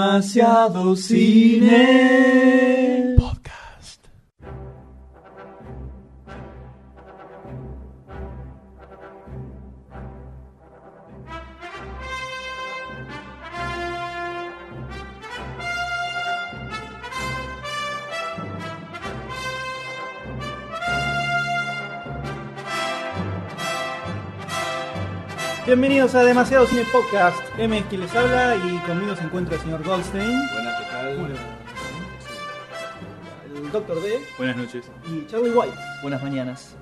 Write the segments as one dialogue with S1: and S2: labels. S1: Demasiado cine.
S2: Podcast.
S1: Bienvenidos a Demasiado Cine Podcast. M es quien les habla y conmigo se encuentra el señor Goldstein,
S3: Buenas, ¿qué tal?
S1: el Doctor D
S3: Buenas noches.
S1: y Charlie White.
S4: Buenas mañanas.
S1: Eh,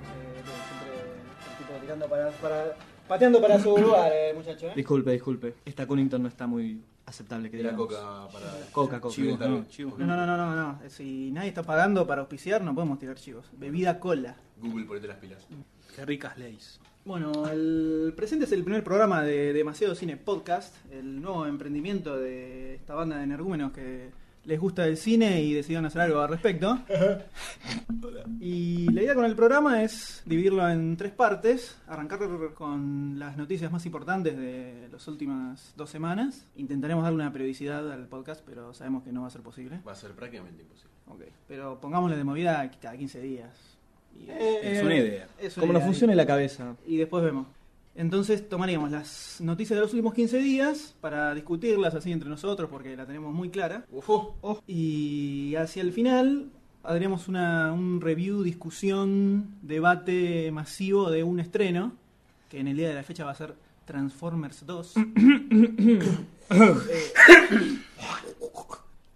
S1: siempre tipo tirando para, para- pateando para su lugar, eh, muchacho. ¿eh?
S4: Disculpe, disculpe. Esta Cunnington no está muy aceptable que
S3: Era
S4: digamos.
S3: coca para.
S4: Coca, coca.
S3: Chivos,
S4: no.
S3: no, chivos,
S1: No, no, no, no, no, no. Si nadie está pagando para auspiciar, no podemos tirar chivos. Bebida cola.
S3: Google, ponete las pilas.
S2: Qué ricas leyes.
S1: Bueno, el presente es el primer programa de Demasiado Cine Podcast, el nuevo emprendimiento de esta banda de energúmenos que les gusta el cine y decidieron hacer algo al respecto. Y la idea con el programa es dividirlo en tres partes, arrancar con las noticias más importantes de las últimas dos semanas. Intentaremos dar una periodicidad al podcast, pero sabemos que no va a ser posible.
S3: Va a ser prácticamente imposible.
S1: Ok. Pero pongámosle de movida cada 15 días. Y-
S2: es una idea.
S1: Eh, es una
S4: Como nos
S1: idea.
S4: funcione la cabeza.
S1: Y después vemos. Entonces tomaríamos las noticias de los últimos 15 días para discutirlas así entre nosotros porque la tenemos muy clara.
S3: Uf, uf.
S1: Y hacia el final haremos una, un review, discusión, debate masivo de un estreno que en el día de la fecha va a ser Transformers 2. Eh,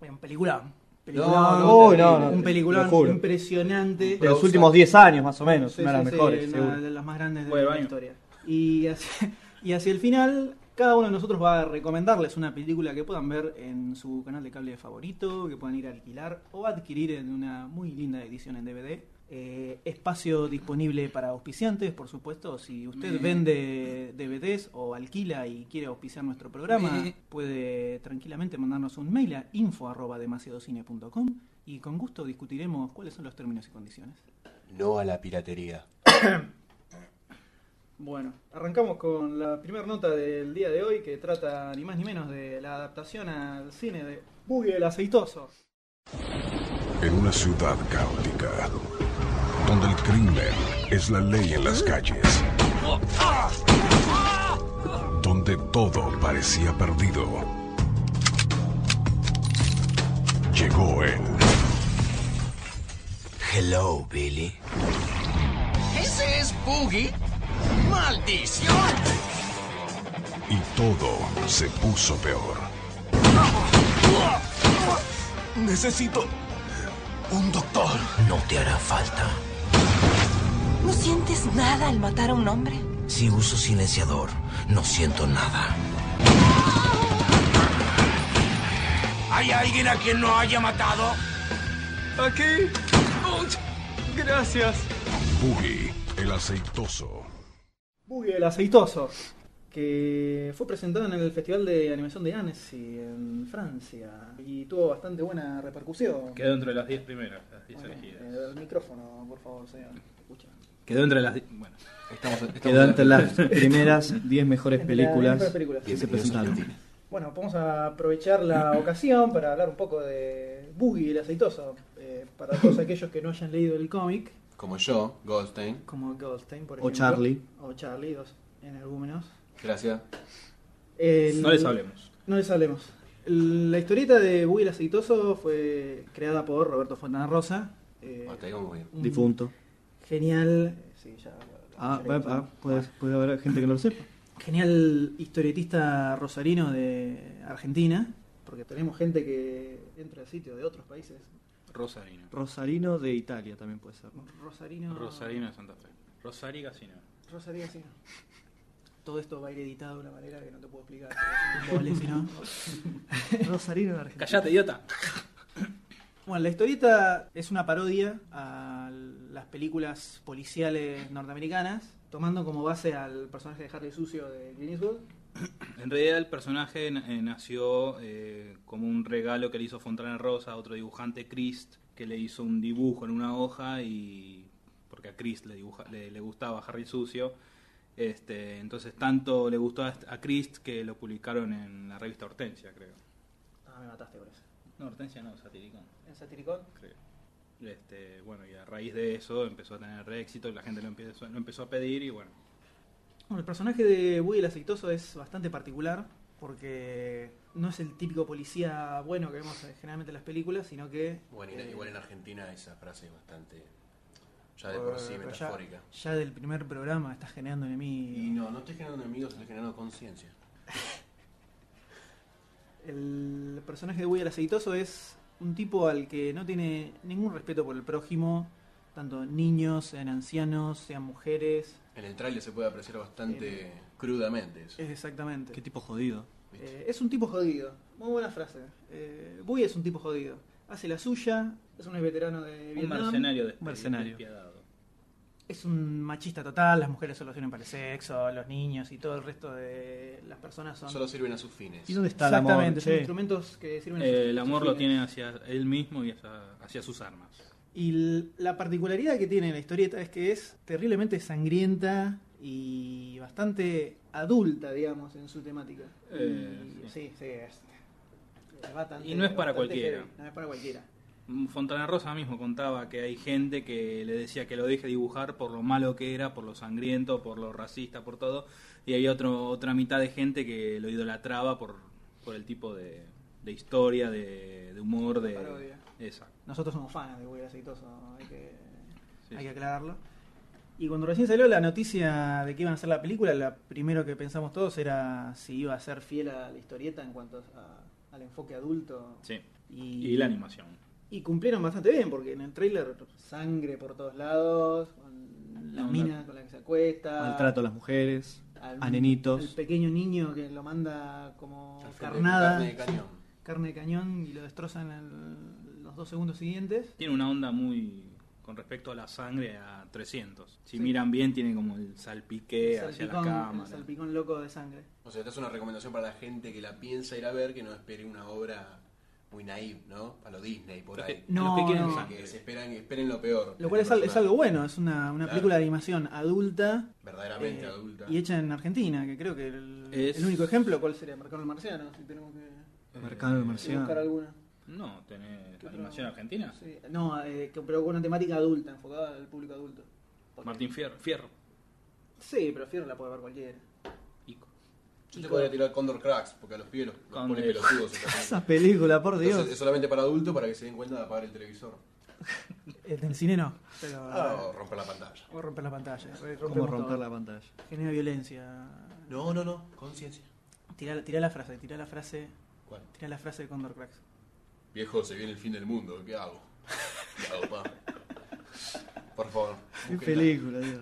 S1: un peliculón. Peliculón.
S3: No,
S4: Uy, no, no,
S1: un
S4: te-
S1: peliculón
S4: lo juro.
S1: impresionante.
S4: De los
S3: Causa.
S4: últimos 10 años más o menos.
S1: Sí,
S4: una de
S1: sí,
S4: las
S1: sí,
S4: mejores,
S1: una
S4: seguro.
S1: de las más grandes de
S2: Bueno,
S1: la
S2: año.
S1: historia. Y hacia, y hacia el final, cada uno de nosotros va a recomendarles una película que puedan ver en su canal de cable favorito, que puedan ir a alquilar o adquirir en una muy linda edición en DVD. Eh, espacio disponible para auspiciantes, por supuesto. Si usted
S2: Me-
S1: vende DVDs o alquila y quiere auspiciar nuestro programa,
S2: Me-
S1: puede tranquilamente mandarnos un mail a info.demasiadocine.com y con gusto discutiremos cuáles son los términos y condiciones.
S3: No a la piratería.
S1: Bueno, arrancamos con la primera nota del día de hoy que trata ni más ni menos de la adaptación al cine de Boogie el Aceitoso.
S5: En una ciudad caótica, donde el crimen es la ley en las calles, donde todo parecía perdido, llegó el
S6: Hello, Billy. ¿Ese es Boogie? ¡Maldición!
S5: y todo se puso peor. Necesito un doctor.
S6: No te hará falta.
S7: ¿No sientes nada al matar a un hombre?
S6: Si uso silenciador, no siento nada. ¿Hay alguien a quien no haya matado?
S5: Boogie, el aceitoso.
S1: Boogie el Aceitoso, que fue presentado en el Festival de Animación de Annecy en Francia y tuvo bastante buena repercusión.
S2: Quedó entre las 10 primeras, las 10
S1: Ok,
S2: elegidas.
S1: eh, el micrófono, por favor, señor. Escucha.
S2: Quedó entre las. di- Bueno,
S3: Estamos, estamos
S4: Quedó entre las primeras 10 mejores
S1: Entre las
S4: películas
S1: mejores películas.
S4: que se
S3: Bienvenidos a
S4: presentaron.
S3: Argentina.
S1: Bueno, vamos a aprovechar la ocasión para hablar un poco de Boogie el Aceitoso. eh, para todos aquellos que no hayan leído el cómic,
S3: Como yo, Goldstein.
S1: como Goldstein, por
S4: O
S1: ejemplo.
S4: Charlie.
S1: O Charlie, dos energúmenos.
S3: Gracias.
S1: El-
S2: no les hablemos.
S1: No les hablemos. El- La historieta de Boogie el Aceitoso fue creada por Roberto Fontana Rosa. eh,
S3: Hasta ahí vamos bien.
S1: un
S4: Difunto.
S1: Genial. Sí, ya.
S4: Ah, va- ah, puede, puede haber gente que no lo sepa.
S1: Genial historietista rosarino de Argentina. Porque tenemos gente que entra al sitio de otros países.
S2: Rosarino.
S4: Rosarino de Italia también puede ser. ¿no?
S1: Rosarino.
S2: Rosarino de Santa Fe. Rosari Casino.
S1: Rosario sí. Todo esto va a ir editado de una manera que no te puedo explicar. porque es un embole, si no.
S4: Rosarino de Argentina.
S2: Callate, idiota.
S1: Bueno, la historieta es una parodia a las películas policiales norteamericanas, tomando como base al personaje de Harry Sucio de Clint Eastwood.
S2: En realidad, el personaje na- eh, nació eh, como un regalo que le hizo Fontana Rosa a otro dibujante, Christ, que le hizo un dibujo en una hoja y. porque a Christ le, dibuja- le, le gustaba Harry Sucio. Este, entonces, tanto le gustó a, a Christ que lo publicaron en la revista Hortensia, creo.
S1: Ah, me mataste por eso.
S2: No, Hortensia no, Satiricón,
S1: En Satiricón.
S2: creo. Este, bueno, y a raíz de eso empezó a tener re éxito y la gente lo empezó, lo empezó a pedir y bueno.
S1: Bueno, el personaje de Woody el aceitoso es bastante particular porque no es el típico policía bueno que vemos eh, generalmente en las películas, sino que...
S3: Bueno,
S1: eh,
S3: igual, igual en Argentina esa frase es bastante. ya de por sí
S1: pero ya-
S3: metafórica.
S1: Ya, del primer programa estás generando en mí...
S3: Y no, no estoy generando enemigos, estoy generando conciencia.
S1: El personaje de Woody el aceitoso es un tipo al que no tiene ningún respeto por el prójimo, tanto niños, sean ancianos, sean mujeres.
S3: En el tráiler se puede apreciar bastante
S1: Eh,
S3: crudamente eso.
S1: Es exactamente.
S4: Qué tipo jodido.
S3: ¿viste?
S1: Eh, es un tipo jodido. Muy buena frase. Eh, Woody es un tipo jodido. Hace la suya, es un veterano de
S2: Un
S1: Vietnam.
S2: mercenario, de
S4: Un mercenario.
S2: despiadado.
S1: Es un machista total, las mujeres solo sirven para el sexo, los niños y todo el resto de las personas son...
S3: Solo sirven a sus fines.
S4: ¿Y dónde está el amor?
S1: Exactamente, son
S4: che?
S1: instrumentos que sirven... a sus-
S2: Eh, el amor
S1: sus
S2: lo
S1: fines.
S2: tiene hacia él mismo y hacia, hacia sus armas.
S1: Y l- la particularidad que tiene la historieta es que es terriblemente sangrienta y bastante adulta, digamos, en su temática.
S2: Eh,
S1: y,
S2: sí.
S1: sí, sí, es, es bastante-
S2: Y no es para
S1: bastante
S2: cualquiera.
S1: heavy, no es para cualquiera.
S2: Mm, Fontana Rosa mismo contaba que hay gente que le decía que lo deje dibujar por lo malo que era, por lo sangriento, por lo racista, por todo. Y hay otro, otra mitad de gente que lo idolatraba por, por el tipo de, de historia, de, de humor,
S1: La
S2: de...
S1: parodia.
S2: Exacto.
S1: Nosotros somos fans de Hugo Aceitoso, hay que,
S2: Sí,
S1: hay
S2: sí.
S1: que aclararlo. Y cuando recién salió la noticia de que iban a hacer la película, lo primero que pensamos todos era si iba a ser fiel a la historieta en cuanto a- al enfoque adulto.
S2: Sí.
S1: Y,
S2: Y la animación.
S1: Y cumplieron bastante bien, porque en el trailer sangre por todos lados, con la
S2: No,
S1: mina
S2: no.
S1: con la que se acuesta,
S4: Maltrato a las mujeres,
S1: al-
S4: a nenitos.
S1: al pequeño niño que lo manda como
S3: Al frente,
S1: carnada,
S3: Carne de cañón.
S1: carne de cañón y lo destrozan en los dos segundos siguientes.
S2: Tiene una onda muy... Con respecto a la sangre, a 300. Si
S1: Sí.
S2: miran bien, tiene como el salpique
S1: El
S2: hacia la
S1: salpicón-
S2: cámara.
S1: el salpicón loco de sangre.
S3: O sea, esta es una recomendación para la gente que la piensa ir a ver, que no espere una obra muy naive, ¿no? A lo Disney, por
S2: Los que-
S3: ahí.
S1: No,
S2: los que quieren
S1: no.
S2: sangre.
S3: Que se esperan, que esperen lo peor.
S1: Lo cual es, al- es algo bueno, es una, una
S3: Este Claro.
S1: película de animación adulta.
S3: Verdaderamente
S1: eh,
S3: adulta.
S1: Y hecha en Argentina, que creo que el,
S2: Es-
S1: el único ejemplo, ¿cuál sería? Mercado del Marciano, si tenemos que
S4: Mercado del
S1: que buscar
S4: Marciano.
S1: alguna.
S2: No, tenés
S1: ¿Qué otro?
S2: animación argentina.
S1: Sí, No, eh, que- pero con una temática adulta, enfocada al público adulto. Porque-
S2: Martín Fierro. Fierro.
S1: Sí, pero Fierro la puede ver cualquiera.
S2: Ico.
S3: Yo te podría tirar Condor Cracks, porque a los pibes los, los
S2: Condor.
S3: pone pelotudos. Entonces,
S4: Esa película, por Dios.
S3: es solamente para adultos, para que se den cuenta de apagar el televisor.
S1: El del cine no, pero.
S3: O romper la pantalla.
S1: O romper la pantalla. re-
S4: ¿Cómo
S1: rompemos
S4: romper
S1: todo.
S4: la pantalla?
S1: Genera violencia.
S3: No, no, no. Conciencia.
S1: Tirá, tirá la frase, tirá la frase.
S3: ¿Cuál?
S1: Tirá la frase de Condor Cracks.
S3: Viejo, se viene el fin del mundo. ¿Qué hago? ¿Qué hago, pa? Por favor.
S4: Qué
S3: búsquenla.
S4: película, Dios.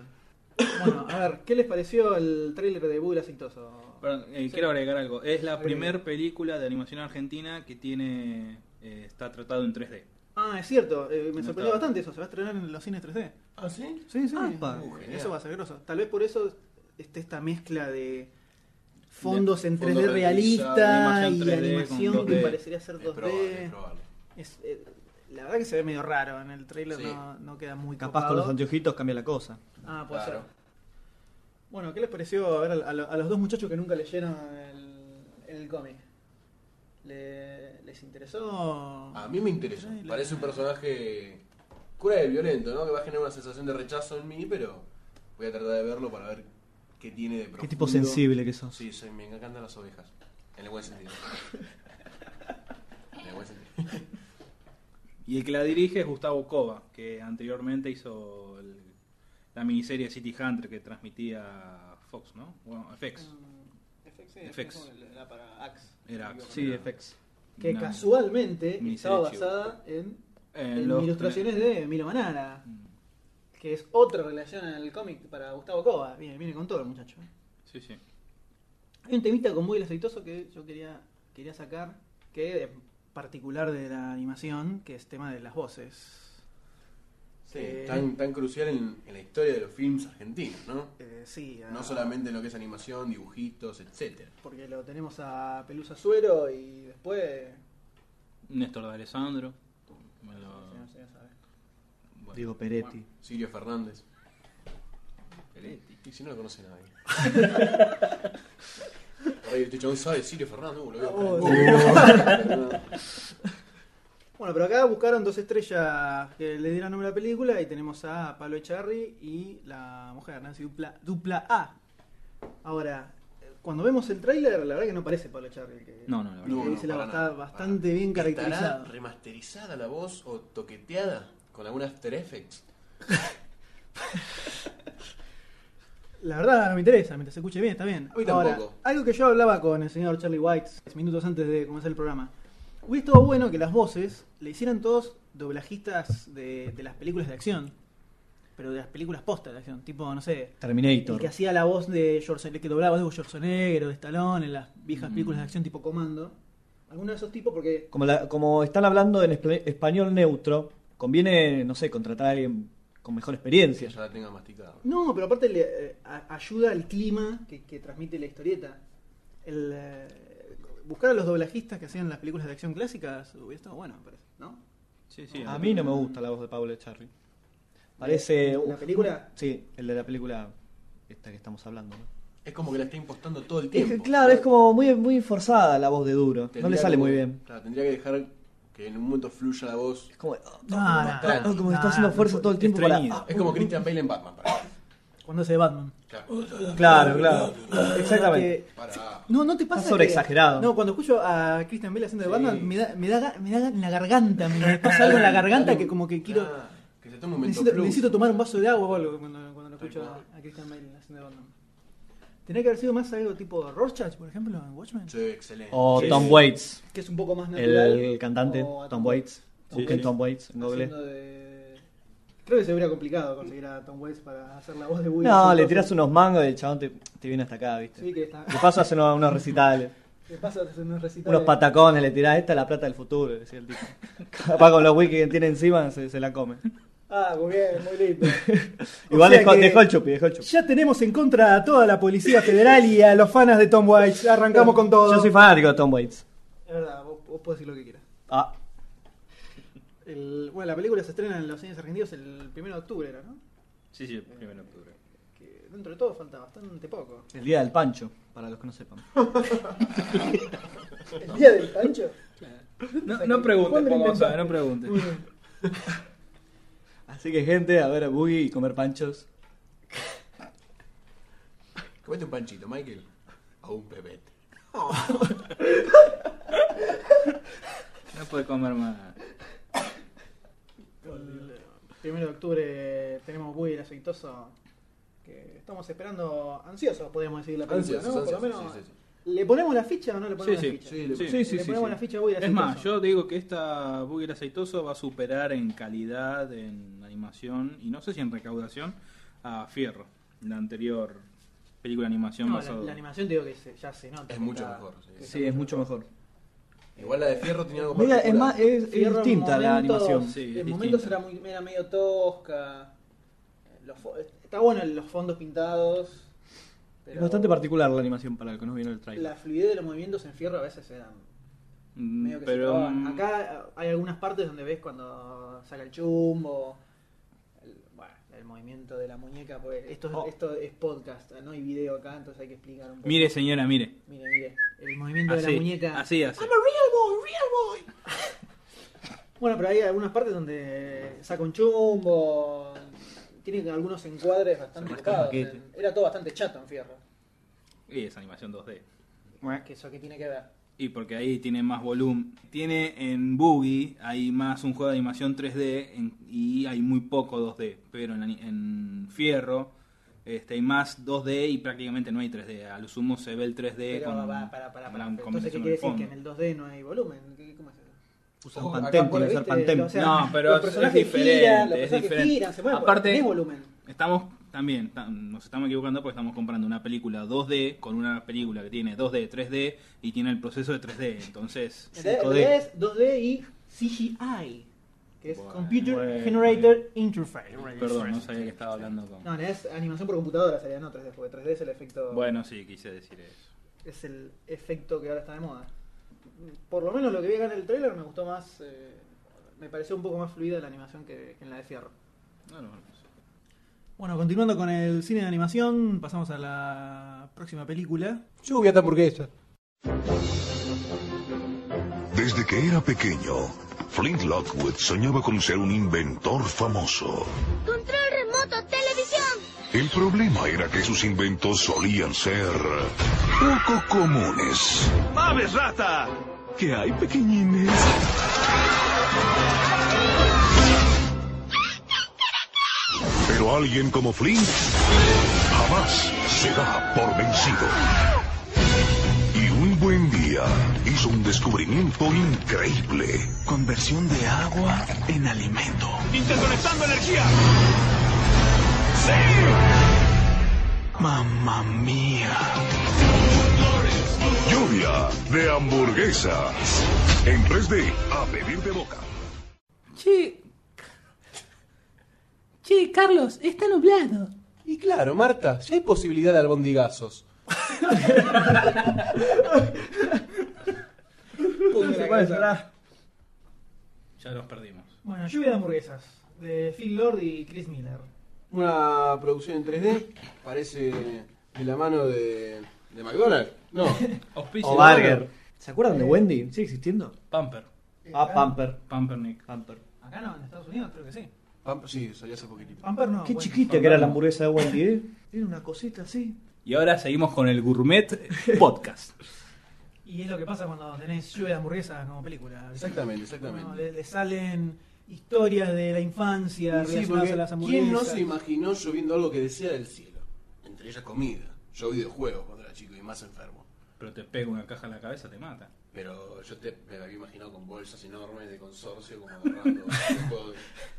S1: Bueno, a ver, ¿qué les pareció el tráiler de Bull Aceitoso?
S2: Perdón, eh,
S1: Sí.
S2: Quiero agregar algo. Es la
S1: Agrega.
S2: primera película de animación argentina que tiene eh, está tratado en 3D.
S1: Ah, es cierto, eh, me
S2: No
S1: sorprendió
S2: estaba.
S1: bastante eso, se va a estrenar en los cines 3D.
S3: ¿Ah, sí?
S1: Sí, sí,
S4: Apa.
S1: eh,
S3: Uh, genial.
S1: eso va a ser grosso. Tal vez por eso esté esta mezcla de fondos en 3D
S3: Fondos
S1: realista
S2: renderizados,
S1: y
S2: animación 3D con
S1: animación que
S2: 2D.
S1: parecería ser
S3: Es probable, es
S1: 2D.
S3: probable.
S1: Es, eh, la verdad que se ve medio raro en el trailer,
S3: Sí.
S1: no, no queda muy
S4: Capaz con
S1: copado.
S4: los anteojitos cambia la cosa.
S1: Ah, puede
S3: Claro.
S1: ser. Bueno, ¿qué les pareció a, ver, a, lo- a los dos muchachos que nunca leyeron el, el cómic? ¿Le- ¿Les interesó?
S3: A mí me interesa.
S1: Trailer.
S3: Parece un personaje cruel, violento, ¿no? Que va a generar una sensación de rechazo en mí, pero voy a tratar de verlo para ver qué tiene de profundo.
S4: Qué tipo sensible que sos.
S3: Sí, soy, me encantan las ovejas. En el buen sentido. en el buen sentido.
S2: Y el que la dirige es Gustavo Cova, que anteriormente hizo el- la miniserie City Hunter que transmitía Fox, ¿no? Bueno,
S1: Mm,
S2: FX.
S1: Ah, FX,
S2: FX.
S1: era para Axe.
S2: Era Axe.
S4: Sí, FX.
S1: Que
S2: Una-
S1: casualmente
S2: miniserie
S1: estaba
S2: chivo.
S1: basada en,
S2: en
S1: en
S2: los-
S1: ilustraciones de Milo Manara, que es otra relación al cómic para Gustavo Cova. Viene, viene con todo el muchacho.
S2: Sí, sí.
S1: Hay un temita con muy el aceitoso que yo quería, quería sacar, que es particular de la animación, que es tema de las voces.
S3: Sí,
S1: Eh,
S3: tan, tan crucial en, en la historia de los films argentinos, ¿no?
S1: eh, sí, a-
S3: No solamente en lo que es animación, dibujitos, etcétera.
S1: Porque lo tenemos a Pelusa Suero y después...
S2: Néstor de Alessandro. Me
S3: Ah.
S2: lo-
S1: Sí, no sé, no sabe.
S2: bueno.
S4: Diego Peretti.
S3: Silvio Fernández.
S2: Peretti.
S3: Y si no lo conoce nadie. Oye, este chabón sabe Sirio Fernando, boludo.
S1: Oh, Bueno, pero acá buscaron dos estrellas que le dieran nombre a la película y tenemos a Pablo Echarri y la mujer, Nancy Dupla, Dupla A. Ahora, eh, cuando vemos el tráiler, la verdad que no parece Pablo Echarri. el que-
S2: No, no, la verdad.
S1: No, Dice la
S3: para
S1: está
S3: nada,
S1: bastante
S3: para
S1: bien
S3: nada. ¿Estará
S1: caracterizado.
S3: remasterizada la voz o toqueteada con algún After Effects?
S1: La verdad no me interesa, mientras se escuche bien, está bien.
S3: A mí
S1: Ahora,
S3: tampoco.
S1: algo que yo hablaba con el señor Charlie White minutos antes de comenzar el programa. Hubiera estado bueno que las voces le hicieran todos doblajistas de, de las películas de acción, pero de las películas postas de acción, tipo, no sé, el
S8: Terminator.
S1: que hacía la voz de Schwarzenegger, que doblaba de Schwarzenegger o de Stallone en las viejas
S2: Mm.
S1: películas de acción tipo Comando. Alguno de esos tipos porque
S8: Como, la- como están hablando en espa- español neutro, conviene, no sé, contratar a alguien con mejor
S3: Que
S8: experiencia.
S3: ya la tenga masticada.
S1: No, pero aparte le eh, a- ayuda al clima que, que transmite la historieta. El, eh, buscar a los doblajistas que hacían las películas de acción clásicas hubiera estado bueno, me parece, ¿no?
S2: Sí, sí,
S8: A mí no me gusta la voz de Pablo Echarri. Parece.
S1: ¿La película?
S8: Sí, el de la película esta que estamos hablando. ¿no?
S3: Es como que la está impostando todo el
S8: Es
S3: tiempo.
S8: que, claro, es como muy, muy forzada la voz de Duro. No le
S3: Tendría
S8: sale
S3: que-
S8: muy bien.
S3: Claro, tendría que dejar que en un momento fluya la voz.
S8: Es como. ah,
S1: No,
S8: ah,
S1: no,
S8: ah, como que está
S1: no,
S8: haciendo
S1: no,
S8: fuerza
S1: no,
S8: todo el tiempo para.
S2: estreñido.
S8: ah,
S3: Es como Christian Bale en Batman. Para.
S1: Cuando hace de Batman.
S3: Claro.
S8: Ah, Claro, claro. Exactamente.
S1: Porque-
S3: Para.
S1: No, no te pasa.
S8: Está sobreexagerado.
S1: que- No, cuando escucho a Christian Bale haciendo de
S3: Sí.
S1: Batman, me da, me da, ga- me da ga- en la garganta, me me pasa algo en la garganta que como que quiero.
S3: Ah, que se tome un momento.
S1: Necesito,
S3: plus.
S1: necesito tomar un vaso de agua o algo cuando, cuando lo
S3: Tal
S1: escucho
S3: cual.
S1: a, a Christian Bale haciendo de Batman. Tendría que haber sido más algo tipo Rorschach, por ejemplo, en Watchmen.
S3: Sí, excelente.
S8: O
S1: Sí.
S8: Tom Waits,
S1: que es un poco más
S8: el,
S1: natural.
S8: cantante
S1: o a
S8: Tom Waits.
S1: Tom
S8: Busquen
S1: Waits.
S8: Tom Waits
S3: Ah,
S8: en Google.
S1: haciendo de- Creo que se hubiera complicado conseguir a Tom Waits para hacer la voz de Woody.
S8: No, le
S1: Entonces,
S8: tiras unos mangos y el chabón te, te viene hasta acá, ¿viste?
S1: Sí, que está.
S8: Le pasas unos, unos recitales.
S1: Le pasa hacer unos recitales.
S8: Unos patacones, le tirás esta es la plata del futuro, decía el tipo. Capaz con los wikis que tiene encima se, se la come.
S1: Ah, muy bien, muy lindo. O
S8: Igual
S1: sea
S8: dejó,
S1: que
S8: dejó el chupi, dejó el chupi.
S1: Ya tenemos en contra a toda la Policía Federal y a los fanas de Tom Waits. Arrancamos con todo.
S8: Yo soy fanático de Tom Waits.
S1: Es verdad, vos, vos podés decir lo que quieras.
S8: Ah,
S1: El- bueno, la película se estrena en los cines argentinos el 1 de octubre, era, ¿no?
S2: Sí, sí, el primero de octubre.
S1: Que dentro de todo falta bastante poco.
S8: el día del pancho, para los que no sepan.
S1: ¿El día del pancho?
S2: No, no preguntes,
S1: ¿Cuándo lo
S2: Pogonza,
S1: inventaste?
S2: no preguntes.
S8: Así que, gente, a ver a Boogie y comer panchos.
S3: Comete un panchito, Michael. O un pepete.
S2: No puedes comer más.
S1: El 1 de octubre tenemos Woody el aceitoso. Que estamos esperando ansiosos, podríamos decir, la película.
S3: Ansiosos,
S1: ¿no? Por lo
S3: ansiosos,
S1: menos.
S3: sí, sí,
S1: ¿Le ponemos la ficha o no le ponemos
S2: Sí,
S1: la
S2: sí,
S1: ficha?
S3: Sí, le-
S2: Sí.
S1: le ponemos la ficha a Woody el
S2: Es más,
S1: aceitoso.
S2: yo digo que esta Boogie el aceitoso va a superar en calidad, en animación y no sé si en recaudación a Fierro, la anterior película de animación
S1: No, la,
S2: basada.
S1: la animación te digo que se- ya se nota.
S3: Es
S1: que
S3: mucho
S1: está-
S3: mejor, sí.
S1: que
S8: Sí, es mucho mejor.
S3: Igual la de Fierro tenía algo
S8: Mira, es
S3: particular.
S8: más, es, es
S1: Fierro en
S8: distinta la
S1: momentos-
S8: animación.
S2: Sí, es
S1: en
S2: distinta.
S1: momentos era, muy, era medio tosca. Los fo- está bueno los fondos pintados. pero
S8: Es bastante particular la animación para el que nos vino el
S1: La
S8: trailer.
S1: fluidez de los movimientos en fierro a veces eran
S2: Mm,
S1: medio que se
S2: Pero
S1: trababan.
S2: mm,
S1: Acá eh, hay algunas partes donde ves cuando saca el chumbo. El, bueno, el movimiento de la muñeca. Pues, esto, es-
S8: Oh.
S1: esto es podcast, no hay video acá, entonces hay que explicar un poco.
S2: mire señora, mire.
S1: Mire, mire, El movimiento de
S2: Así,
S1: la muñeca.
S2: así, así.
S1: Bueno, pero hay algunas partes donde saca un chumbo, tiene algunos encuadres bastante
S8: rasca el
S1: copados.
S8: paquete.
S1: en- Era todo bastante chato en fierro.
S2: Y es animación 2D.
S1: Que eso que tiene que ver.
S2: Y porque ahí tiene más volumen. Tiene en Boogie, hay más un juego de animación 3D en- y hay muy poco 2D. Pero en, ani- en Fierro este, hay más 2D y prácticamente no hay 3D. A lo sumo se ve el 3D
S1: Pero
S2: Eh, con
S1: va, para, para, para.
S2: una
S1: Entonces, ¿qué
S2: combinación
S1: quiere
S2: del
S1: decir? Que
S2: fondo.
S1: en el 2D no hay volumen. ¿Qué- ¿Cómo es eso?
S8: Usan
S3: Ojo,
S8: Pantene,
S3: acá por-
S8: tiene que ser
S1: ¿Viste?
S8: Pantene.
S1: O sea,
S2: No, pero
S1: los
S2: es-
S1: personajes
S2: es diferente,
S1: giran, los
S2: es
S1: personajes
S2: diferente.
S1: giran, se mueven,
S2: Aparte-
S1: tenés volumen.
S2: Estamos también, ta- nos estamos equivocando porque estamos comprando una película 2D con una película que tiene 2D, 3D y tiene el proceso de 3D. Entonces,
S1: En
S8: 5D.
S1: realidad es 2D y CGI, que es
S2: Bueno,
S1: Computer
S8: bueno.
S1: Generator Interface.
S2: perdón, no sabía que estaba hablando con...
S1: No, no, es animación por computadora, sería no 3D, porque 3D es el efecto.
S2: Bueno, sí, quise decir eso.
S1: Es el efecto que ahora está de moda. Por lo menos lo que vi acá en el trailer me gustó más. eh, me pareció un poco más fluida la animación que, que en la de Fierro.
S2: No, no, no sé.
S1: Bueno, continuando con el cine de animación, pasamos a la próxima película.
S9: Yo voy a estar porque esta.
S5: Desde que era pequeño, Flint Lockwood soñaba con ser un inventor famoso.
S10: Control remoto, televisión.
S5: El problema era que sus inventos solían ser poco comunes.
S11: ¡Aves rata!
S5: ¿Qué hay, pequeñines? Pero alguien como Flint jamás se da por vencido. Y un buen día hizo un descubrimiento increíble.
S11: Conversión de agua en alimento. ¡Interconectando energía! ¡Sí! ¡Mamma mía!
S5: Lluvia de hamburguesas. En 3D, a pedir de boca.
S12: Che. Che, Carlos, está nublado.
S3: Y claro, Marta, si hay posibilidad de albondigazos.
S8: Se puede llorar.
S2: Ya nos perdimos.
S1: Bueno, lluvia de hamburguesas, de Phil Lord y Chris Miller.
S3: Una producción en 3D, parece de la mano de, de McDonald's. No,
S2: Auspicio.
S8: O Burger. ¿Se acuerdan de Wendy? ¿Sigue existiendo?
S2: Pamper.
S8: Ah, Pamper.
S2: Pampernick.
S8: Pamper.
S1: Acá no, en Estados Unidos creo que sí.
S3: Pam- Ah, sí, salió hace poquitito.
S1: Pamper no.
S8: Qué
S1: bueno.
S8: chiquita que era la hamburguesa de Wendy, ¿eh? Era una cosita así.
S2: Y ahora seguimos con el Gourmet Podcast.
S1: Y es lo que pasa cuando tenés lluvia de hamburguesas como película.
S3: Exactamente,
S1: Bueno,
S3: exactamente.
S1: le, le salen historias de la infancia
S3: Y sí,
S1: relacionadas
S3: porque
S1: a las hamburguesas.
S3: ¿Quién no se imaginó lloviendo algo que decía del cielo? Entre ellas comida. Yo videojuegos cuando era chico y más enfermo.
S2: Pero te pega una caja en la cabeza, te mata.
S3: Pero yo te, me la había imaginado con bolsas enormes de consorcio, como agarrando el juego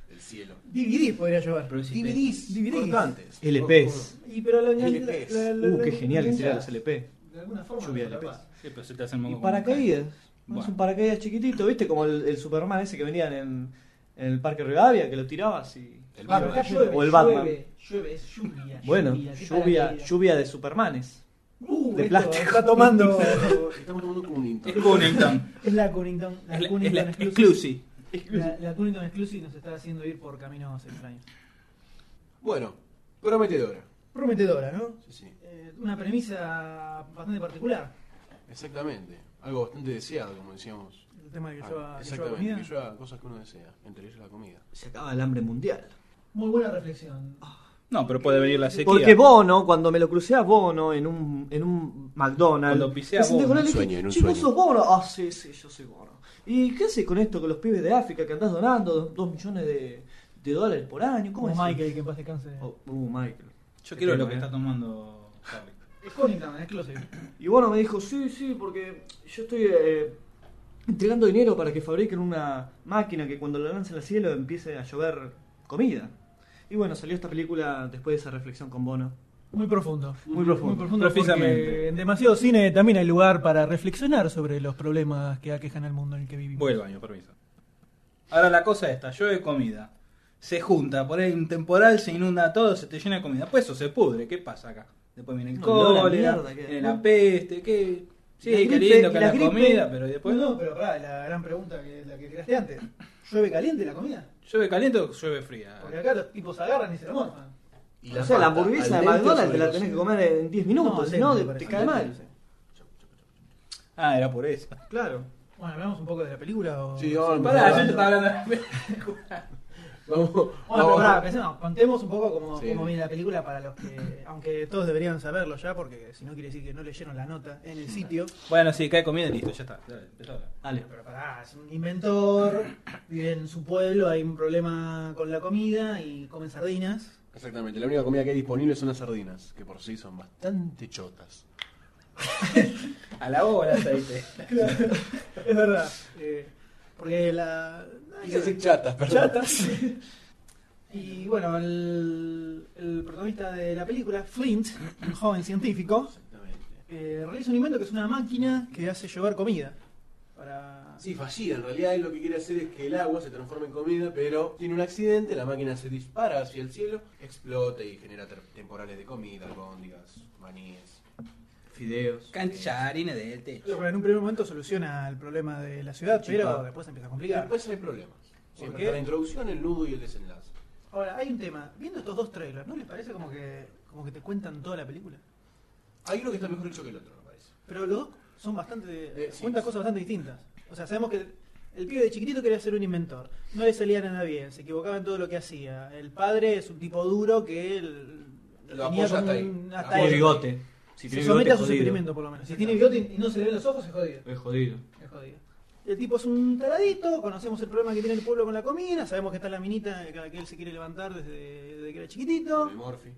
S3: del cielo.
S1: DVD podría llevar.
S2: Pero si te-
S1: DVDs, DVDs.
S3: Cortantes.
S8: LPs.
S1: Y pero la, la-
S3: LPs.
S1: la- la-
S8: Uh, qué
S1: la-
S8: genial que
S1: la-
S8: serían los LP.
S1: De alguna forma.
S8: Lluvia
S1: pero
S8: de
S1: capaz.
S2: Sí, pero se te hacen
S8: Y
S2: moco
S8: paracaídas.
S2: Bueno.
S8: Es un paracaídas chiquitito, ¿viste? Como el, el Superman ese que venían en, en el Parque Rivadavia, que lo tirabas y. Ah,
S3: El
S1: Pero
S3: Batman.
S1: acá llueve,
S8: O el Batman.
S1: Llueve, llueve, es lluvia.
S8: Bueno,
S1: lluvia, qué
S8: lluvia,
S1: paracaídas.
S8: lluvia de Supermanes.
S1: Uh,
S8: de
S1: esto,
S8: plástico.
S1: Está tomando.
S3: Estamos tomando como un
S2: Es
S3: intento.
S2: Cunnington.
S1: es la Cunnington. La
S2: Es la, es
S1: Cunnington
S2: la
S1: Exclusive.
S2: exclusive.
S1: La, la Cunnington Exclusive nos está haciendo ir por caminos extraños.
S3: Bueno, prometedora.
S1: Prometedora, ¿no?
S3: Sí, sí.
S1: Eh, una premisa bastante particular.
S3: Exactamente. Algo bastante deseado, como decíamos.
S1: El tema de que lleva,
S3: Ah,
S1: que lleva
S3: exactamente.
S1: comida.
S3: Que lleva cosas que uno desea, entre ellas la comida.
S8: Se acaba el hambre mundial.
S1: Muy buena reflexión.
S8: Ah,
S2: No, pero puede venir la sequía.
S8: Porque Bono, cuando me lo crucé a Bono en un, en un McDonald's,
S2: Cuando pisé a
S8: me senté
S2: Bono.
S8: con él y
S3: Un
S8: dije,
S3: sueño, en un
S8: "Che, vos
S3: sueño".
S8: sos Bono. Ah, sí, sí, yo soy Bono. ¿Y qué haces con esto, con los pibes de África que andás donando dos, dos millones de, de dólares por año? ¿Cómo
S1: Como
S8: es eso?"
S1: Oh, Michael, que en paz descanse.
S8: Oh, uh, Michael.
S2: Yo quiero lo que
S8: eh.
S2: está tomando Harry.
S1: Es Cunnington Exclusive.
S8: Y Bono me dijo, sí, sí, porque yo estoy eh, entregando dinero para que fabriquen una máquina que cuando la lancen al cielo empiece a llover comida. Y bueno, salió esta película después de esa reflexión con Bono.
S1: Muy profundo.
S8: Muy profundo.
S1: Muy profundo.
S2: Precisamente.
S1: porque En demasiado cine también hay lugar para reflexionar sobre los problemas que aquejan al mundo en el que vivimos.
S2: Voy al baño, permiso. Ahora la cosa esta, llueve comida. Se junta, por ahí un temporal, se inunda todo, se te llena de comida. Pues eso se pudre, ¿qué pasa acá? Después viene el
S8: Un olor a
S2: cólera,
S8: mierda que-
S2: viene la peste, que... Sí,
S8: La
S2: qué
S8: gripe,
S2: lindo que
S8: la
S2: la,
S8: gripe.
S2: comida, pero después...
S1: Pues no, pero pará, la gran pregunta que la que creaste antes. ¿Llueve caliente la comida?
S2: ¿Llueve caliente o llueve fría?
S1: Porque acá los tipos agarran y se la morfan.
S3: Y
S8: o sea, la
S3: pasta,
S8: hamburguesa
S3: al
S8: de
S3: dente o
S8: McDonald's te la
S3: sobre
S8: tenés que
S3: los-
S8: comer en 10 minutos, si no,
S1: al
S8: te,
S1: dente,
S8: te
S1: me
S8: cae
S1: parece.
S8: mal.
S2: Ah, era por eso.
S8: Claro.
S1: Bueno, hablamos un poco de la película o.
S3: Sí, vamos,
S2: Pará, yo
S3: vamos,
S2: te estaba hablando de la película.
S3: vamos,
S1: Bueno, pero
S3: vamos.
S1: pará, pensemos, contemos un poco cómo,
S3: Sí.
S1: cómo viene la película para los que, aunque todos deberían saberlo ya, porque si no quiere decir que no leyeron la nota en el sitio.
S2: Bueno, sí, cae comida y listo, ya está. Dale, empezá ahora.
S8: Dale.
S1: Pero pará, es un inventor, vive en su pueblo, hay un problema con la comida y comen sardinas.
S3: Exactamente, la única comida que hay disponible son las sardinas, que por sí son bastante chotas.
S2: A la hora, aceite.
S1: es verdad. eh, porque la. hay
S3: Quise
S1: que-
S3: decir chatas, perdón.
S1: chatas. y bueno, el, el protagonista de la película, Flint, un joven científico,
S3: Exactamente.
S1: eh, realiza un invento que es una máquina que hace llover comida. Para...
S3: Sí, fallida. En realidad él lo que quiere hacer es que el agua se transforme en comida, pero tiene un accidente, la máquina se dispara hacia el cielo, explota y genera ter- temporales de comida, albóndigas, maníes, fideos. eh,
S2: Cancharine del techo.
S1: Bueno, en un primer momento soluciona el problema de la ciudad, pero después se empieza a
S3: Y
S1: complicar.
S3: eh, después hay problemas. Siempre
S1: qué?
S3: está la introducción, el nudo y el desenlace.
S1: Ahora, hay un tema. Viendo estos dos trailers, ¿no les parece como que, como que te cuentan toda la película?
S3: Hay uno que está mejor hecho que el otro, me parece.
S1: Pero los dos son bastante.
S3: Eh, sí.
S1: cuentan cosas bastante distintas. O sea, sabemos que el, el pibe de chiquitito quería ser un inventor. No le salía nada bien, se equivocaba en todo lo que hacía. El padre es un tipo duro que él.
S3: Lo
S1: tenía
S3: apoya
S1: como
S3: hasta ahí.
S1: un- hasta
S3: Apoya.
S1: ahí.
S3: Tiene bigote.
S8: Si
S1: Se
S8: tiene
S1: somete
S8: bigote
S1: a
S8: es
S1: sus
S8: jodido.
S1: experimentos, por lo menos. Si tiene bigote y no se le ven los ojos, es jodido.
S8: Es jodido.
S1: Es jodido. El tipo es un taradito, conocemos el problema que tiene el pueblo con la comida, sabemos que está la minita que que él se quiere levantar desde, desde que era
S3: Con
S1: chiquitito.
S3: el Morphy,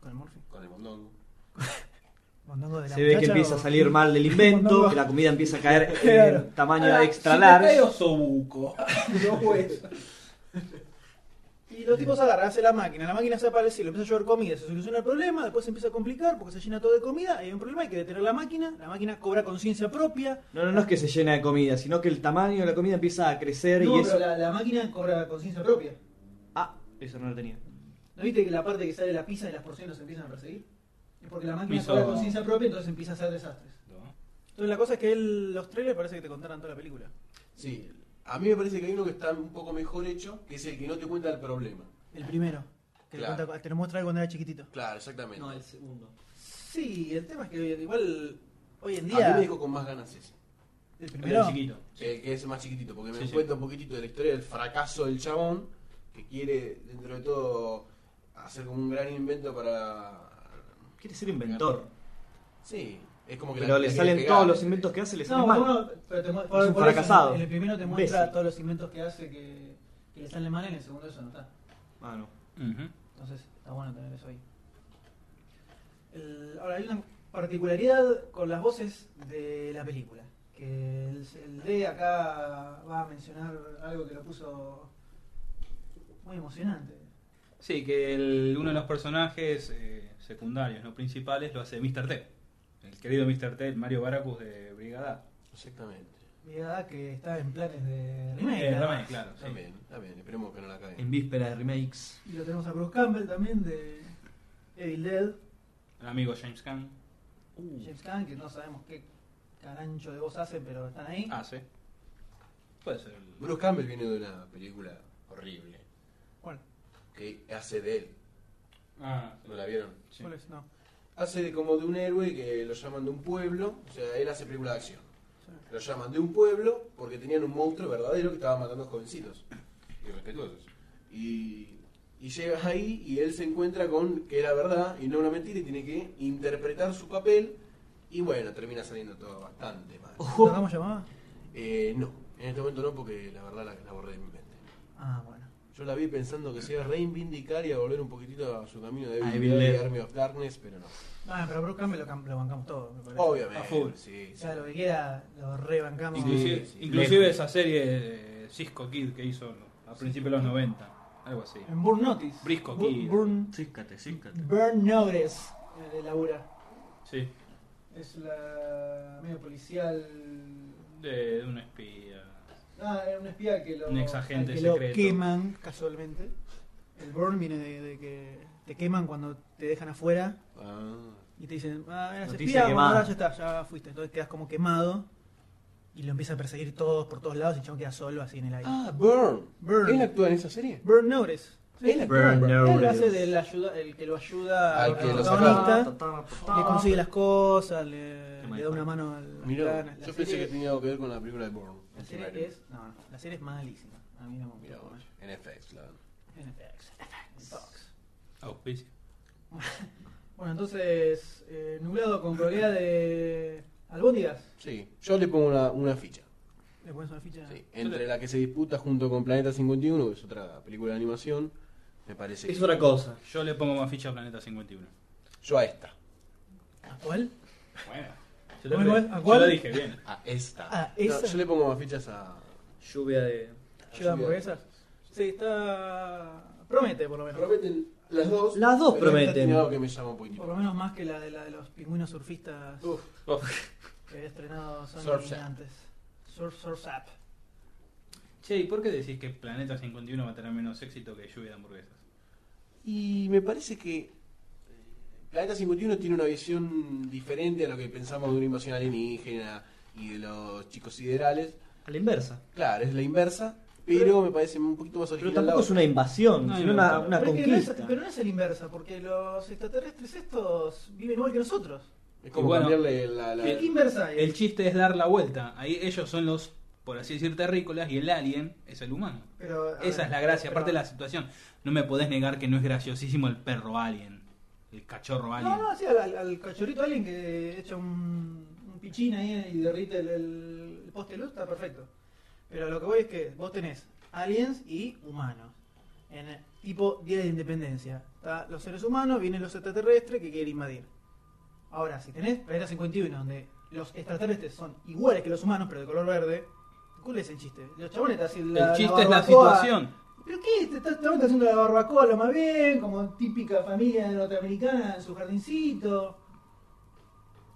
S1: Con el Morphy.
S3: con el mondongo.
S1: Mondongo de la
S8: Se ve que
S1: muchacha
S8: empieza
S1: o-
S8: a salir mal del invento, que la comida empieza a caer
S1: Claro.
S8: en tamaño
S1: Ahora,
S8: extra large.
S2: sobuco.
S1: Y los tipos agarran, hace la máquina, la máquina se aparece, le empieza a llover comida, se soluciona el problema, después se empieza a complicar porque se llena todo de comida, hay un problema, hay que detener la máquina, la máquina cobra conciencia propia.
S8: No, no, no es que se llena de comida, sino que el tamaño de la comida empieza a crecer
S1: No,
S8: y eso.
S1: pero la, la máquina cobra conciencia propia.
S8: Ah, eso no lo tenía.
S1: ¿No viste que la parte que sale la pizza y las porciones se empiezan a perseguir? Es porque la máquina
S2: Hizo-
S1: cobra conciencia propia, entonces empieza a hacer desastres.
S2: ¿No?
S1: Entonces la cosa es que él- los trailers parece que te contaran toda la película.
S3: Sí, a mí me parece que hay uno que está un poco mejor hecho, que es el que no te cuenta el problema.
S1: El primero. Que
S3: Claro.
S1: te, cuenta- te lo muestra cuando era chiquitito.
S3: Claro, exactamente.
S8: No, el segundo.
S1: Sí, el tema es que igual hoy en
S3: A mí
S1: día...
S3: me dejó con más ganas ese.
S1: El
S8: Era
S1: primero...
S8: chiquito.
S3: Eh, que, que es más chiquitito, porque me
S8: Sí, sí.
S3: cuenta un poquitito de la historia del fracaso del chabón, que quiere, dentro de todo, hacer como un gran invento para...
S8: Quiere ser inventor.
S3: Sí, es como que... la-
S8: Pero le
S3: la quiere
S8: salen
S3: pegar,
S8: todos los
S3: ¿entendés?
S8: inventos que hace, le
S1: No,
S8: salen
S1: bueno,
S8: mal.
S1: pero te mu-
S8: Es un fracasado.
S1: En el primero te muestra
S8: Imbécil.
S1: todos los inventos que hace que, que le salen mal, en el segundo eso no está.
S8: Ah, no.
S1: Entonces está bueno tener eso ahí. El- ahora, hay una particularidad con las voces de la película. Que el, el D acá va a mencionar algo que lo puso muy emocionante.
S2: Sí, que el- uno de los personajes eh, secundarios, no principales, lo hace Mr. T. El querido Mr. T, Mario Baracus de Brigada.
S3: Exactamente.
S1: Mirada que está en planes de
S2: Eh,
S1: remake. nada
S2: remake,
S1: más.
S2: claro. sí.
S3: También, también, esperemos que no la caguen.
S8: En víspera de remakes.
S1: Y lo tenemos a Bruce Campbell también de Evil Dead.
S2: El amigo James Caan Uh,
S1: James Caan, que no sabemos qué carancho de voz hacen, pero están ahí.
S3: Ah,
S2: hace. Puede ser. el-
S3: Bruce Campbell viene de una película horrible,
S1: ¿Cuál?
S3: que hace de él,
S2: Ah,
S3: ¿no la vieron?
S2: sí.
S1: ¿Cuál es? No.
S3: Hace de como de un héroe que lo llaman de un pueblo, o sea, él hace película de acción. Lo llaman de un pueblo porque tenían un monstruo verdadero que estaba matando a jovencitos. Irrespetuosos. Y, y llega ahí y él se encuentra con que era verdad y no una mentira y tiene que interpretar su papel. Y bueno, termina saliendo todo bastante mal.
S1: ¿La hagamos llamada?
S3: Eh, no, en este momento no porque la verdad la, la borré de mi mente.
S1: Ah, bueno.
S3: Yo la vi pensando que se iba a reivindicar y a volver un poquitito a su camino de
S8: A
S3: Evil Dead y
S8: Evil Dead.
S3: Army of Darkness, pero no.
S1: Ah, pero a Bruce Campbell lo, cam- lo bancamos todo, me parece.
S3: Obviamente.
S2: A full.
S3: Sí,
S1: O
S3: sí.
S1: sea, lo que quiera lo rebancamos.
S2: Inclusive,
S3: sí,
S2: inclusive
S8: lejos.
S2: esa serie de Cisco Kid que hizo a principios de los 90. Algo así.
S1: En Burn Notice.
S2: Brisco
S1: Em, Bu-
S2: Kid.
S1: Burn,
S8: Císcate, císcate.
S1: Burn Notice. eh, de labura.
S2: Sí.
S1: Es la medio policial.
S2: De, de un espía.
S1: Ah, era un espía que lo,
S2: Un exagente
S1: al que lo
S2: secreto.
S1: queman casualmente. El burn viene de, de que te queman cuando te dejan afuera
S3: Ah.
S1: y te dicen, ah, eras
S8: Noticia
S1: espía, bueno,
S8: quemada.
S1: ahora ya está, ya fuiste. Entonces quedas como quemado y lo empieza a perseguir todos por todos lados y el chabón queda solo así en el aire.
S3: Ah, Burn.
S1: Burn.
S3: ¿Él actúa en esa serie?
S1: Burn Notice. Sí.
S3: Él actúa.
S8: Burn
S3: en Burn.
S1: Él
S8: notice.
S1: hace del ayuda, el que lo ayuda
S3: Al
S1: al
S3: que lo
S1: protagonista, le
S8: Le
S1: consigue las cosas, le,
S8: Qué
S1: le
S8: mal
S1: da una
S8: padre.
S1: mano al
S3: Mirá,
S1: cara. La
S3: yo pensé
S1: serie-
S3: que tenía algo que ver con la película de Burn.
S1: la serie es, no, no, la serie es malísima. A mí no me
S3: Mirá,
S1: gusta.
S3: vos, en FX, la verdad.
S1: En FX, en Fox.
S2: Auspicio.
S1: Bueno, entonces, eh, nublado con probabilidad de albóndigas.
S3: Sí, yo le pongo una, una ficha.
S1: ¿Le pones una ficha?
S3: Sí, Entre la que se disputa junto con Planeta 51, que es otra película de animación, me parece
S8: Es
S3: que-
S8: otra cosa.
S2: Yo le pongo más ficha a Planeta 51.
S3: Yo a esta.
S1: ¿A cuál?
S2: Bueno. Yo,
S1: ¿Cómo es?
S2: te,
S1: ¿A
S2: yo
S1: cuál?
S2: lo dije bien.
S3: A esta.
S1: Ah,
S3: No,
S1: esa.
S3: yo le pongo más fichas a...
S8: Lluvia de.
S1: ¿Lleva hamburguesas? Sí, está. Promete, por lo menos.
S3: Prometen las dos.
S8: Las dos
S3: pero
S8: prometen.
S3: esta tiene algo que me llama un
S1: Por lo
S3: poquitito.
S1: menos más que la de, la de los pingüinos surfistas
S3: Uf.
S1: que había estrenado Sony
S3: Surf's Up.
S1: antes. Surf, Surf's Up.
S2: Che, ¿y por qué decís que Planeta 51 va a tener menos éxito que Lluvia de Hamburguesas?
S3: Y me parece que eh, Planeta 51 tiene una visión diferente a lo que pensamos de una invasión alienígena y de los chicos siderales.
S8: A la inversa.
S3: Claro, es la inversa, pero me parece un poquito más
S8: Pero
S3: original. la
S8: tampoco es
S3: otra.
S8: una invasión,
S2: No,
S8: sino
S2: no,
S8: una,
S2: no.
S8: una
S1: pero, es que no es-
S8: conquista.
S1: pero no es el inversa, porque los extraterrestres estos viven igual que nosotros.
S3: Es como
S2: Bueno, eh,
S3: cambiarle la. la-
S2: el- El chiste es dar la vuelta. Ahí ellos son los, por así decir, terrícolas y el alien es el humano.
S1: Pero, a
S2: Esa
S1: ver,
S2: es la
S1: Ah, pero-
S2: gracia, aparte de la situación. No me podés negar que no es graciosísimo el perro alien, el cachorro alien.
S1: No, no, sí, al, al- al cachorrito alguien que echa un, un pichín ahí y derrite el, el- el poste de luz, está perfecto. Pero lo que voy es que vos tenés aliens y humanos. En el tipo Día de la Independencia. Está los seres humanos, vienen los extraterrestres que quieren invadir. Ahora, si tenés Planeta 51, donde los extraterrestres son iguales que los humanos, pero de color verde, ¿cuál es el chiste? Los chabones te hacen la,
S2: el chiste es la
S1: barbacoa.
S2: situación.
S1: ¿Pero qué? Te estás, te estás haciendo la barbacoa lo más bien, como típica familia norteamericana en su jardincito.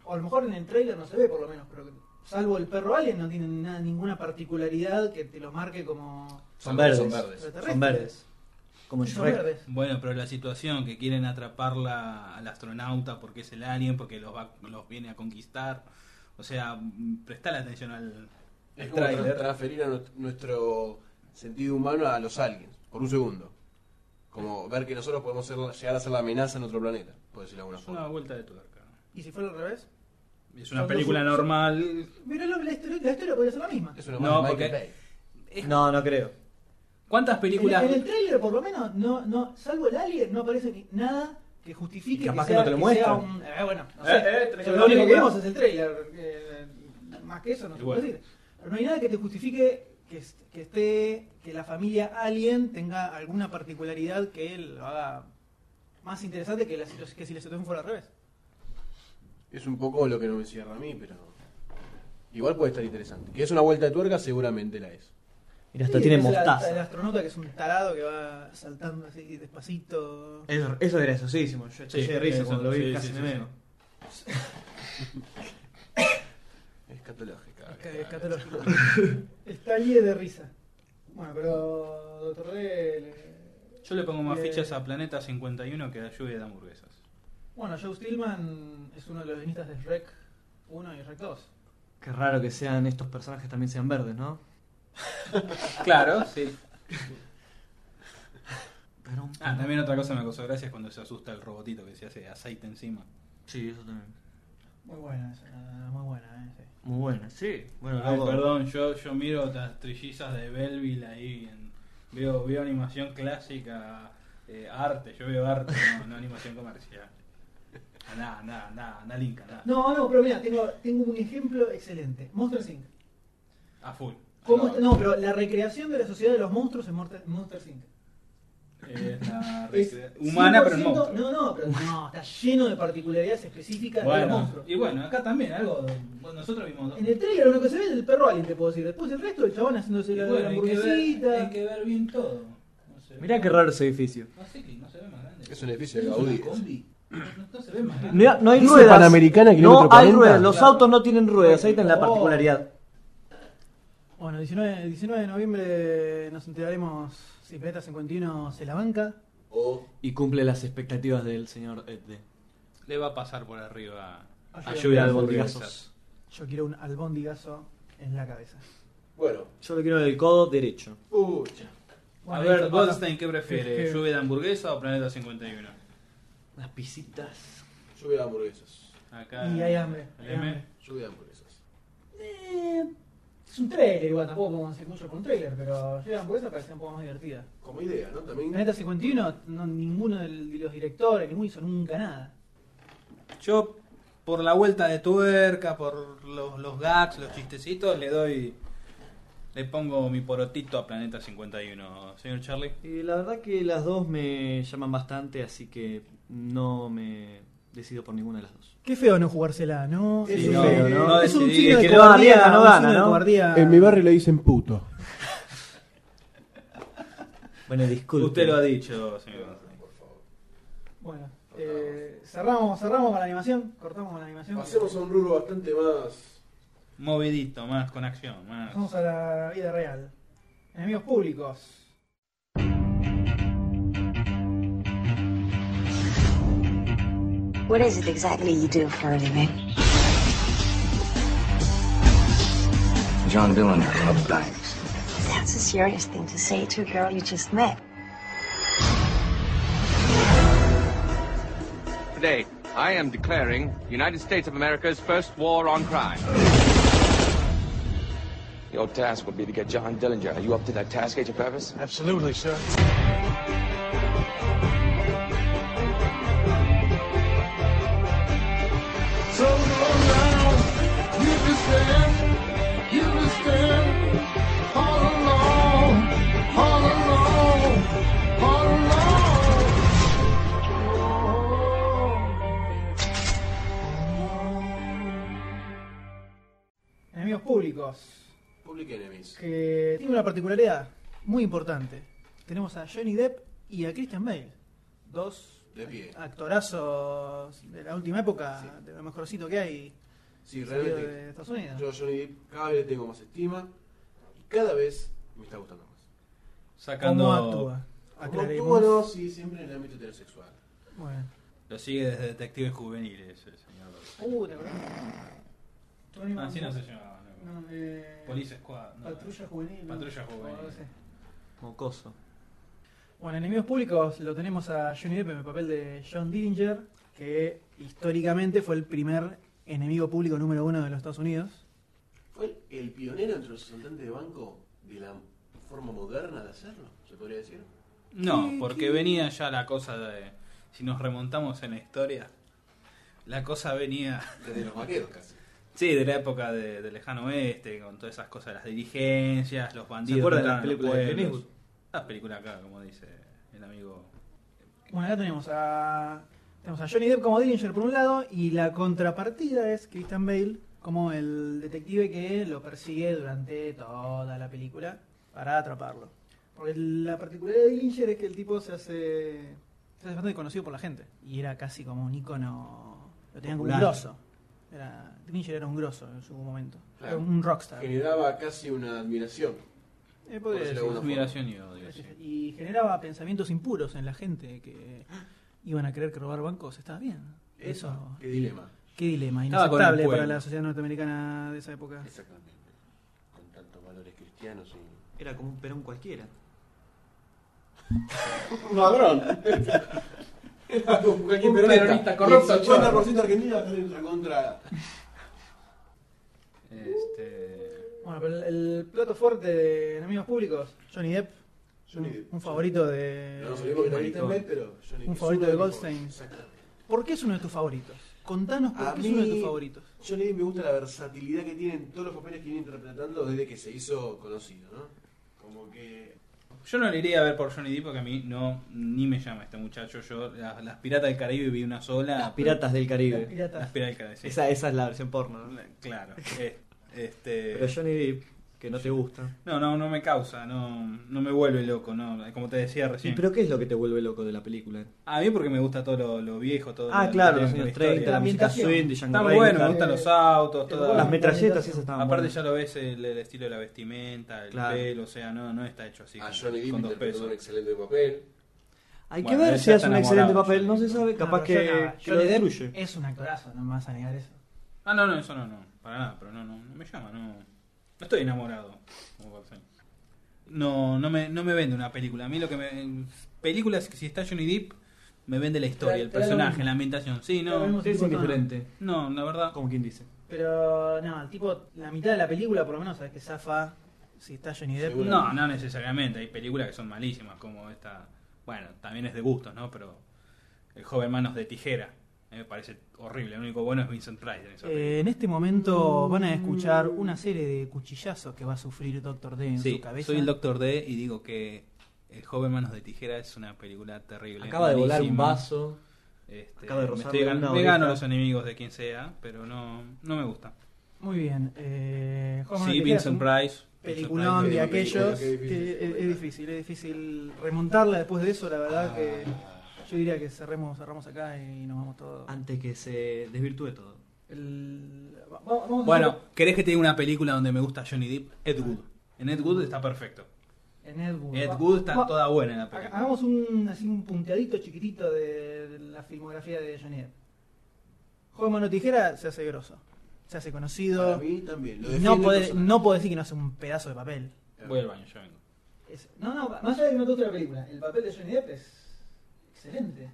S1: O a lo mejor en el trailer no se ve, por lo menos, pero salvo el perro alien, no tienen nada- ninguna particularidad que te los marque como.
S8: Son verdes. Son verdes.
S1: extraterrestres.
S8: Como
S1: Sí, son
S8: Shrek.
S1: verdes.
S2: Bueno, pero la situación que quieren atraparla al astronauta porque es el alien, porque los, va- los viene a conquistar. O sea, mm, prestale atención al,
S3: Es
S2: al
S3: como tra-
S2: tráiler.
S3: transferir a nu- nuestro sentido humano a los aliens, por un segundo. Como ver que nosotros podemos ser- llegar a ser la amenaza en otro planeta, por decirlo de alguna
S2: Es una
S3: forma.
S2: vuelta de tuerca.
S1: ¿Y si fuera al revés?
S2: Es una película normal.
S1: Pero la, la historia, la historia podría ser la misma.
S3: Es una
S2: No,
S3: más de Michael
S2: porque-
S3: Bay.
S8: No, no creo.
S2: ¿Cuántas
S1: En,
S2: películas?
S1: en el trailer, por lo menos, no, no, salvo el alien, no aparece ni nada que justifique
S8: Y capaz
S1: que,
S8: que no
S1: sea,
S8: te lo
S1: que sea
S8: muestran.
S1: un. eh, bueno, no
S2: Eh,
S1: sé.
S2: eh, tenés
S1: Pero
S2: que
S1: lo único que
S2: película.
S1: vemos es el trailer. eh, más que eso no se
S2: Igual.
S1: puede decir. Pero no hay nada que te justifique que, est- que esté que la familia Alien tenga alguna particularidad que él lo haga más interesante que, la situ- que si la situación fuera al revés.
S3: Es un poco lo que no me cierra a mí, pero. Igual puede estar interesante. Que es una vuelta de tuerca, seguramente la es.
S8: Mira, hasta
S1: Sí,
S8: tiene
S1: es el- El,
S8: mostaza.
S1: astronauta que es un tarado que va saltando así despacito.
S8: Eso, eso es graciosísimo. Yo eché
S2: Sí,
S8: de risa
S2: eso,
S8: cuando lo vi,
S2: sí,
S8: casi
S2: sí,
S8: me
S2: sí,
S8: meo.
S3: Escatológica.
S1: Esca- Escatológico. Está allí de risa. Bueno, pero. Doctor D. le-
S2: Yo le pongo más
S1: Eh,
S2: fichas a Planeta 51 que a lluvia de hamburguesas.
S1: Bueno, Joe Stillman es uno de los guionistas de Shrek 1 y Shrek 2.
S8: Qué raro que sean estos personajes también sean verdes, ¿no?
S2: Claro, sí. Ah, también otra cosa me causó gracia es cuando se asusta el robotito que se hace aceite encima.
S8: Sí, eso también.
S1: Muy buena esa, muy buena, eh. sí.
S8: Muy buena, sí. Bueno,
S2: Ay,
S8: luego-
S2: perdón, yo, yo miro las trillizas de Belleville ahí. en- veo, veo animación clásica, eh, arte, yo veo arte, no, no animación comercial. Ah, Andá, andá, andá, andá, Linka, andá.
S1: No, no, pero mira, tengo, tengo un ejemplo excelente. Monster Inc.
S2: A full.
S1: ¿Cómo
S3: No.
S1: está- no, pero la recreación de la sociedad de los monstruos en Monster, Monster Inc.
S2: Eh, la
S1: Es
S2: recre- humana,
S1: 100%
S2: pero en monstruo.
S1: No, no, pero no, está lleno de particularidades específicas de los
S2: Bueno,
S1: monstruos.
S2: y bueno, acá también algo. bueno, nosotros vimos dos.
S1: En el trailer lo que se ve es el perro alien, te puedo decir. Después el resto, el chabón haciéndose
S2: Y
S1: la, la
S2: bueno, hay que ver-
S1: hamburguesita.
S2: Hay que ver bien todo. No se ve-
S8: Mirá qué raro ese edificio.
S2: No sé qué, no se ve más grande.
S3: Es un edificio de
S2: ¿Es una
S3: Gaudí.
S2: combi? No, no se ve más grande.
S8: Mirá, no hay
S3: Dice
S8: ruedas.
S3: Panamericana,
S8: no
S3: kilómetro
S8: hay
S3: 40.
S8: ruedas. Los
S1: Claro.
S8: autos no tienen ruedas. Ahí está en la
S1: Oh.
S8: particularidad.
S1: Bueno, 19, 19 de noviembre nos enteraremos si Planeta 51 se la banca.
S3: O
S8: Y cumple las expectativas del señor Edde.
S2: Le va a pasar por arriba a
S1: Ayuda
S2: lluvia
S8: de
S2: de
S8: Hamburguesas.
S2: hamburguesas.
S1: Yo quiero un albóndigazo en la cabeza.
S3: Bueno,
S8: Yo lo quiero del codo derecho.
S3: pucha.
S2: A
S1: Bueno,
S2: ver,
S1: listo, Pablo.
S2: Goldstein, ¿qué prefiere?
S1: Sí.
S2: ¿Lluvia de hamburguesa o Planeta 51?
S8: Las pisitas.
S3: Lluvia de hamburguesas.
S2: Acá.
S1: Y hay hambre,
S2: el
S1: hay
S2: M.
S1: hambre.
S3: Lluvia de hamburguesas.
S1: Eh, es un trailer, igual tampoco podemos hacer mucho con un trailer, pero yo la hamburguesa parece un poco más divertida.
S3: Como idea, ¿no? También.
S1: Planeta 51, no, ninguno del- de los directores, ninguno hizo nunca nada.
S2: Yo, por la vuelta de tuerca, por los, los gags, los chistecitos, le doy. Le pongo mi porotito a Planeta 51, señor Charlie.
S8: Y Eh, la verdad que las dos me llaman bastante, así que no me decido por ninguna de las dos.
S1: Qué feo no jugársela, ¿no?
S3: Sí,
S1: es, un
S3: no,
S1: feo,
S3: no,
S2: no
S1: es un
S2: decidí.
S1: signo
S8: El
S1: de
S8: que no gana,
S1: cobardía,
S8: no
S1: un
S8: gana,
S1: signo de
S8: ¿no?
S1: cobardía.
S3: le dicen puto.
S8: Bueno, disculpe.
S2: Usted lo ha dicho, señor.
S1: Bueno, eh, cerramos, cerramos con la animación, cortamos con la animación.
S3: Pasemos a un rubro bastante más.
S2: Movidito, más con acción, más.
S1: Vamos a la vida real. Enemigos públicos.
S7: What is it exactly you do for a living?
S13: John Dillon, I love banks.
S7: That's a serious thing to say to a girl you just met.
S13: Today,
S14: I am declaring United States of America's first war on crime.
S10: Your task will be to get John Dillinger. Are you up to that task, Agent Purvis?
S15: Absolutely, sir.
S16: So long now, you've been staying, you've been staying all along, all along, all along.
S1: Enemigos públicos.
S3: Public Enemies.
S1: Que tiene una particularidad muy importante. Tenemos a Johnny Depp y a Christian Bale. Dos
S3: De pie.
S1: actorazos de la última época, de lo mejorcito que hay.
S3: Sí,
S1: salido
S3: realmente.
S1: De Estados Unidos.
S3: Yo a Johnny Depp cada vez le tengo más estima y cada vez me está gustando más.
S2: Sacando.
S1: ¿Cómo actúa?
S3: Como
S1: Aclaremos.
S3: actúa, no, sí, siempre en el ámbito heterosexual.
S1: Bueno.
S2: Lo sigue desde Detectives Juveniles, ese señor.
S1: Uh, ¿te acordás? Tony
S2: Así Ah, no
S1: Montana.
S2: se llamaba, no.
S1: No, eh,
S2: Police Squad. no.
S1: Patrulla Juvenil. ¿no? Oh,
S2: Patrulla Juvenil.
S1: O ese.
S8: Mocoso.
S1: Bueno, enemigos públicos lo tenemos a Johnny Depp en el papel de John Dillinger, que históricamente fue el primer enemigo público número uno de los Estados Unidos.
S3: Fue el pionero entre los asaltantes de banco de la forma moderna de hacerlo, se podría decir.
S2: No,
S3: Sí,
S2: porque
S3: sí.
S2: venía ya la cosa de. Si nos remontamos en la historia, la cosa venía.
S3: Desde los vaqueros casi.
S2: Sí, de la época de, del lejano oeste, con todas esas cosas, las dirigencias, los bandidos.
S8: acuerdan de las
S2: contra los
S8: películas de Clint
S2: pueblos?
S8: Eastwood?
S2: Las películas acá, como dice el amigo.
S1: Bueno, acá tenemos a, tenemos a Johnny Depp como Dillinger por un lado, y la contrapartida es Christian Bale como el detective que lo persigue durante toda la película para atraparlo. Porque la particularidad de Dillinger es que el tipo se hace, se hace bastante conocido por la gente. Y era casi como un ícono, lo tenían como un
S8: Popular.
S1: grosso. Era, Dillinger era un grosso en su momento.
S3: Claro.
S1: Era un rockstar.
S3: Generaba casi una admiración.
S1: Eh, podría
S3: por decirlo de
S1: decirse.
S3: alguna forma.
S2: Admiración y odio. sí.
S1: Y generaba pensamientos impuros en la gente que iban a creer que robar bancos estaba bien. Eso,
S3: Eso, qué dilema.
S1: qué dilema
S2: Estaba con el
S1: inaceptable para
S2: pueblo.
S1: la sociedad norteamericana de esa época.
S3: Exactamente. Con tantos valores cristianos y.
S8: Era como un perón cualquiera.
S3: Un ladrón. Era como cualquier
S1: Un
S3: peronista.
S1: peronista
S3: Y
S1: corrupto,
S3: el 50% argentino en la contra.
S2: Este.
S1: Bueno, pero el, el plato fuerte de enemigos públicos, Johnny Depp.
S3: Johnny
S1: un,
S3: Depp.
S1: un favorito de.
S3: No, sabíamos que era Christian Bale, pero Johnny
S1: un
S3: es
S1: favorito
S3: uno
S1: de
S3: mis
S1: Goldstein.
S3: favoritos. Exactamente.
S1: ¿Por qué es uno de tus favoritos? Contanos por
S3: A
S1: qué es uno de
S3: mí-
S1: tus favoritos.
S3: Johnny Depp me gusta la versatilidad que tiene en todos los papeles que viene interpretando desde que se hizo conocido, ¿no? Como que.
S2: Yo no le iría a ver por Johnny Depp porque a mí no ni me llama este muchacho. Yo las, las Piratas del Caribe vi una sola.
S8: Las Ah, Piratas del
S1: Los
S8: Caribe.
S2: Las
S1: piratas.
S2: Piratas del Caribe. sí.
S8: Esa, esa es la versión porno. ¿no?
S2: Claro. eh, este.
S8: Pero Johnny Depp, que no te gusta.
S2: No, no, no me causa, no, no me vuelve loco, no, como te decía
S8: ¿Y
S2: recién.
S8: pero qué es lo que te vuelve loco de la película?
S2: A mí porque me gusta todo lo, lo viejo, todo
S8: Ah,
S2: lo-
S8: claro,
S2: lo-
S8: los
S2: la
S8: años
S2: historia.
S8: 30, la música
S1: ambientación.
S8: swing de Django
S2: Está muy bueno, me
S8: Reinhardt.
S2: gustan los autos,
S1: Te
S2: toda-
S1: lo
S8: eh. Las
S1: me-
S8: metralletas esas estaban
S2: aparte
S8: buenas.
S2: ya lo ves el, el estilo de la vestimenta, el
S8: Claro.
S2: pelo, o sea, no, no está hecho así
S3: A
S2: con,
S3: Ah, Johnny Depp
S2: con dos
S3: interpretó
S2: pesos.
S3: un excelente papel.
S8: Hay
S2: Bueno,
S8: que ver
S2: él
S8: si
S2: ya
S8: hace un
S2: está
S8: excelente
S2: enamorado,
S8: papel, no se
S2: sí.
S8: sabe, capaz
S1: No, pero yo
S8: que,
S1: nada,
S8: que lo
S1: Johnny Depp
S8: destruye.
S1: Es un actorazo, no me vas a negar eso.
S2: Ah, no, no, eso no, no, para nada, pero no, no, no me llama, no, no estoy enamorado. como Goldstein. No, no me, no me vende una película. A mí lo que me. Películas que si está Johnny Depp, me vende la historia,
S1: Te-
S2: el
S1: te da lo
S2: personaje,
S1: mismo.
S2: la ambientación. Sí,
S1: Te da lo
S2: no.
S1: mismo.
S8: Sí, es indiferente,
S2: No, la verdad.
S8: como quien dice.
S1: Pero no, el tipo, la mitad de la película por lo menos, sabes que zafa si está Johnny Depp.
S3: Seguro.
S2: No, no necesariamente. Hay películas que son malísimas, como esta. Bueno, también es de gustos, ¿no? Pero El joven manos de tijera. A mí me parece horrible. Lo único bueno es Vincent Price en esa película.
S1: Eh, en este momento van a escuchar una serie de cuchillazos que va a sufrir Doctor D en
S2: Sí,
S1: su cabeza.
S2: soy el Doctor D y digo que El joven manos de tijera es una película terrible.
S8: Acaba de volar un
S2: malísima.
S8: vaso.
S2: Este,
S8: acaba de
S2: me
S8: rozar
S2: estoy gan-
S8: una
S2: me gano
S8: oreja.
S2: los enemigos de quien sea, pero no, no me gusta.
S1: Muy bien. Eh, Juan Manuel
S2: Sí,
S1: Tejera es un
S2: Vincent Price.
S1: Peliculón de
S3: Price.
S1: aquellos
S3: Qué difícil,
S1: que eh, es,
S3: qué difícil.
S1: es difícil, es difícil remontarla después de eso, la verdad
S2: Ah.
S3: Ah,
S1: que yo diría que cerremos, cerramos acá y nos vamos todos.
S2: Ah.
S8: Antes que se desvirtúe todo.
S1: El- va- va- vamos a
S2: Bueno, ¿querés que te diga una película donde me gusta Johnny Depp? Ed Wood. En Ed Wood está perfecto.
S1: hacer- en Ed Wood.
S2: Ed
S1: Va-
S2: Wood está
S1: va-
S2: toda buena en la
S1: Haga-
S2: película.
S1: Hagamos un, así un punteadito chiquitito de la filmografía de Johnny Depp. Juego de mano tijera se hace grosso, se hace
S3: Para
S1: conocido.
S3: mí también. Lo
S1: Y
S3: defiende
S1: No
S3: el
S1: podés,
S3: personaje.
S1: no podés decir que no hace un pedazo de papel.
S2: Voy al baño, ya vengo.
S1: Es- no, no, más allá de que no te guste la película, el papel de Johnny Depp es excelente.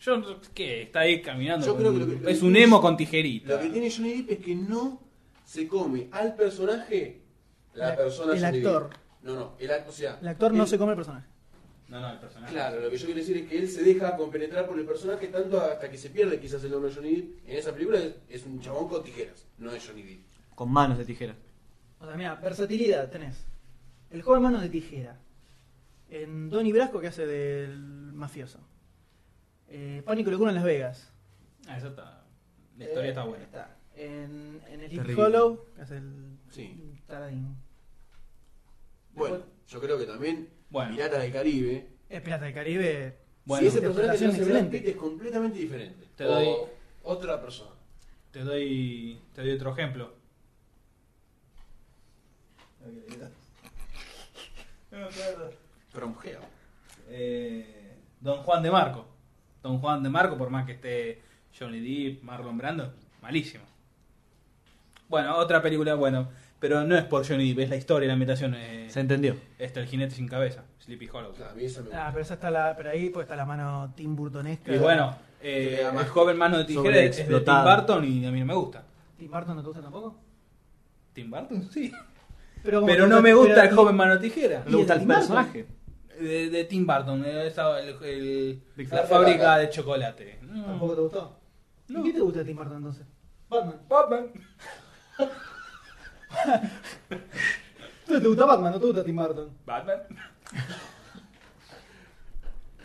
S2: Yo, no- ¿qué? Está ahí caminando.
S3: Yo
S2: con
S3: creo que
S2: un-
S3: lo que- lo
S2: es
S3: que
S2: un
S3: tiene-
S2: emo con tijerita.
S3: Lo que tiene Johnny Depp es que no se come al personaje la
S17: El-
S3: persona
S17: el
S3: Johnny
S17: actor.
S3: Depp. No, no, el, act- o sea,
S17: El actor no
S3: él-
S17: se come el personaje.
S2: No, no, el personaje.
S3: Claro, lo que yo quiero decir es que él se deja compenetrar por el personaje tanto hasta que se pierde quizás el nombre de Johnny Depp. En esa película es, es un chabón con tijeras, no es Johnny Depp.
S8: Con manos de tijera.
S1: O sea, mira, versatilidad tenés. El joven mano de tijera. En Donnie Brasco que hace del mafioso. Eh, Pánico y locura en Las Vegas.
S2: Ah, eso está. La historia
S1: Eh,
S2: está buena.
S1: está. En, en el Sleepy
S2: Terrible.
S1: Hollow que hace el
S3: Sí.
S1: Taradín.
S3: Bueno, yo creo que también
S2: Bueno.
S3: Piratas del Caribe.
S1: Eh, Pirata del Caribe.
S3: si
S2: Bueno,
S3: ese personaje
S1: interpretación
S3: no se Brad
S1: excelente.
S3: Pitt es completamente diferente.
S2: Te
S3: O
S2: doy-
S3: otra persona.
S2: Te doy, te doy otro ejemplo.
S3: From Hell.
S2: Eh, Don Juan de Marco. Don Juan de Marco, por más que esté Johnny Depp, Marlon Brando, malísimo. Bueno, otra película, bueno, pero no es por Johnny Depp, es la historia, la ambientación. eh,
S8: Se entendió.
S2: Este, el jinete sin cabeza, Sleepy Hollow.
S3: A mí esa me
S1: Ah, pero esa está la, pero ahí pues está la mano Tim Burtonesca.
S2: Y bueno, eh, el joven mano de tijera es de Tim
S8: Sobreexplotado.
S2: Burton y a mí no me gusta.
S1: Tim Burton no te gusta tampoco.
S2: ¿Tim Burton? Sí.
S1: Pero, como
S2: Pero
S1: que-
S2: no me gusta
S1: pero-
S2: el joven mano de tijera.
S1: No le gusta el ¿Y el Tim personaje?
S2: De, de Tim Burton, eh, esa- el- el-
S8: Big
S2: la
S8: Fat.
S2: fábrica de chocolate.
S1: ¿Tampoco te gustó? ¿Y qué te gusta de Tim Burton entonces? Batman.
S2: Batman.
S1: ¿Tú te gusta Batman? ¿No te gusta Tim Burton?
S2: Batman.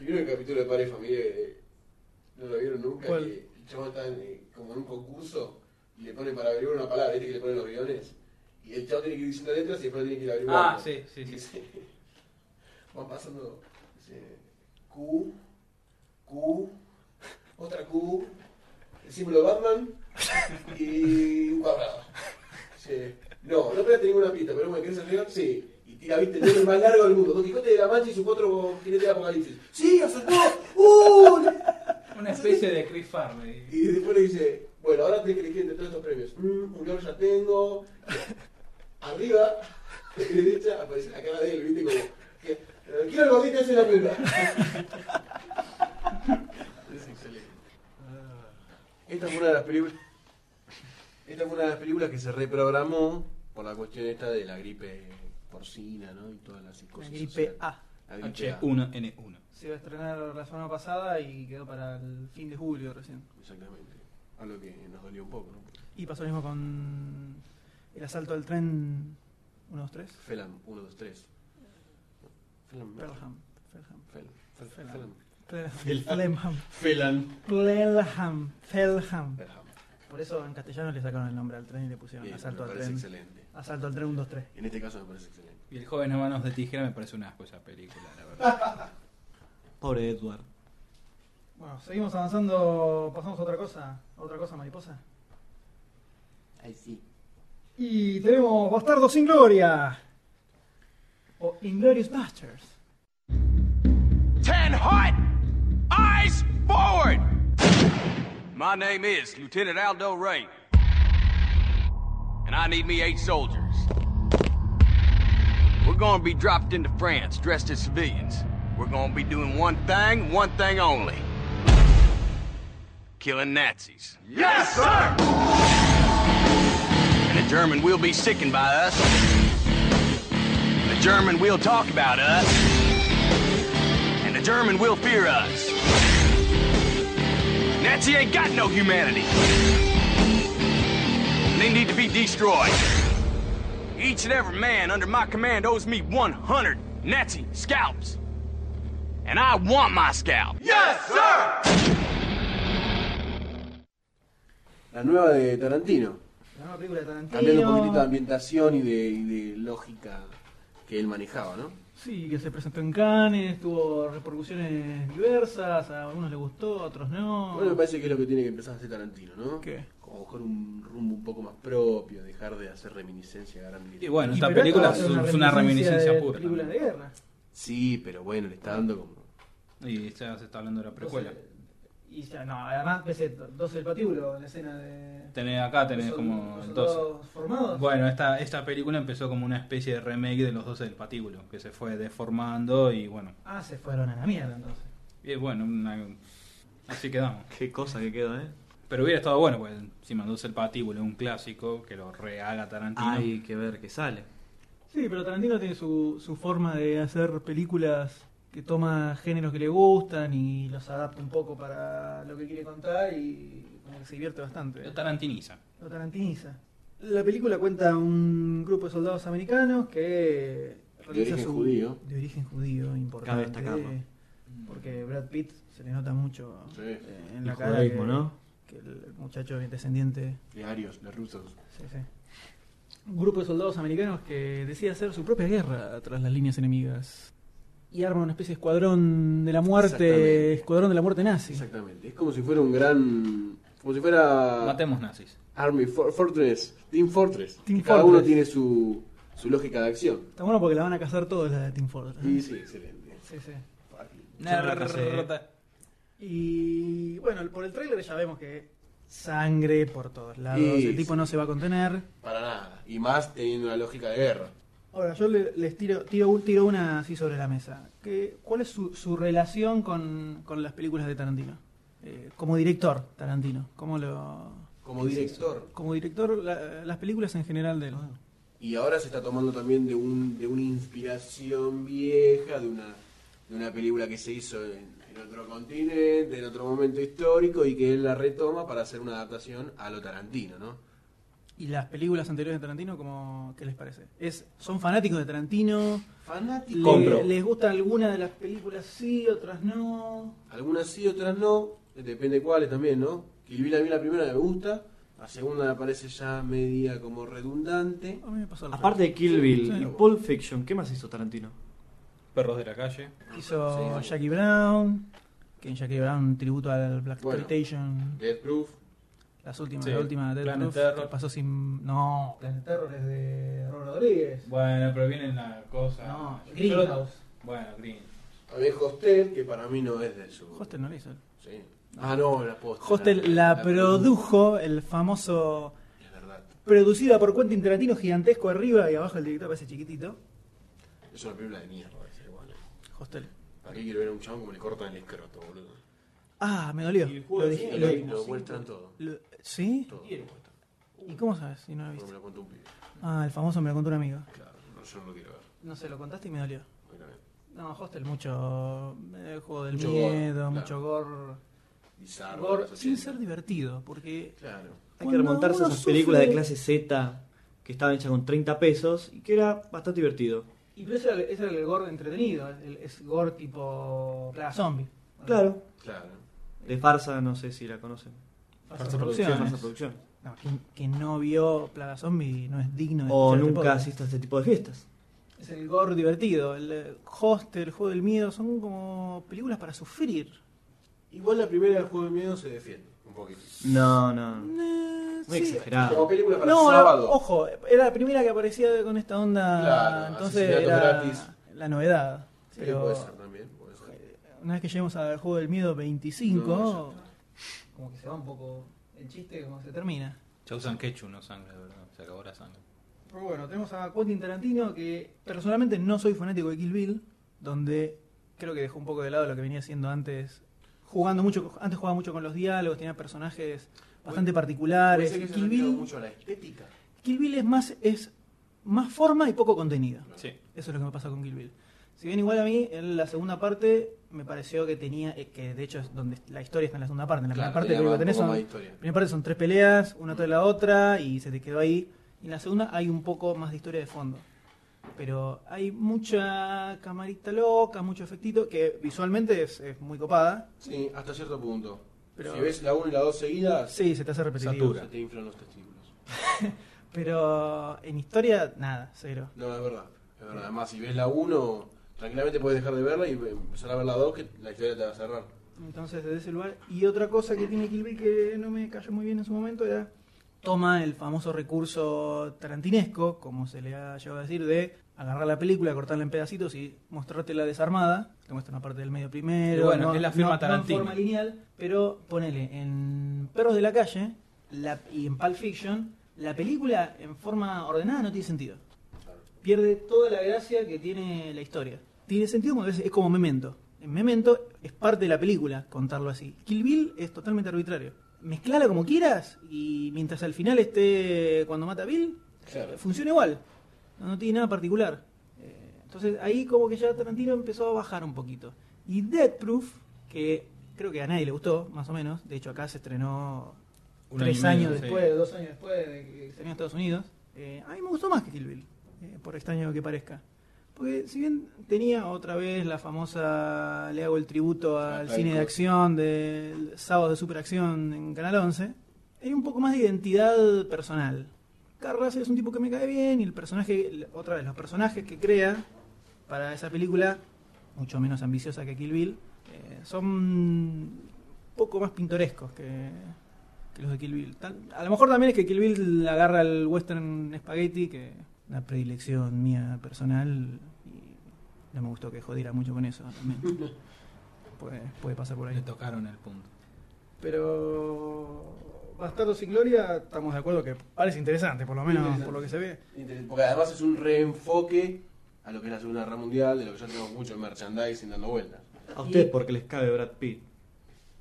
S3: ¿Vieron el capítulo de Padre y Familia? que no lo vieron nunca.
S1: ¿Cuál?
S3: Que el chabón está en, eh, como en un concurso y le pone para averiguar una palabra, ¿viste que le ponen los guiones? Y el chabón tiene que ir diciendo letras y después tiene que ir averiguando.
S2: Ah, sí, sí, sí.
S3: Van pasando dice, Q, Q, otra Q, el símbolo Batman y un cuadrado. Dice, no, no pegaste ninguna pista, pero me querés arriba, sí. Y tira, viste, el nombre más largo del mundo, Don Quijote de la Mancha y sus cuatro jinetes de Apocalipsis. ¡Sí, acertó! ¡Uh!
S2: Una especie de Chris Farley.
S3: Y después le dice, bueno, ahora tenés que elegir entre todos estos premios. Mm, un gol ya tengo. Arriba, de derecha, aparece la cara de él, viste, como... que, eh, Quiero el gordito ese de la película. es excelente. Ah. Esta fue una de las películas... Esta fue una de las películas que se reprogramó por la cuestión esta de la gripe porcina, ¿no? Y todas las
S1: La
S3: cosas.
S1: gripe A.
S3: La gripe A.
S2: H1N1.
S1: Se iba a estrenar la semana pasada y quedó para el fin de julio recién.
S3: Exactamente. Algo que nos dolió un poco, ¿no?
S1: Y pasó lo mismo con el asalto del tren 1, 2, 3.
S3: Felam, 1, 2, 3. Felam.
S1: Pelham. Pelham.
S3: Felam. Fel-
S1: Felam.
S3: Felam.
S1: Pelham.
S3: Felan.
S1: Pelham. Pelham. Por eso en castellano le sacaron el nombre al tren y le pusieron
S3: Bien,
S1: asalto al
S3: me parece
S1: tren.
S3: excelente.
S1: Asalto al tren 1, 2, 3.
S3: En este caso me parece excelente.
S2: Y el joven a manos de tijera me parece un asco esa película, la verdad.
S8: Pobre Edward.
S1: Bueno, seguimos avanzando. Pasamos a otra cosa. ¿A Otra cosa, mariposa.
S3: Ahí sí.
S1: Y tenemos Bastardos sin Gloria. O Inglorious Bastards.
S18: Ten hot! Eyes forward!
S19: My name is Lieutenant Aldo Ray. And I need me eight soldiers. We're gonna be dropped into France dressed as civilians. We're gonna be doing one thing, one thing only killing Nazis.
S18: Yes, sir!
S19: And the German will be sickened by us. The German will talk about us. And the German will fear us. Nazi ain't got no humanity. They need to be destroyed. Each and every man under my command owes me 100 Nazi scalps. And I want my scalp.
S18: Yes, sir!
S3: La nueva de Tarantino.
S1: La nueva película de Tarantino.
S3: Cambiando un poquitito de ambientación y de, y de lógica que él manejaba, ¿no?
S1: Sí, que se presentó en Cannes, tuvo repercusiones diversas, a algunos les gustó, a otros no.
S3: Bueno, me parece que es lo que tiene que empezar a hacer Tarantino, ¿no?
S1: ¿Qué?
S3: Como buscar un rumbo un poco más propio, dejar de hacer reminiscencia a Gran
S2: Y bueno,
S1: Y
S2: esta
S1: pero
S2: película
S1: esto va
S2: es
S1: a ser
S2: un- es una reminiscencia
S1: de
S2: pura.
S1: películas de
S2: también.
S1: guerra.
S3: Sí, pero bueno, le está dando como...
S2: Y ya se está hablando de la precuela.
S1: Y ya, no, además, pese 12 del patíbulo, la escena de.
S2: Tenés acá, tenés
S1: Los
S2: como
S1: soldados-
S2: el
S1: los
S2: 12.
S1: soldados formados.
S2: Bueno, esta, esta película empezó como una especie de remake de los 12 del patíbulo, que se fue deformando y bueno.
S1: Ah, se fueron a la mierda entonces.
S2: Y bueno, una- Así quedamos.
S8: Qué cosa que quedó, ¿eh?
S2: Pero hubiera estado bueno, pues si mandóse el patíbulo, un clásico, que lo rehaga Tarantino.
S8: Hay que ver qué sale.
S1: Sí, pero Tarantino tiene su, su forma de hacer películas que toma géneros que le gustan y los adapta un poco para lo que quiere contar y como que se divierte bastante.
S2: Lo tarantiniza.
S1: Lo tarantiniza. La película cuenta un grupo de soldados americanos que realiza
S3: origen
S1: su
S3: judío.
S1: de origen judío importante.
S8: Cabe destacarlo.
S1: Porque Brad Pitt se le nota mucho
S3: Sí.
S1: eh, en
S8: El
S1: la cara
S8: judaísmo,
S1: que,
S8: ¿no?
S1: que el muchacho descendiente
S3: De arios, de rusos.
S1: Sí, sí. Un grupo de soldados americanos que decide hacer su propia guerra tras las líneas enemigas. Y arma una especie de escuadrón de la muerte,
S3: Exactamente.
S1: escuadrón de la muerte nazi.
S3: Exactamente. Es como si fuera un gran. Como si fuera.
S2: Matemos nazis.
S3: Army For- Fortress. Team Fortress.
S1: Team
S3: Cada
S1: Fortress.
S3: uno tiene su, su lógica de acción.
S1: Está bueno porque la van a cazar todos la de Team Fortress. ¿eh?
S3: Y sí, excelente.
S1: Sí, sí.
S2: Nah,
S1: la casé.
S2: rota.
S1: Y bueno, por el tráiler ya vemos que sangre por todos lados.
S3: Y-
S1: el tipo no se va a contener.
S3: Para nada. Y más teniendo una lógica de guerra.
S1: Ahora, yo le- les tiro, tiro, un- tiro una así sobre la mesa. ¿Qué, ¿Cuál es su, su relación con, con las películas de Tarantino? Eh, como director, Tarantino. ¿Cómo lo...?
S3: Como director.
S1: Como director, la- las películas en general de él.
S3: Ah. Y ahora se está tomando también de, un, de una inspiración vieja, de una, de una película que se hizo en, en otro continente, en otro momento histórico, y que él la retoma para hacer una adaptación a lo Tarantino, ¿no?
S1: ¿Y las películas anteriores de Tarantino, cómo, qué les parece? ¿Es, ¿Son fanáticos de Tarantino?
S3: Fanático.
S1: ¿Le-
S2: Compro.
S1: ¿Les gusta alguna de las películas sí, otras no?
S3: Algunas sí, otras no, depende cuáles también, ¿no? Kill Bill a mí la primera me gusta, la segunda me parece ya media como redundante.
S1: A mí me pasó al
S8: Aparte de
S1: revés.
S8: Kill Bill
S1: Sí.
S8: y Pulp Fiction, ¿qué más hizo Tarantino?
S2: Perros de la calle.
S1: Hizo
S3: Sí, sí.
S1: Jackie Brown, que en Jackie Brown un tributo al Black
S3: Bueno.
S1: Exploitation.
S3: Death Proof,
S1: Las últimas,
S2: Sí,
S1: la última de Death
S2: Planet
S1: Proof,
S2: Terror.
S1: que pasó sin. No, Planet Terror es de Robert Rodríguez.
S2: Bueno, pero viene la cosa.
S1: No,
S2: Yo
S1: Greenhouse.
S2: lo- Bueno, Green.
S3: también Hostel, que para mí no es de su...
S1: Hostel no lo hizo.
S3: Sí. Ah, no, la posta.
S1: Hostel la, produjo el famoso.
S3: Es verdad.
S1: Producida por Quentin Tarantino, gigantesco arriba y abajo el director parece chiquitito.
S3: Es una película de mierda, esa, igual.
S1: Hostel.
S3: ¿Para qué quiero ver a un chabón como le cortan el escroto, boludo?
S1: Ah, me dolió.
S2: Y el juego
S1: Lo
S2: de
S1: dije-
S3: Y
S2: Sí,
S1: lo-
S3: lo,
S2: mismo,
S3: lo
S2: sí,
S3: muestran
S2: todo.
S3: todo.
S1: lo- ¿Sí?
S3: Todo. lo muestran.
S1: ¿Y cómo sabes si no lo
S3: Bueno, me
S1: viste?
S3: lo contó un pibe.
S1: Ah, el famoso me lo contó un amigo.
S3: Claro, no, yo no lo quiero ver.
S1: No sé, lo contaste y me dolió.
S3: Bueno, bien.
S1: No, Hostel, mucho. eh, juego del
S3: Mucho gore,
S1: miedo,
S3: claro.
S1: mucho gore.
S3: Bizarro.
S1: gore,
S3: los
S1: sin
S3: 80.
S1: ser divertido, porque
S3: Claro.
S8: Hay que
S1: Cuando
S8: remontarse a
S1: uno
S8: esas películas de
S1: sufre-
S8: clase Z que estaban hechas con 30 pesos y que era bastante divertido.
S1: Y pero ese era, ese era el gore entretenido, el, es gore tipo claro, zombie.
S8: Claro.
S3: Claro.
S8: De farsa, no sé si la conocen.
S1: Farsa
S2: Farsa
S1: Producciones.
S8: Farsa producción.
S1: No, quien, quien no vio Plaga Zombie no es digno de
S8: O
S1: escuchar este
S8: nunca
S1: podcast.
S8: asista a este tipo de fiestas.
S1: Es el gore divertido, el eh, hostel, el juego del miedo, son como películas para sufrir.
S3: Igual la primera del juego de miedo se defiende un Ah. poquito.
S8: No, no.
S1: Eh,
S8: Muy
S1: sí.
S3: Como
S8: exagerado.
S3: película para
S1: No,
S3: sábado.
S1: no, ojo, era la primera que aparecía con esta onda,
S3: Claro,
S1: entonces
S3: asesinato
S1: era
S3: gratis.
S1: la novedad.
S3: Sí,
S1: pero
S3: puede ser también. puede ser.
S1: una vez que lleguemos al juego del miedo 25,
S3: No, ya
S1: como que se va un poco el chiste, como se termina.
S2: Ya usan quechu, no sangre, de verdad. Se acabó la sangre.
S1: Pero bueno, tenemos a Quentin Tarantino, que personalmente no soy fanático de Kill Bill, donde creo que dejó un poco de lado lo que venía haciendo antes. Jugando mucho, antes jugaba mucho con los diálogos, tenía personajes bastante particulares.
S3: Puede ser que se
S1: Kill
S3: refiere
S1: Bill,
S3: mucho a la estética.
S1: Kill Bill es más, es más forma y poco contenido.
S2: Sí.
S1: Eso es lo que me pasa con Kill Bill. Si bien igual a mí, en la segunda parte me pareció que tenía, eh, que de hecho es donde la historia está en la segunda parte. En la
S3: Claro,
S1: primera parte
S3: tenía
S1: lo único
S3: más-
S1: que tenés
S3: un poco
S1: son-
S3: más de historia.
S1: primera parte son tres peleas, una tras la otra, y se te quedó ahí. Y en la segunda hay un poco más de historia de fondo. Pero hay mucha camarita loca, mucho efectito, que visualmente es, es muy copada.
S3: Sí, hasta cierto punto.
S1: Pero-
S3: si ves la 1 y la 2 seguidas,
S1: Sí, se te hace repetitivo.
S3: se te inflan los testículos.
S1: Pero en historia, nada, cero.
S3: No, es verdad. Es verdad. Además, si ves la 1, tranquilamente puedes dejar de verla y empezar a ver la 2, que la historia te va a cerrar.
S1: Entonces, desde ese lugar. Y otra cosa que tiene Kill Bill que no me cayó muy bien en su momento era. Toma el famoso recurso tarantinesco, como se le ha llegado a decir, de agarrar la película, cortarla en pedacitos y mostrártela desarmada. Te muestra una parte del medio primero.
S2: Y bueno,
S1: no-
S2: es la firma
S1: no- no en
S2: Tarantino.
S1: forma lineal, pero ponele en Perros de la Calle la- y en Pulp Fiction, la película en forma ordenada no tiene sentido. Pierde toda la gracia que tiene la historia. Tiene sentido cuando es, es como memento. En Memento es parte de la película contarlo así. Kill Bill es totalmente arbitrario. Mezclala como quieras y mientras al final esté cuando mata a Bill,
S3: Claro.
S1: funciona igual. No, no tiene nada particular. Eh, entonces ahí como que ya Tarantino empezó a bajar un poquito. Y Dead Proof, que creo que a nadie le gustó, más o menos. De hecho acá se estrenó
S2: Un
S1: tres
S2: año y
S1: años
S2: medio, sí.
S1: después, dos años después de que se estrenó en Estados Unidos. Eh, a mí me gustó más que Kill Bill, eh, por extraño que parezca. Porque si bien tenía otra vez la famosa, le hago el tributo al
S20: tal
S1: cine de
S20: cosa.
S1: acción del sábado de superacción en Canal 11, hay un poco más de identidad personal. Carras es un tipo que me cae bien y el personaje, otra vez, los personajes que crea para esa película, mucho menos ambiciosa que Kill Bill, eh, son un poco más pintorescos que, que los de Kill Bill. Tal- a lo mejor también es que Kill Bill agarra el western spaghetti, que una predilección mía personal, y no me gustó que jodiera mucho con eso también. puede, puede pasar por ahí.
S2: Le tocaron el punto.
S1: Pero Bastardo sin Gloria, estamos de acuerdo que parece interesante, por lo menos
S3: Interesante.
S1: por lo que se ve.
S3: Inter- Porque además es un reenfoque a lo que es la Segunda Guerra Mundial, de lo que ya tenemos mucho en merchandising dando vueltas.
S8: A ustedes porque les cabe Brad Pitt.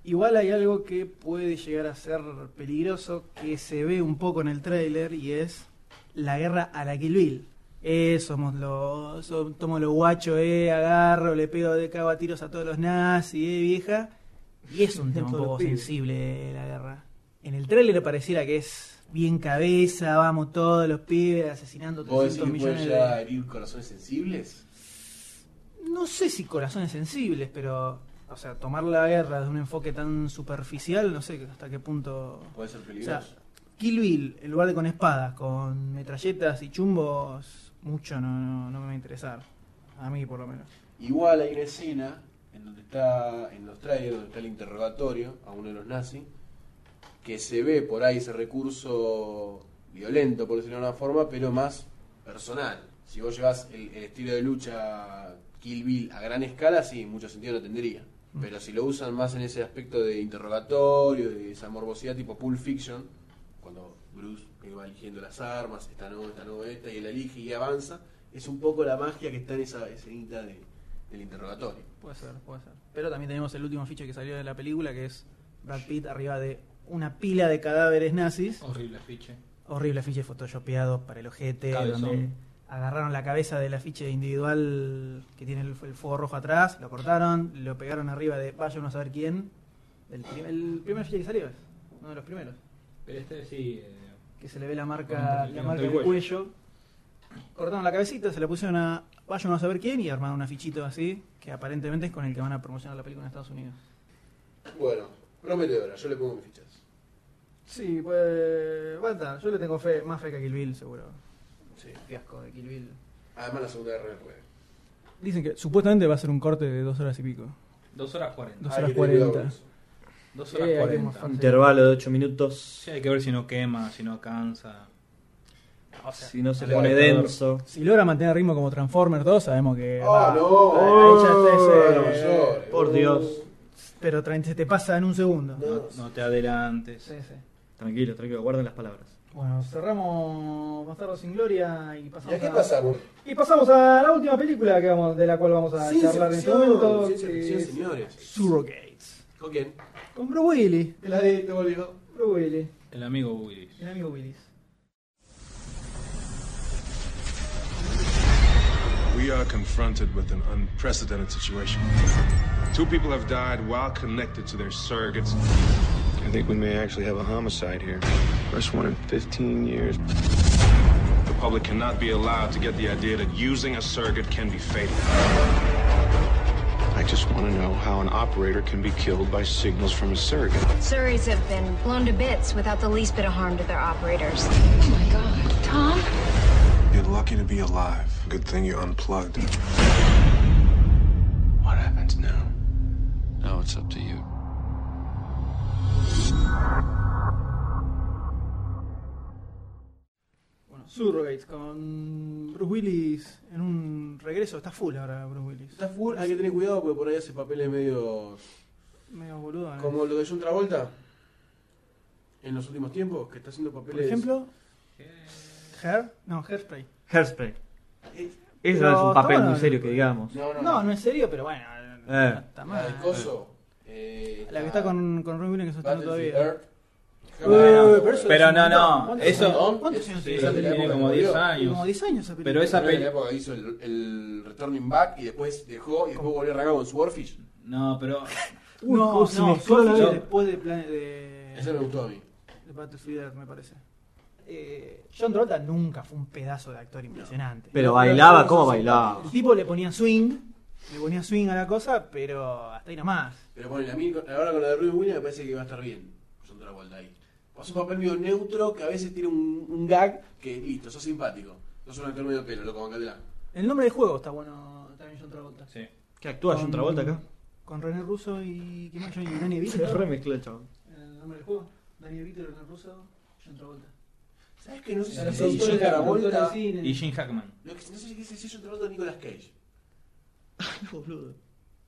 S1: Igual hay algo que puede llegar a ser peligroso, que se ve un poco en el tráiler, y es la guerra a la Kill Bill. Eh, somos los, so- tomo los guachos, eh, agarro, le pego de cago a tiros a todos los nazis, eh, vieja. Y es un tema un
S20: Todos los
S1: poco
S20: pibes.
S1: sensible eh, la guerra. En el tráiler pareciera que es bien cabeza, vamos todos los pibes asesinando
S3: ¿Vos
S1: 300
S3: decís que puede
S1: millones
S3: ya
S1: de...
S3: herir corazones sensibles?
S1: No sé si corazones sensibles, pero... O sea, tomar la guerra desde un enfoque tan superficial, no sé hasta qué punto...
S3: Puede ser
S1: O sea,
S3: peligroso.
S1: Kill Bill, en lugar de con espadas, con metralletas y chumbos, mucho no, no, no me va a interesar. A mí, por lo menos.
S3: Igual hay una escena en donde está, en los trailers, donde está el interrogatorio a uno de los nazis, que se ve por ahí ese recurso violento, por decirlo de una forma, pero más personal. Si vos llevas el, el estilo de lucha Kill Bill a gran escala, sí, mucho sentido no tendría. Pero si lo usan más en ese aspecto de interrogatorio, de esa morbosidad tipo Pulp Fiction, cuando Bruce eh, va eligiendo las armas, esta no, esta no, esta, y él elige y avanza, es un poco la magia que está en esa escenita de- del interrogatorio.
S1: Puede ser, puede ser. Pero también tenemos el último ficha que salió de la película, que es Brad Pitt arriba de una pila de cadáveres nazis.
S2: Horrible afiche.
S1: Horrible afiche photoshopeado para el ojete,
S2: Cabezón.
S1: donde agarraron la cabeza del afiche individual que tiene el, el fuego rojo atrás, lo cortaron, lo pegaron arriba de vaya uno a saber quién. El, prim- el primer afiche que salió es uno de los primeros.
S2: Pero este sí. eh,
S1: que se le ve la
S2: Con
S1: marca,
S2: el-
S1: la
S2: con
S1: marca
S2: el
S1: del cuello. Cortaron la cabecita, se la pusieron a vayan a saber quién y armaron una fichita así, que aparentemente es con el que van a promocionar la película en Estados Unidos.
S3: Bueno, prometedora, yo le pongo mis fichas.
S1: Sí, pues va a estar. Yo le tengo fe, más fe que a Kill Bill, seguro.
S3: Sí.
S1: Fiasco de Kill Bill.
S3: Además, la segunda guerra del juego.
S1: Dicen que supuestamente va a ser un corte de dos horas y pico.
S2: Dos horas cuarenta.
S1: Dos
S2: Hay
S1: horas
S2: que
S1: cuarenta.
S2: Dos horas
S1: Eh, hay que
S2: cuarenta.
S1: mofar.
S8: Intervalo de 8 minutos.
S2: Sí, hay que ver si no quema, si no cansa.
S8: Si no se
S2: Al
S8: pone
S2: espectador.
S8: denso.
S1: Si logra mantener el ritmo como Transformers 2, sabemos que.
S3: ¡Oh,
S1: va.
S3: no!
S1: Ahí Eh, ya
S3: Oh, No
S1: te- se-
S3: llores.
S8: Por Dios.
S1: Pero tra- se te pasa en un segundo.
S2: No, no te adelantes.
S1: Sí, sí.
S8: Tranquilo, tranquilo, guarden las palabras.
S1: Bueno, cerramos Bastardo sin Gloria y
S3: ¿Y
S1: pasamos
S3: a qué pasamos?
S1: Y pasamos a la última película que vamos, de la cual vamos a
S3: Ciencia
S1: charlar en este
S3: ficción,
S1: momento.
S3: ciencia
S1: que
S3: ficción,
S1: es
S3: señores.
S1: Surrogates.
S3: ¿Con quién?
S1: Con Bro Willy.
S3: Te la este di, te volvió.
S1: Bro Willy.
S2: El amigo Willis.
S1: El amigo Willis.
S5: We are confronted with an unprecedented situation. Two people have died while connected to their surrogates.
S21: I think we may actually have a homicide here. First one in 15 years.
S5: The public cannot be allowed to get the idea that using a surrogate can be fatal.
S21: I just want to know how an operator can be killed by signals from a surrogate.
S22: Surreys have been blown to bits without the least bit of harm to their operators. Oh my god. Tom?
S5: You're lucky to be alive. Good thing you unplugged.
S21: What happens now? Now it's up to you.
S1: Bueno, Surrogates con Bruce Willis en un regreso. Está full ahora Bruce Willis.
S3: Está full, hay que tener cuidado porque por ahí hace papeles medio.
S1: Medio boludo. ¿no?
S3: como lo de John Travolta en los últimos tiempos, que está haciendo papeles.
S1: Por ejemplo, Hair. No, Hairspray.
S8: Hairspray.
S3: Eh,
S8: Eso
S1: pero
S8: no es un papel
S1: está
S8: muy
S1: bueno.
S8: serio que digamos.
S1: No, no es serio, pero bueno.
S4: Eh.
S1: Está
S3: La
S1: mal.
S3: de Coso. eh,
S1: La que está con, Eh, con Robin Williams que está
S3: Battlefield
S1: todavía.
S3: Earth.
S1: Bueno,
S2: pero eso es un montón. ¿Cuántos años? ¿Cuántos años tiene? Tiene como 10 años.
S1: Como 10 años esa película.
S2: Pero esa
S3: Creo que en
S2: peli-
S3: la época hizo el, el Returning Back y después dejó y después volvió a arrancar con Swordfish.
S2: No, pero.
S1: No, no,
S3: se me
S1: solo la
S3: escapa.
S1: vi después de, plan- de.
S3: Esa me gustó a mí.
S1: de Battlefield Earth, me parece. Eh, John Travolta nunca fue un pedazo de actor impresionante.
S8: Pero bailaba, ¿cómo bailaba?
S1: El tipo le ponía swing, le ponía swing a la cosa, pero hasta ahí nomás.
S3: Pero bueno, a mí con- ahora con la de Ruby Williams me parece que va a estar bien. John Travolta ahí. Pasó un papel medio neutro que a veces tiene un, un gag que listo, sos simpático. Sos un actor medio pelo, loco, bancatela.
S1: El nombre del juego está bueno también John Travolta.
S2: Sí.
S8: ¿Qué actúa
S1: Con-
S8: John Travolta acá?
S1: Con René Russo y. ¿Qué más? Yo y Danny
S8: Se
S1: DeVito. ¿no?
S8: remezcló el chabón.
S1: El nombre del juego. Danny DeVito, René Russo, John Travolta.
S3: ¿Sabes que no sé si
S1: Los
S3: es
S1: productores
S3: John
S1: de la
S3: Travolta?
S1: productora de cine.
S2: Y Jim Hackman.
S3: No, que- no sé si es John Travolta o Nicolas Cage.
S8: Boludo.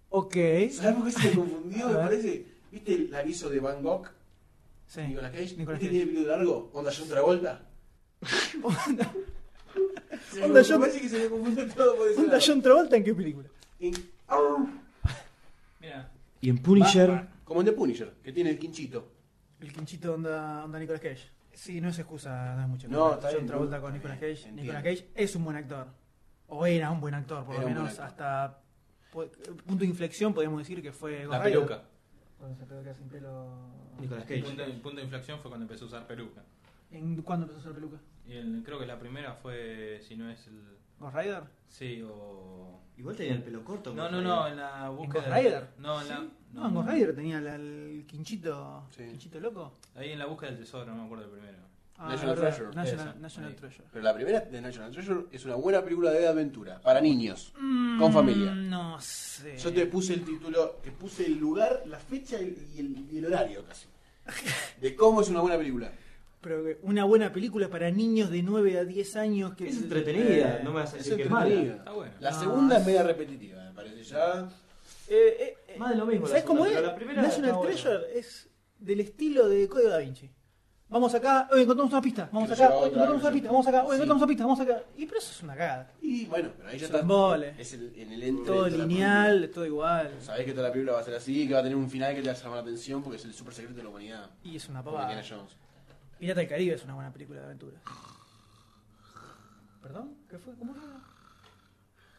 S1: Ok.
S3: ¿Sabes por qué se me confundió?
S1: A
S3: me
S1: ver.
S3: parece. ¿Viste el aviso de Van Gogh?
S1: Sí.
S3: Nicolas Cage.
S1: Nicolas
S3: ¿Viste
S1: Cage.
S3: tiene el pelo largo? ¿Onda John Travolta? Se me
S1: Onda
S3: confundió,
S1: John-
S3: parece que se me confundió todo por ese
S1: ¿Onda
S3: lado.
S1: John Travolta en qué película?
S3: Y- ¡Au!
S8: Y en Punisher.
S3: Como en The Punisher, que tiene el quinchito.
S1: El quinchito onda, onda Nicolas Cage. Sí, no es excusa, no es mucho.
S3: No, está
S1: John
S3: bien,
S1: Travolta
S3: no,
S1: con Nicolas Cage.
S3: bien, entiendo.
S1: Nicolas Cage es un buen actor. O era un buen actor, por
S3: Era
S1: lo
S3: un buen
S1: menos
S3: actor.
S1: hasta po- punto de inflexión podríamos decir que fue Ghost
S2: La
S1: Rider.
S2: peluca.
S1: Cuando se peluca sin pelo.
S8: Nicolas
S2: El
S8: Cage.
S2: punto, el punto de inflexión fue cuando empezó a usar peluca.
S1: ¿En cuándo empezó a usar peluca?
S2: Y el- creo que la primera fue, si no es el.
S1: ¿Ghost Rider?
S2: Sí, o.
S8: Igual tenía el pelo corto.
S2: No,
S8: Ghost
S2: no,
S8: Rider.
S1: eh.
S2: no, en la
S1: ¿En
S2: búsqueda.
S1: Ghost Rider?
S2: No, en la.
S1: Sí. No, en Ghost Rider tenía la- el quinchito.
S3: Sí.
S1: ¿Quinchito loco? Ah,
S2: Ahí en la búsqueda del tesoro, no me acuerdo el primero.
S3: National
S1: verdad,
S3: Treasure.
S2: Esa.
S1: National, National
S2: Ahí.
S1: Treasure.
S3: Pero la primera de National Treasure es una buena película de aventura, para niños, con
S1: Mm,
S3: familia.
S1: No sé.
S3: Yo te puse el título, te puse el lugar, la fecha y el, y el- y el horario casi. De cómo es una buena película.
S1: Pero que una buena película para niños de 9 a 10 años que
S8: Es entretenida,
S1: Eh,
S8: no me vas a
S3: Es
S8: decir que es
S3: entretenida.
S8: mala.
S2: Está bueno.
S3: La
S1: No,
S3: segunda
S1: es-
S3: es media repetitiva, me parece ya.
S1: eh, eh,
S8: Más de lo mismo. la
S1: ¿Sabes cómo
S8: segunda,
S1: es?
S8: pero La primera
S1: National
S8: está buena.
S1: Treasure es del estilo de Código da Vinci. Vamos acá, hoy encontramos una pista, vamos
S3: Que
S1: acá,
S3: lleva
S1: hoy
S3: otra,
S1: encontramos
S3: que
S1: una pista,
S3: lleva-
S1: vamos acá, hoy
S3: Sí.
S1: encontramos una pista, vamos acá. Y pero eso es una cagada.
S3: Y bueno, pero ahí ya
S1: Es
S3: está.
S1: un embole.
S3: Es el, en el entre.
S1: Todo
S3: de toda la
S1: lineal, todo igual.
S3: película. Sabés que toda la película va a ser así, que va a tener un final que te va a llamar la atención porque es el super secreto de la humanidad.
S1: Y es una
S3: Como
S1: pavada.
S3: Indiana Jones.
S1: Pirata del Caribe es una buena película de aventura. ¿Perdón? ¿Qué fue? ¿Cómo fue?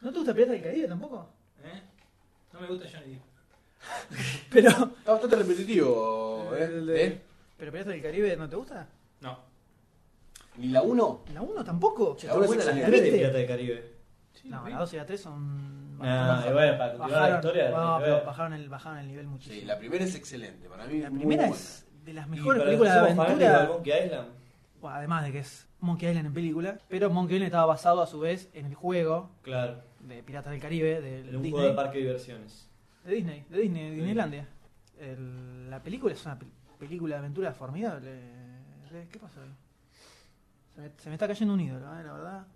S1: ¿No te gusta Pirata del Caribe tampoco?
S2: ¿Eh? No me gusta Johnny Depp.
S1: Pero.
S3: Está bastante repetitivo, ¿eh?
S1: el de-
S3: ¿Eh?
S1: ¿Pero Pirata del Caribe no te gusta?
S2: No.
S3: Ni la 1.
S1: La 1 tampoco.
S3: La uno es
S8: Buena
S3: excelente.
S8: la tres de Pirata del Caribe.
S1: No, la 2 y la 3 son.
S8: Nah, y bueno, para continuar la historia,
S1: no,
S8: tenés que
S1: pero
S8: ver.
S1: bajaron el, bajaron el nivel
S3: Sí,
S1: muchísimo.
S3: la primera es excelente. Para mí
S1: La
S3: muy
S1: primera
S3: buena.
S1: es de las mejores
S8: Y para los
S1: películas de
S8: que somos
S1: aventura.
S8: fanáticos de Monkey Island.
S1: Bueno, Además de que es Monkey Island en película, pero Monkey Island estaba basado a su vez en el juego
S8: Claro.
S1: de Piratas del Caribe, del
S8: En un
S1: Disney.
S8: juego de parque de diversiones.
S1: De Disney, de Disney, de Disneylandia. El- la película es una pel- película de aventura formidable. Re- ¿Qué pasó ahí? Se me, se me está cayendo un ídolo, eh, la verdad.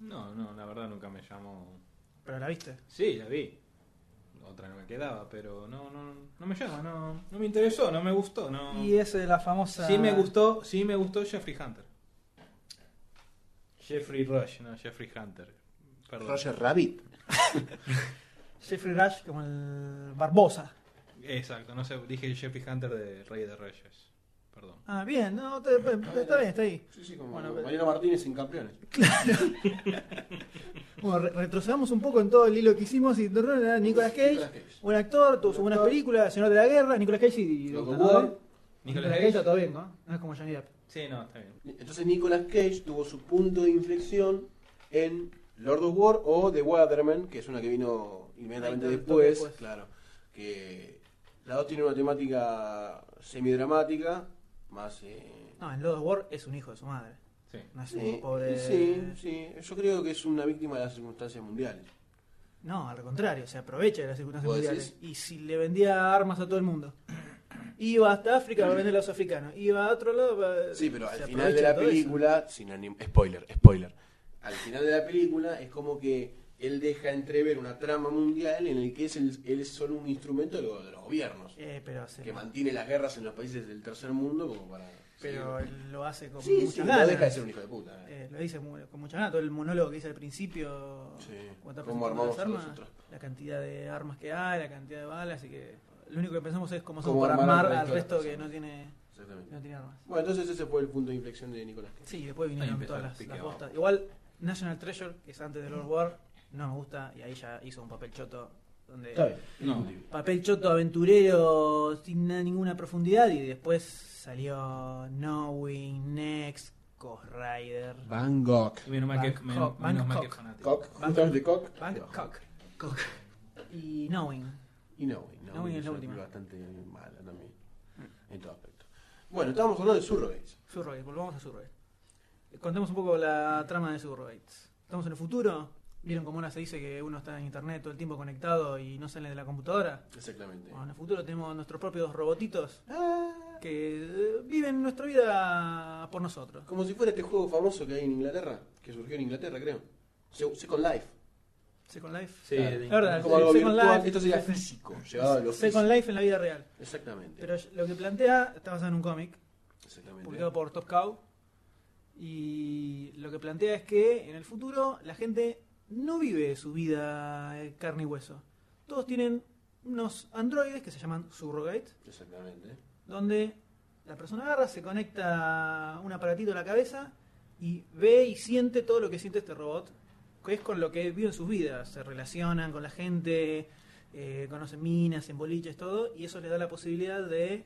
S2: No, no, la verdad nunca me llamó.
S1: Pero la viste.
S2: Sí, la vi. Otra no me quedaba, pero no, no, no me llama, no, no me interesó, no me gustó, no.
S1: Y es de la famosa.
S2: Sí me gustó, sí me gustó Jeffrey Hunter. Jeffrey Rush, no, Jeffrey Hunter. Perdón.
S3: Roger Rabbit.
S1: Jeffrey Rush como el Barbosa.
S2: Exacto, no sé, dije Jeffrey Hunter de Rey de Reyes. Perdón.
S1: Ah, bien, no, te- pe- pe- está bien, está ahí.
S3: Sí, sí, como
S1: Bueno, pero-
S3: Mariano Martínez en campeones.
S1: Bueno, re- retrocedamos un poco en todo el hilo que hicimos y era Nicolas
S3: Nicolas
S1: Cage,
S3: Cage.
S1: buen actor, tuvo sus buenas películas, Señor de la Guerra, Nicolas Cage y...
S3: Loco
S1: ¿no?
S3: War.
S1: Nicolas Cage está todo bien, ¿no? No es como Johnny Depp.
S2: Sí, no, está bien.
S3: Entonces Nicolas Cage tuvo su punto de inflexión en Lord of War o The Waterman, que es una que vino inmediatamente
S1: Ahí está,
S3: después,
S1: después.
S3: Claro. Que la dos tiene una temática semidramática, más... eh,
S1: No, en Lord of War es un hijo de su madre.
S2: Sí.
S1: No es
S3: sí,
S1: un pobre...
S3: sí, sí. Yo creo que es una víctima de las circunstancias mundiales.
S1: No, al contrario, se aprovecha de las circunstancias
S3: ¿Vos
S1: mundiales.
S3: decís?
S1: Y si le vendía armas a todo el mundo. Iba hasta África para vender a los africanos. Iba a otro lado para...
S3: Sí, pero al
S1: se
S3: final de
S1: aprovecha
S3: la
S1: todo eso.
S3: película, sin anim- spoiler, spoiler. Al final de la película es como que él deja entrever una trama mundial en el que es el- él es solo un instrumento de los, de los gobiernos,
S1: Eh, pero se
S3: que mantiene las guerras en los países del tercer mundo como para
S1: Pero él lo hace con
S3: Sí, sí,
S1: muchas
S3: no
S1: ganas.
S3: deja de ser un hijo de puta,
S1: Eh, lo dice mu- con muchas ganas. Todo el monólogo que hice al principio. cuando está presentando
S3: cómo armamos
S1: las armas,
S3: a nosotros.
S1: La cantidad de armas que hay, la cantidad de balas. Así que lo único que pensamos es cómo, son
S3: Cómo
S1: para
S3: armar
S1: armar
S3: al
S1: al
S3: resto de
S1: resto
S3: las
S1: que
S3: personas.
S1: no tiene,
S3: Exactamente.
S1: no tiene armas.
S3: Bueno, entonces ese fue el punto de inflexión de Nicolás Cage.
S1: Sí, después
S3: Ahí
S1: vinieron
S3: empezó
S1: todas
S3: el
S1: las,
S3: pique
S1: las
S3: abajo.
S1: postas. Igual National Treasure, que es antes de Lord War, no me gusta y ahí ya hizo un papel choto. Donde
S3: Está bien,
S2: No.
S1: Papel choto aventurero sin na- ninguna profundidad y después salió Knowing, Next, Ghost Rider.
S3: Bangkok.
S23: Menos mal que- men- menos mal que fanático.
S3: Cock. Juntas de Cock.
S1: Bangkok. Cock. Y Knowing.
S3: Y Knowing.
S1: Knowing
S3: Knowing
S1: es
S3: es
S1: la última.
S3: una
S1: Mm.
S3: película bastante mala también. En todo aspecto. Bueno, estábamos hablando de Surrogates.
S1: Surrogate, volvamos a Surrogate. Contemos un poco la trama de Surrogates. Estamos en el futuro. ¿Vieron cómo ahora se dice que uno está en internet todo el tiempo conectado y no sale de la computadora?
S3: Exactamente.
S1: Bueno, en el futuro tenemos nuestros propios robotitos que eh, viven nuestra vida por nosotros.
S3: Como si fuera este juego famoso que hay en Inglaterra, que surgió en Inglaterra, creo. Se- Second Life.
S1: Second Life.
S3: Sí,
S1: Claro.
S3: de-
S1: Es verdad,
S3: como algo
S1: Second
S3: virtual,
S1: Life.
S3: esto sería
S1: Sí, sí.
S3: físico, llevado a lo
S1: Second
S3: físico.
S1: Life en la vida real.
S3: Exactamente.
S1: Pero lo que plantea está basado en un cómic
S3: Exactamente.
S1: publicado por Top Cow. Y lo que plantea es que en el futuro la gente no vive su vida de carne y hueso. Todos tienen unos androides que se llaman surrogate,
S3: Exactamente.
S1: donde la persona agarra, se conecta un aparatito a la cabeza y ve y siente todo lo que siente este robot, que es con lo que viven sus vidas. Se relacionan con la gente, eh, conocen minas, en boliches, todo, y eso les da la posibilidad de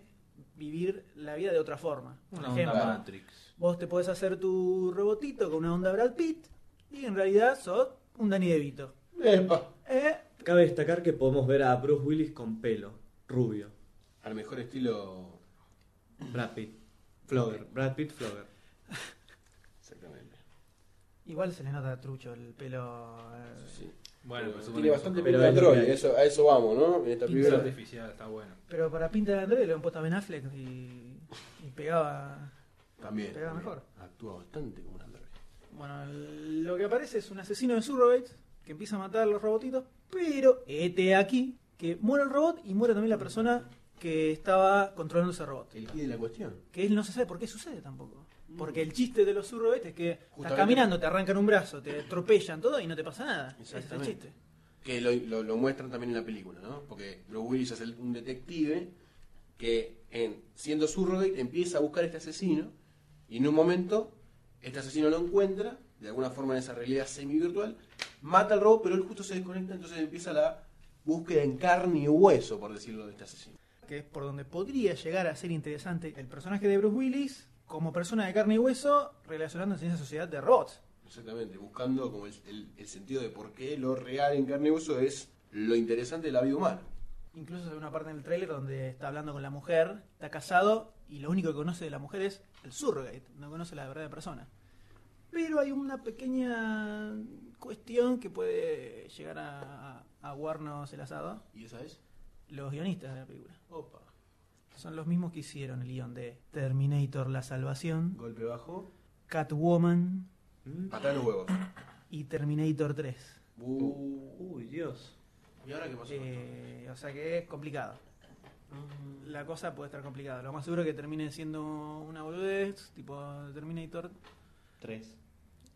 S1: vivir la vida de otra forma. Por
S2: Una onda
S1: ejemplo,
S2: Matrix.
S1: vos te podés hacer tu robotito con una onda Brad Pitt y en realidad sos un Danny DeVito. Eh,
S8: Cabe destacar que podemos ver a Bruce Willis con pelo, rubio.
S3: Al mejor estilo.
S8: Brad Pitt. Flogger. Brad Pitt Flogger.
S3: Exactamente.
S1: Igual se le nota trucho el pelo. eh,
S2: Bueno,
S3: Pero
S2: pero
S3: tiene bastante
S8: Pero
S3: pinta de
S8: es
S3: android,
S8: real.
S3: eso, a eso vamos, ¿no? En
S1: Pinta
S3: esta película.
S2: artificial, está bueno.
S1: Pero para pinta de Android lo han puesto a Ben Affleck y, y pegaba,
S3: También.
S1: pegaba
S3: también.
S1: mejor.
S3: Actúa bastante como un android.
S1: Bueno, el- lo que aparece es un asesino de Surrogate que empieza a matar a los robotitos, pero este aquí, que muere el robot y muere también la persona que estaba controlando ese robot.
S3: El quid de la cuestión.
S1: Que él no se sabe por qué sucede tampoco. Porque el chiste de los Surrogates es que estás
S3: Justamente-
S1: caminando, te arrancan un brazo, te atropellan todo y no te pasa nada. Ese es el
S3: Exactamente.
S1: chiste.
S3: Que lo, lo- lo muestran también en la película, ¿no? Porque Bruce Willis es el- un detective que, en, siendo surrogate, empieza a buscar a este asesino y en un momento este asesino lo encuentra, de alguna forma en esa realidad semi-virtual, mata al robot, pero él justo se desconecta, entonces empieza la búsqueda en carne y hueso, por decirlo, de este asesino.
S1: que es por donde podría llegar a ser interesante el personaje de Bruce Willis como persona de carne y hueso relacionándose en esa sociedad de robots.
S3: Exactamente, buscando como el, el- el sentido de por qué lo real en carne y hueso es lo interesante de la vida humana.
S1: Incluso hay una parte en el tráiler donde está hablando con la mujer, está casado y lo único que conoce de la mujer es el surrogate, no conoce la verdadera persona. Pero hay una pequeña cuestión que puede llegar a a aguarnos el asado.
S3: ¿Y esa es?
S1: Los guionistas de la película.
S3: Opa.
S1: Son los mismos que hicieron el guión de Terminator La Salvación,
S3: Golpe bajo.
S1: Catwoman
S8: Mm.
S3: Patada en los huevos. Uh,
S1: y Terminator 3.
S8: Uy, Dios.
S3: ¿Y ahora qué pasó?
S1: Eh, o sea que es complicado. La cosa puede estar complicada. Lo más seguro es que termine siendo una boludez, tipo Terminator,
S8: Tres.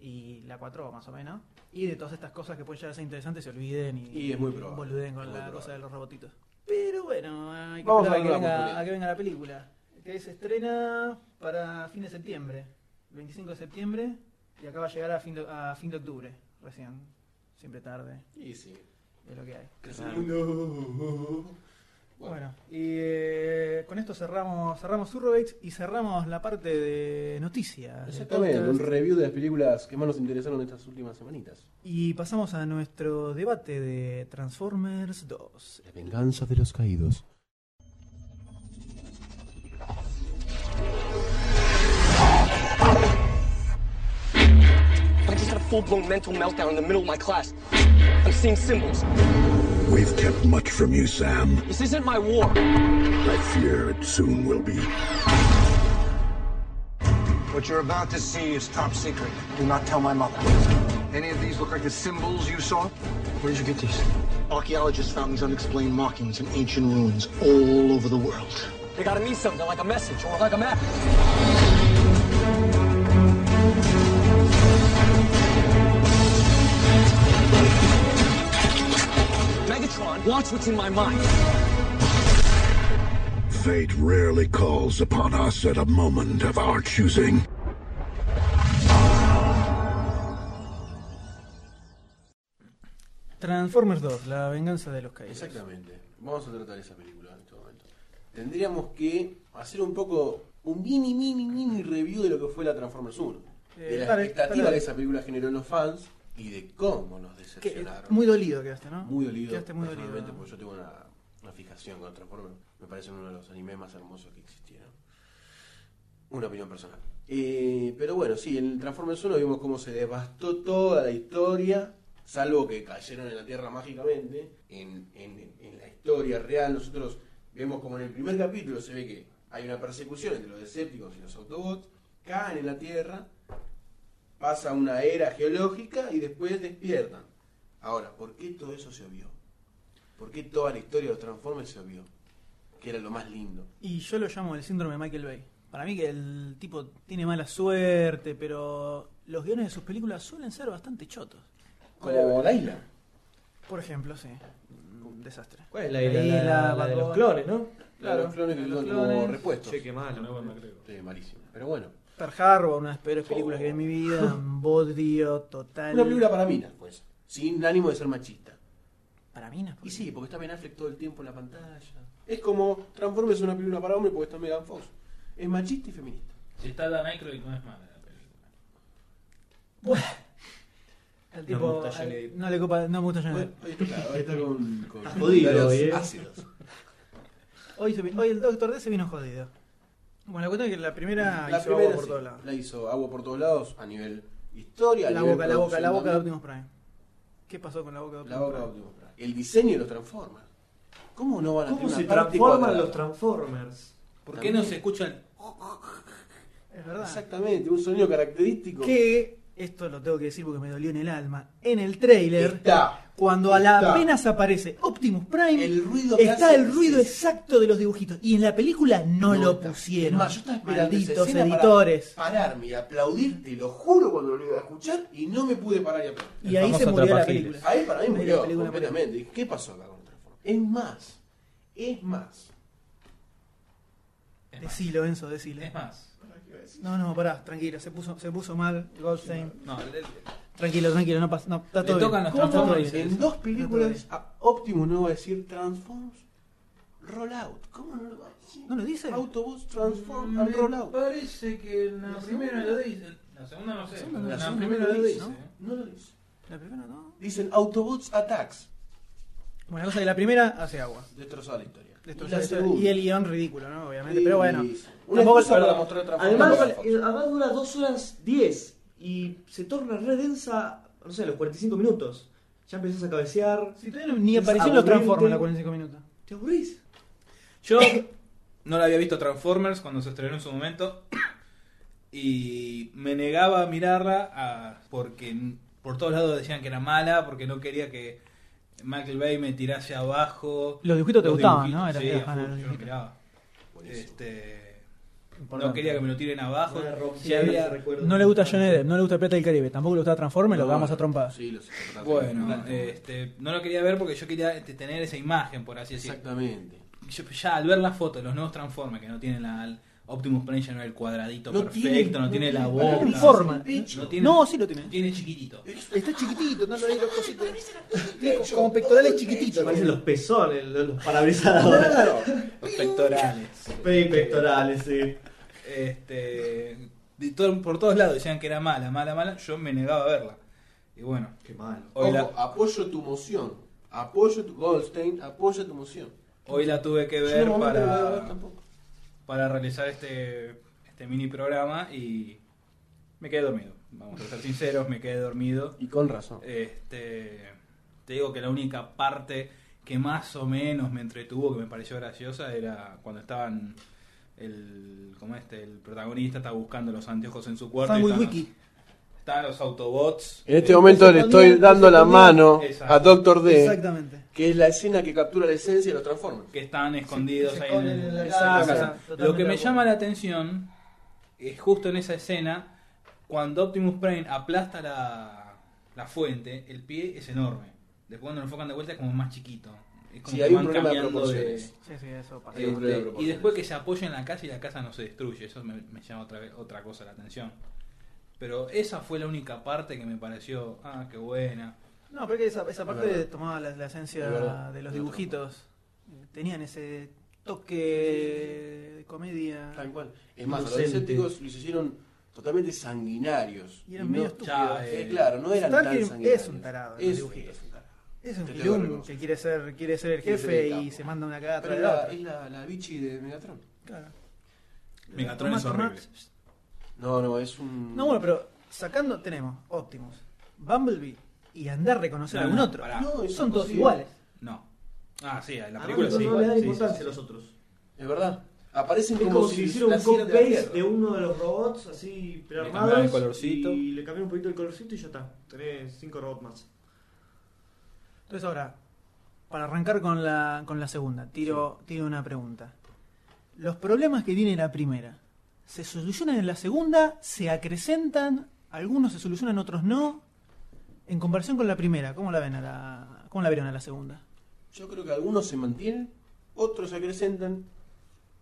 S1: y la 4 más o menos. Y de todas estas cosas que pueden llegar a ser interesantes se olviden y,
S3: Y es muy probable,
S1: boluden con
S3: muy
S1: la
S3: probable.
S1: cosa de los robotitos. Pero bueno, hay que
S3: Vamos a
S1: esperar a que,
S3: darle una
S1: venga,
S3: oportunidad.
S1: a que venga la película. Que se estrena para fin de septiembre, 25 de septiembre, y acá va a llegar a fin de, a fin de octubre, recién. Siempre tarde,
S3: Y sí.
S1: es lo que hay.
S3: Crece el mundo.
S1: Bueno, y eh, con esto cerramos cerramos Surrogates y cerramos la parte de noticias.
S3: Exactamente,
S1: del
S3: un
S1: podcast.
S3: review de las películas que más nos interesaron estas últimas semanitas.
S1: Y pasamos a nuestro debate de Transformers 2.
S3: La venganza de los caídos.
S24: I just had a full blown mental meltdown in the middle of my class. I'm seeing symbols.
S5: We've kept much from you, Sam.
S24: This isn't my war.
S5: I fear it soon will be.
S19: What you're about to see is top secret. Do not tell my mother. Any of these look like the symbols you saw? Where did you get these? Archaeologists found these unexplained markings in ancient ruins all over the world.
S25: They gotta mean something, like a message or like a map. Megatron, watch what's in my mind.
S19: Fate rarely calls upon us at a moment of our choosing.
S1: Transformers 2, la venganza de los caídos.
S3: Exactamente. Vamos a tratar esa película en este momento. Tendríamos que hacer un poco, un mini, mini, mini review de lo que fue la Transformers 1.
S1: Eh,
S3: de la
S1: dale,
S3: expectativa
S1: dale, dale.
S3: que esa película generó en los fans y de cómo nos decepcionaron.
S1: muy dolido quedaste, ¿no?
S3: Muy dolido.
S1: Quedaste muy
S3: personalmente,
S1: dolido.
S3: pues. Porque yo tengo una, una fijación con Transformers. Me parece uno de los animes más hermosos que existieron. Una opinión personal. Eh, pero bueno, sí, en Transformers 1 vimos cómo se devastó toda la historia, salvo que cayeron en la Tierra mágicamente. En, en- en la historia real, nosotros vemos como en el primer capítulo se ve que hay una persecución entre los Decepticons y los Autobots, caen en la Tierra, pasa una era geológica y después despiertan. Ahora, ¿por qué todo eso se obvió? ¿Por qué toda la historia de los Transformers se obvió? Que era lo más lindo.
S1: Y yo lo llamo el síndrome de Michael Bay. Para mí que el tipo tiene mala suerte, pero los guiones de sus películas suelen ser bastante chotos.
S3: Como la isla.
S1: Por ejemplo, sí. Un desastre.
S8: ¿Cuál es la isla? La- la
S1: Bad
S8: de los
S1: Bunny.
S8: clones, ¿no?
S3: Claro, los clones que
S1: los
S3: usan como
S1: clones.
S3: repuestos.
S8: Che, qué malo. No, bueno,
S3: Sí, malísimo. Pero bueno.
S1: Pearl Harbor, una de las peores películas que vi en mi vida. Bodio total.
S3: Una película para minas, pues. Sin ánimo de ser machista.
S1: ¿Para minas?
S3: Y sí, porque está Ben Affleck todo el tiempo en la pantalla. Es como Transformers una película para hombres porque está Megan Fox. Es machista y feminista.
S2: Si está Dan Aykroyd no es mala la película.
S1: El
S2: No
S1: tipo,
S2: me gusta Johnny
S1: al-
S2: Depp.
S1: no le copa, no me gusta Johnny
S3: Hoy,
S1: Depp.
S3: hoy está, claro, hoy está con, con
S8: Está jodido
S3: varios
S8: hoy, ¿eh?
S3: ácidos.
S1: Hoy, se vi- hoy el Doctor D se vino jodido. Bueno, la cuestión es que la primera
S3: La
S1: hizo
S3: primera
S1: agua por
S3: sí,
S1: todos lados.
S3: la hizo agua por todos lados a nivel historia. a
S1: La
S3: nivel
S1: boca, la boca,
S3: producción
S1: la boca de
S3: también.
S1: Optimus Prime. ¿Qué pasó con la boca de Optimus
S3: La boca de
S1: Prime?
S3: Optimus Prime. El diseño los transforma. ¿Cómo no van a
S8: ¿Cómo
S3: tener
S8: se
S3: una parte
S8: transforman
S3: cuadrada?
S8: los Transformers?
S2: ¿Por qué no se escuchan?
S1: Es verdad.
S3: Exactamente, un sonido característico.
S1: Que, esto lo tengo que decir porque me dolió en el alma, en el trailer,
S3: Está.
S1: cuando a la
S3: Está.
S1: apenas aparece Optimus Prime,
S3: El ruido que
S1: está
S3: hace
S1: el ruido
S3: es-
S1: exacto de los dibujitos. Y en la película no,
S3: No
S1: lo
S3: está.
S1: pusieron.
S3: Es más, yo estaba esperando esa
S1: Malditos
S3: escena para
S1: editores.
S3: Pararme y aplaudirte, lo juro cuando lo iba a escuchar, y no me pude parar y aplaudir.
S1: Y ahí se murió la película.
S3: Ahí para mí
S1: Ahí la
S3: murió
S1: película
S3: completamente. Dije, ¿Qué pasó acá con el Transformers? Es más, es más.
S1: Decilo, Enzo, decilo.
S2: Es más.
S1: No, no, pará, tranquilo, se puso, se puso mal Goldstein.
S2: No, el- el-
S1: Tranquilo, tranquilo, no pasa, no, está
S2: Le
S1: todo bien.
S2: tocan los
S1: Está todo
S2: Transformers
S1: bien.
S3: En dos películas, a Optimus no va a decir Transforms, Rollout. ¿Cómo no lo va a decir?
S1: ¿No lo dice?
S3: Autobots,
S2: Mm,
S3: Transform and Rollout.
S2: parece que en la primera lo dicen. La segunda no sé. pero en La primera lo dicen.
S3: No lo dice.
S1: La primera no.
S3: Dicen Autobots Attacks.
S1: Bueno, la cosa es que la primera hace agua.
S3: Destrozada la historia.
S1: Esto
S3: Y
S1: ya
S3: la
S1: es-
S3: segunda.
S1: y el guión ridículo, ¿no? Obviamente,
S3: Sí,
S1: pero bueno.
S3: Una
S1: Tampoco-
S3: excusa para
S1: perdón.
S3: mostrar Transformers.
S8: Además, eh,
S3: Megan Fox.
S8: además dura 2 horas 10 y se torna re densa, no sé, a los 45 minutos. Ya empezás a cabecear,
S1: Si todavía no- ni
S8: Es
S1: apareció los Transformers en los
S8: aburriente.
S1: 45 minutos.
S8: te aburrís.
S2: Yo no la había visto Transformers cuando se estrenó en su momento y me negaba a mirarla a- porque n- por todos lados decían que era mala, porque no quería que Michael Bay me tirase abajo.
S1: Los dibujitos te
S2: Los
S1: gustaban,
S2: dibujitos,
S1: ¿no? Era-
S2: sí,
S1: era
S2: a
S1: fan de
S2: full,
S1: los
S2: yo los
S1: dibujitos.
S2: miraba.
S3: Buenísimo.
S2: Este, no
S8: Importante.
S2: quería que me lo tiren abajo.
S8: Una Roxy
S2: Si había-
S8: recuerdo.
S1: No le gusta Johnny Depp, no le gusta Plata del Caribe, tampoco le gusta Transformers, lo
S3: No,
S1: vamos a trompar.
S3: Ah, Sí, los importantes.
S2: Bueno, este, no lo quería ver porque yo quería este, tener esa imagen, por así decirlo.
S3: Exactamente.
S2: Yo- ya al ver la foto de los nuevos Transformers que no tienen la el Optimus Prime ya no es el cuadradito
S3: No
S2: perfecto,
S3: tiene-
S2: no,
S3: no
S2: tiene
S3: tiene
S2: la
S3: cuadradito.
S2: boca,
S1: No tiene forma.
S2: no tiene,
S1: No, sí lo tiene.
S2: tiene chiquitito.
S1: Está chiquitito, no lo leí los cositos. Tiene como- Como pectorales chiquititos.
S8: Parecen los pezones, los, los parabrisas.
S3: Claro.
S2: Los pectorales.
S8: Pe- pectorales, sí.
S2: Este, de todo- por todos lados decían que era mala, mala, mala, yo me negaba a verla. Y bueno,
S8: Qué malo.
S2: hoy,
S3: Ojo,
S2: la,
S3: apoyo tu moción. Apoyo tu Goldstein, apoyo tu moción.
S2: hoy la tuve que
S3: Yo
S2: ver
S3: en un momento no la voy a ver
S2: para,
S3: tampoco.
S2: para realizar este, este mini programa y me quedé dormido. Vamos a ser sinceros, me quedé dormido.
S3: Y con razón.
S2: Este, te digo que la única parte que más o menos me entretuvo, que me pareció graciosa, era cuando estaban el como este el protagonista está buscando los anteojos en su cuarto.
S1: Está muy
S2: están los-
S1: wiki.
S2: Están los Autobots.
S3: En este momento le estoy dando la mano
S2: Exacto.
S3: a Doctor D.
S2: Exactamente.
S3: Que es la escena que captura la esencia de los Transformers.
S2: que están escondidos
S3: se
S2: ahí en,
S3: esconden en la
S2: en
S3: casa.
S2: la casa.
S3: Totalmente
S2: Lo que
S3: de
S2: me
S3: acuerdo.
S2: llama la atención es justo en esa escena, cuando Optimus Prime aplasta la, la fuente, el pie es enorme. Después cuando lo enfocan de vuelta es como más chiquito. Es como
S3: Sí,
S2: que
S3: hay un
S2: van
S3: problema de
S2: cambiando
S3: proporciones.
S1: Sí, sí, eso pasa.
S3: Hay un problema de
S2: Este, y
S3: proporciones.
S2: después que se apoya en la casa y la casa no se destruye, eso me, me llama otra, vez- otra cosa la atención. Pero esa fue la única parte que me pareció, ah, qué buena.
S1: No, pero que esa, esa
S2: Es
S1: parte
S2: verdad.
S1: tomaba la, la esencia
S2: Es verdad.
S1: de los
S2: Es otra
S1: dibujitos. Tenían ese toque de comedia.
S3: Tal cual. Es más, a los escépticos los hicieron totalmente sanguinarios.
S1: Y eran medio
S3: no-
S1: estúpidos.
S3: Eh, claro, no eran
S1: Starkey
S3: tan sanguinarios.
S1: es un tarado en los
S3: Es,
S1: dibujitos.
S3: es un tarado.
S1: Es un
S3: Te tengo que
S1: pilón
S3: reconocer.
S1: que quiere ser, quiere ser el
S3: Quiere ser
S1: jefe
S3: el
S1: y
S3: capo.
S1: se manda una cagada
S3: Pero
S1: tras
S3: es
S1: la
S3: la,
S1: otra.
S3: es la, la bichi de Megatron.
S1: Claro.
S2: Megatron
S1: Tomás,
S2: es horrible.
S1: Tomás.
S3: No, no, es un.
S1: No, bueno, pero sacando tenemos Optimus, Bumblebee y andar a reconocer
S2: No,
S1: algún
S2: no,
S1: otro.
S2: pará.
S1: No, son todos
S3: imposible.
S1: iguales.
S2: No. Ah, sí, en la
S3: Ah,
S2: película
S3: no,
S2: sí.
S3: no le dan
S2: Sí, sí,
S3: importancia
S2: sí.
S3: a los
S8: otros.
S3: Es verdad. Aparecen
S8: Es como, si hiciera un
S3: nacieran de la
S8: copy-paste
S3: Tierra.
S8: de uno de los robots así
S2: Le
S8: prearmados.
S2: cambiaron el colorcito.
S8: Y le cambiaron un poquito el colorcito y ya está. Tenés cinco robots más.
S1: Entonces ahora, para arrancar con la, con la segunda, tiro, tiro una pregunta. Los problemas que tiene la primera, ¿se solucionan en la segunda? ¿Se acrecentan? ¿Algunos se solucionan, otros no? En comparación con la primera, ¿cómo la ven a la, cómo la vieron a la segunda?
S3: Yo creo que algunos se mantienen, otros se acrecentan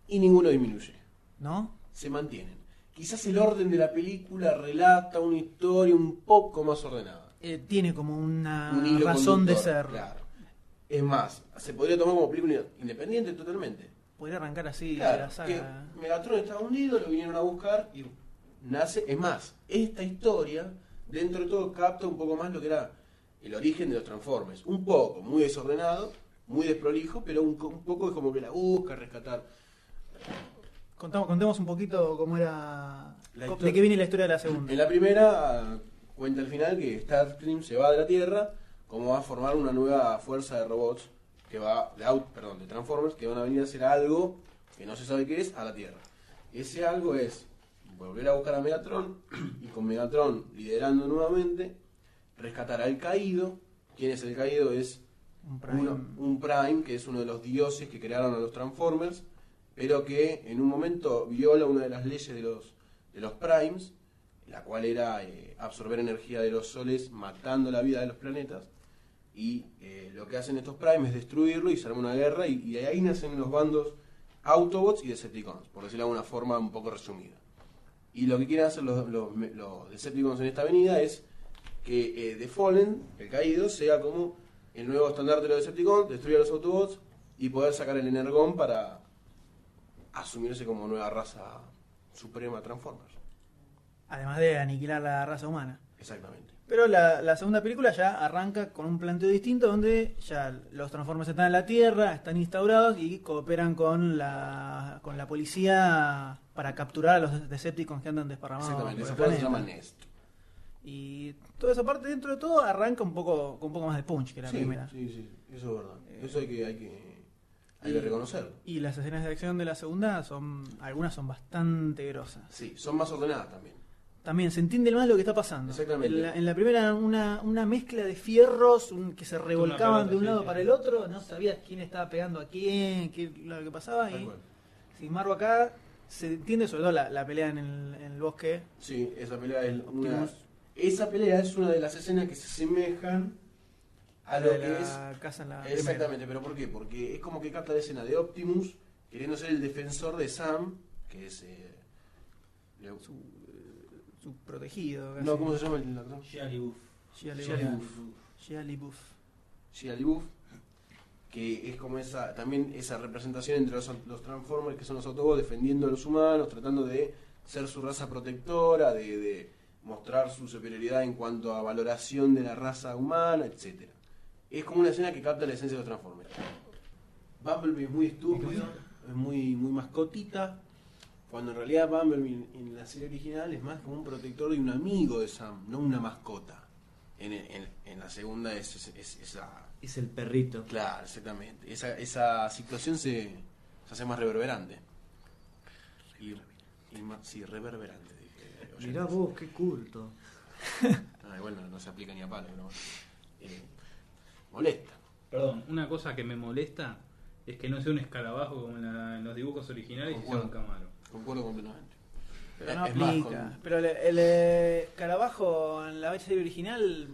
S3: y ninguno disminuye.
S1: ¿No?
S3: Se mantienen. Quizás el orden de la película relata una historia un poco más ordenada.
S1: Eh, tiene como una
S3: Un hilo
S1: razón de
S3: conductor,
S1: ser.
S3: claro. Es más, se podría tomar como película independiente totalmente.
S1: Podría arrancar así la
S3: Claro, que
S1: saga.
S3: Megatron está hundido, lo vinieron a buscar y nace. Es más, esta historia, dentro de todo, capta un poco más lo que era el origen de los Transformers. Un poco, muy desordenado, muy desprolijo, pero un, co- un poco es como que la busca rescatar.
S1: Contamos, contemos un poquito cómo era.
S3: La
S1: co-
S3: historia-
S1: de qué viene la historia de la segunda.
S3: En la primera, cuenta al final que Starscream se va de la Tierra, como va a formar una nueva fuerza de robots, que va, de, au- perdón, de Transformers, que van a venir a hacer algo que no se sabe qué es, a la Tierra. Ese algo es volver a buscar a Megatron y con Megatron liderando nuevamente, rescatar al caído. ¿Quién es el caído? Es
S1: Un Prime.
S3: uno- un Prime, que es uno de los dioses que crearon a los Transformers, pero que en un momento viola una de las leyes de los, de los Primes, la cual era eh, absorber energía de los soles matando la vida de los planetas. Y eh, lo que hacen estos Primes es destruirlo y se arma una guerra y, y de ahí nacen los bandos Autobots y Decepticons, por decirlo de alguna forma un poco resumida. Y lo que quieren hacer los, los- los Decepticons en esta avenida es que eh, The Fallen, el caído, sea como el nuevo estandarte de los Decepticons, destruir a los Autobots y poder sacar el Energon para asumirse como nueva raza suprema Transformers.
S1: Además de aniquilar la raza humana.
S3: Exactamente.
S1: Pero la, la segunda película ya arranca con un planteo distinto donde ya los Transformers están en la Tierra, están instaurados y cooperan con la, con la policía para capturar a los Decepticons que andan desparramados. Ah,
S3: Exactamente,
S1: por
S3: esa
S1: el
S3: fuerza se llama
S1: planeta.
S3: Nest.
S1: Y toda esa parte dentro de todo arranca un poco con un poco más de punch que la
S3: sí,
S1: primera. Eh.
S3: Sí, sí, eso es verdad. Eso hay que, hay que, hay que reconocerlo.
S1: Y las escenas de acción de la segunda son algunas son bastante grosas.
S3: Sí, son más ordenadas también.
S1: También se entiende más lo que está pasando.
S3: Exactamente.
S1: En la, en la primera era una, una mezcla de fierros un- que se revolcaban
S3: pelota,
S1: de un
S3: sí,
S1: lado
S3: sí.
S1: para el otro, no sabías quién estaba pegando a quién, qué era lo que pasaba. Ah, Y sin embargo acá se entiende sobre todo la, la pelea en el, en el bosque.
S3: Sí, esa pelea es una,
S1: Optimus.
S3: esa pelea es una de las escenas que se asemejan a lo
S1: de
S3: que
S1: la
S3: es
S1: casa en la primera.
S3: Exactamente, pero ¿por qué? Porque es como que capta la escena de Optimus queriendo ser el defensor de Sam, que es. eh, le-
S1: Su protegido.
S3: No, ¿cómo se llama el actor?
S2: Shia LaBeouf.
S1: Shia
S3: Shia
S1: LaBeouf.
S3: LaBeouf.
S1: Shia LaBeouf.
S3: Shia LaBeouf, que es como esa también esa representación entre los, los Transformers, que son los Autobots, defendiendo a los humanos, tratando de ser su raza protectora, de, de mostrar su superioridad en cuanto a valoración de la raza humana, etcétera Es como una escena que capta la esencia de los Transformers. Bumblebee es muy estúpido, es muy, muy mascotita, cuando en realidad Bumblebee en, en la serie original es más como un protector y un amigo de Sam, no una mascota. En, en- en la segunda es, es- es- esa...
S8: Es el perrito.
S3: Claro, exactamente. Esa, esa situación se, se hace más reverberante. Y, y más, sí, reverberante. dije, oyentes.
S8: Mirá vos, qué culto.
S3: Ah, igual no, no se aplica ni a palo, pero bueno. Eh, molesta.
S2: Perdón, una cosa que me molesta es que no sea un escarabajo como en, la- en los dibujos originales y sea un camaro.
S3: Concuerdo completamente.
S1: Pero no
S2: Es más,
S1: aplica.
S2: con-
S1: Pero el, el, eh, Carabajo en la serie original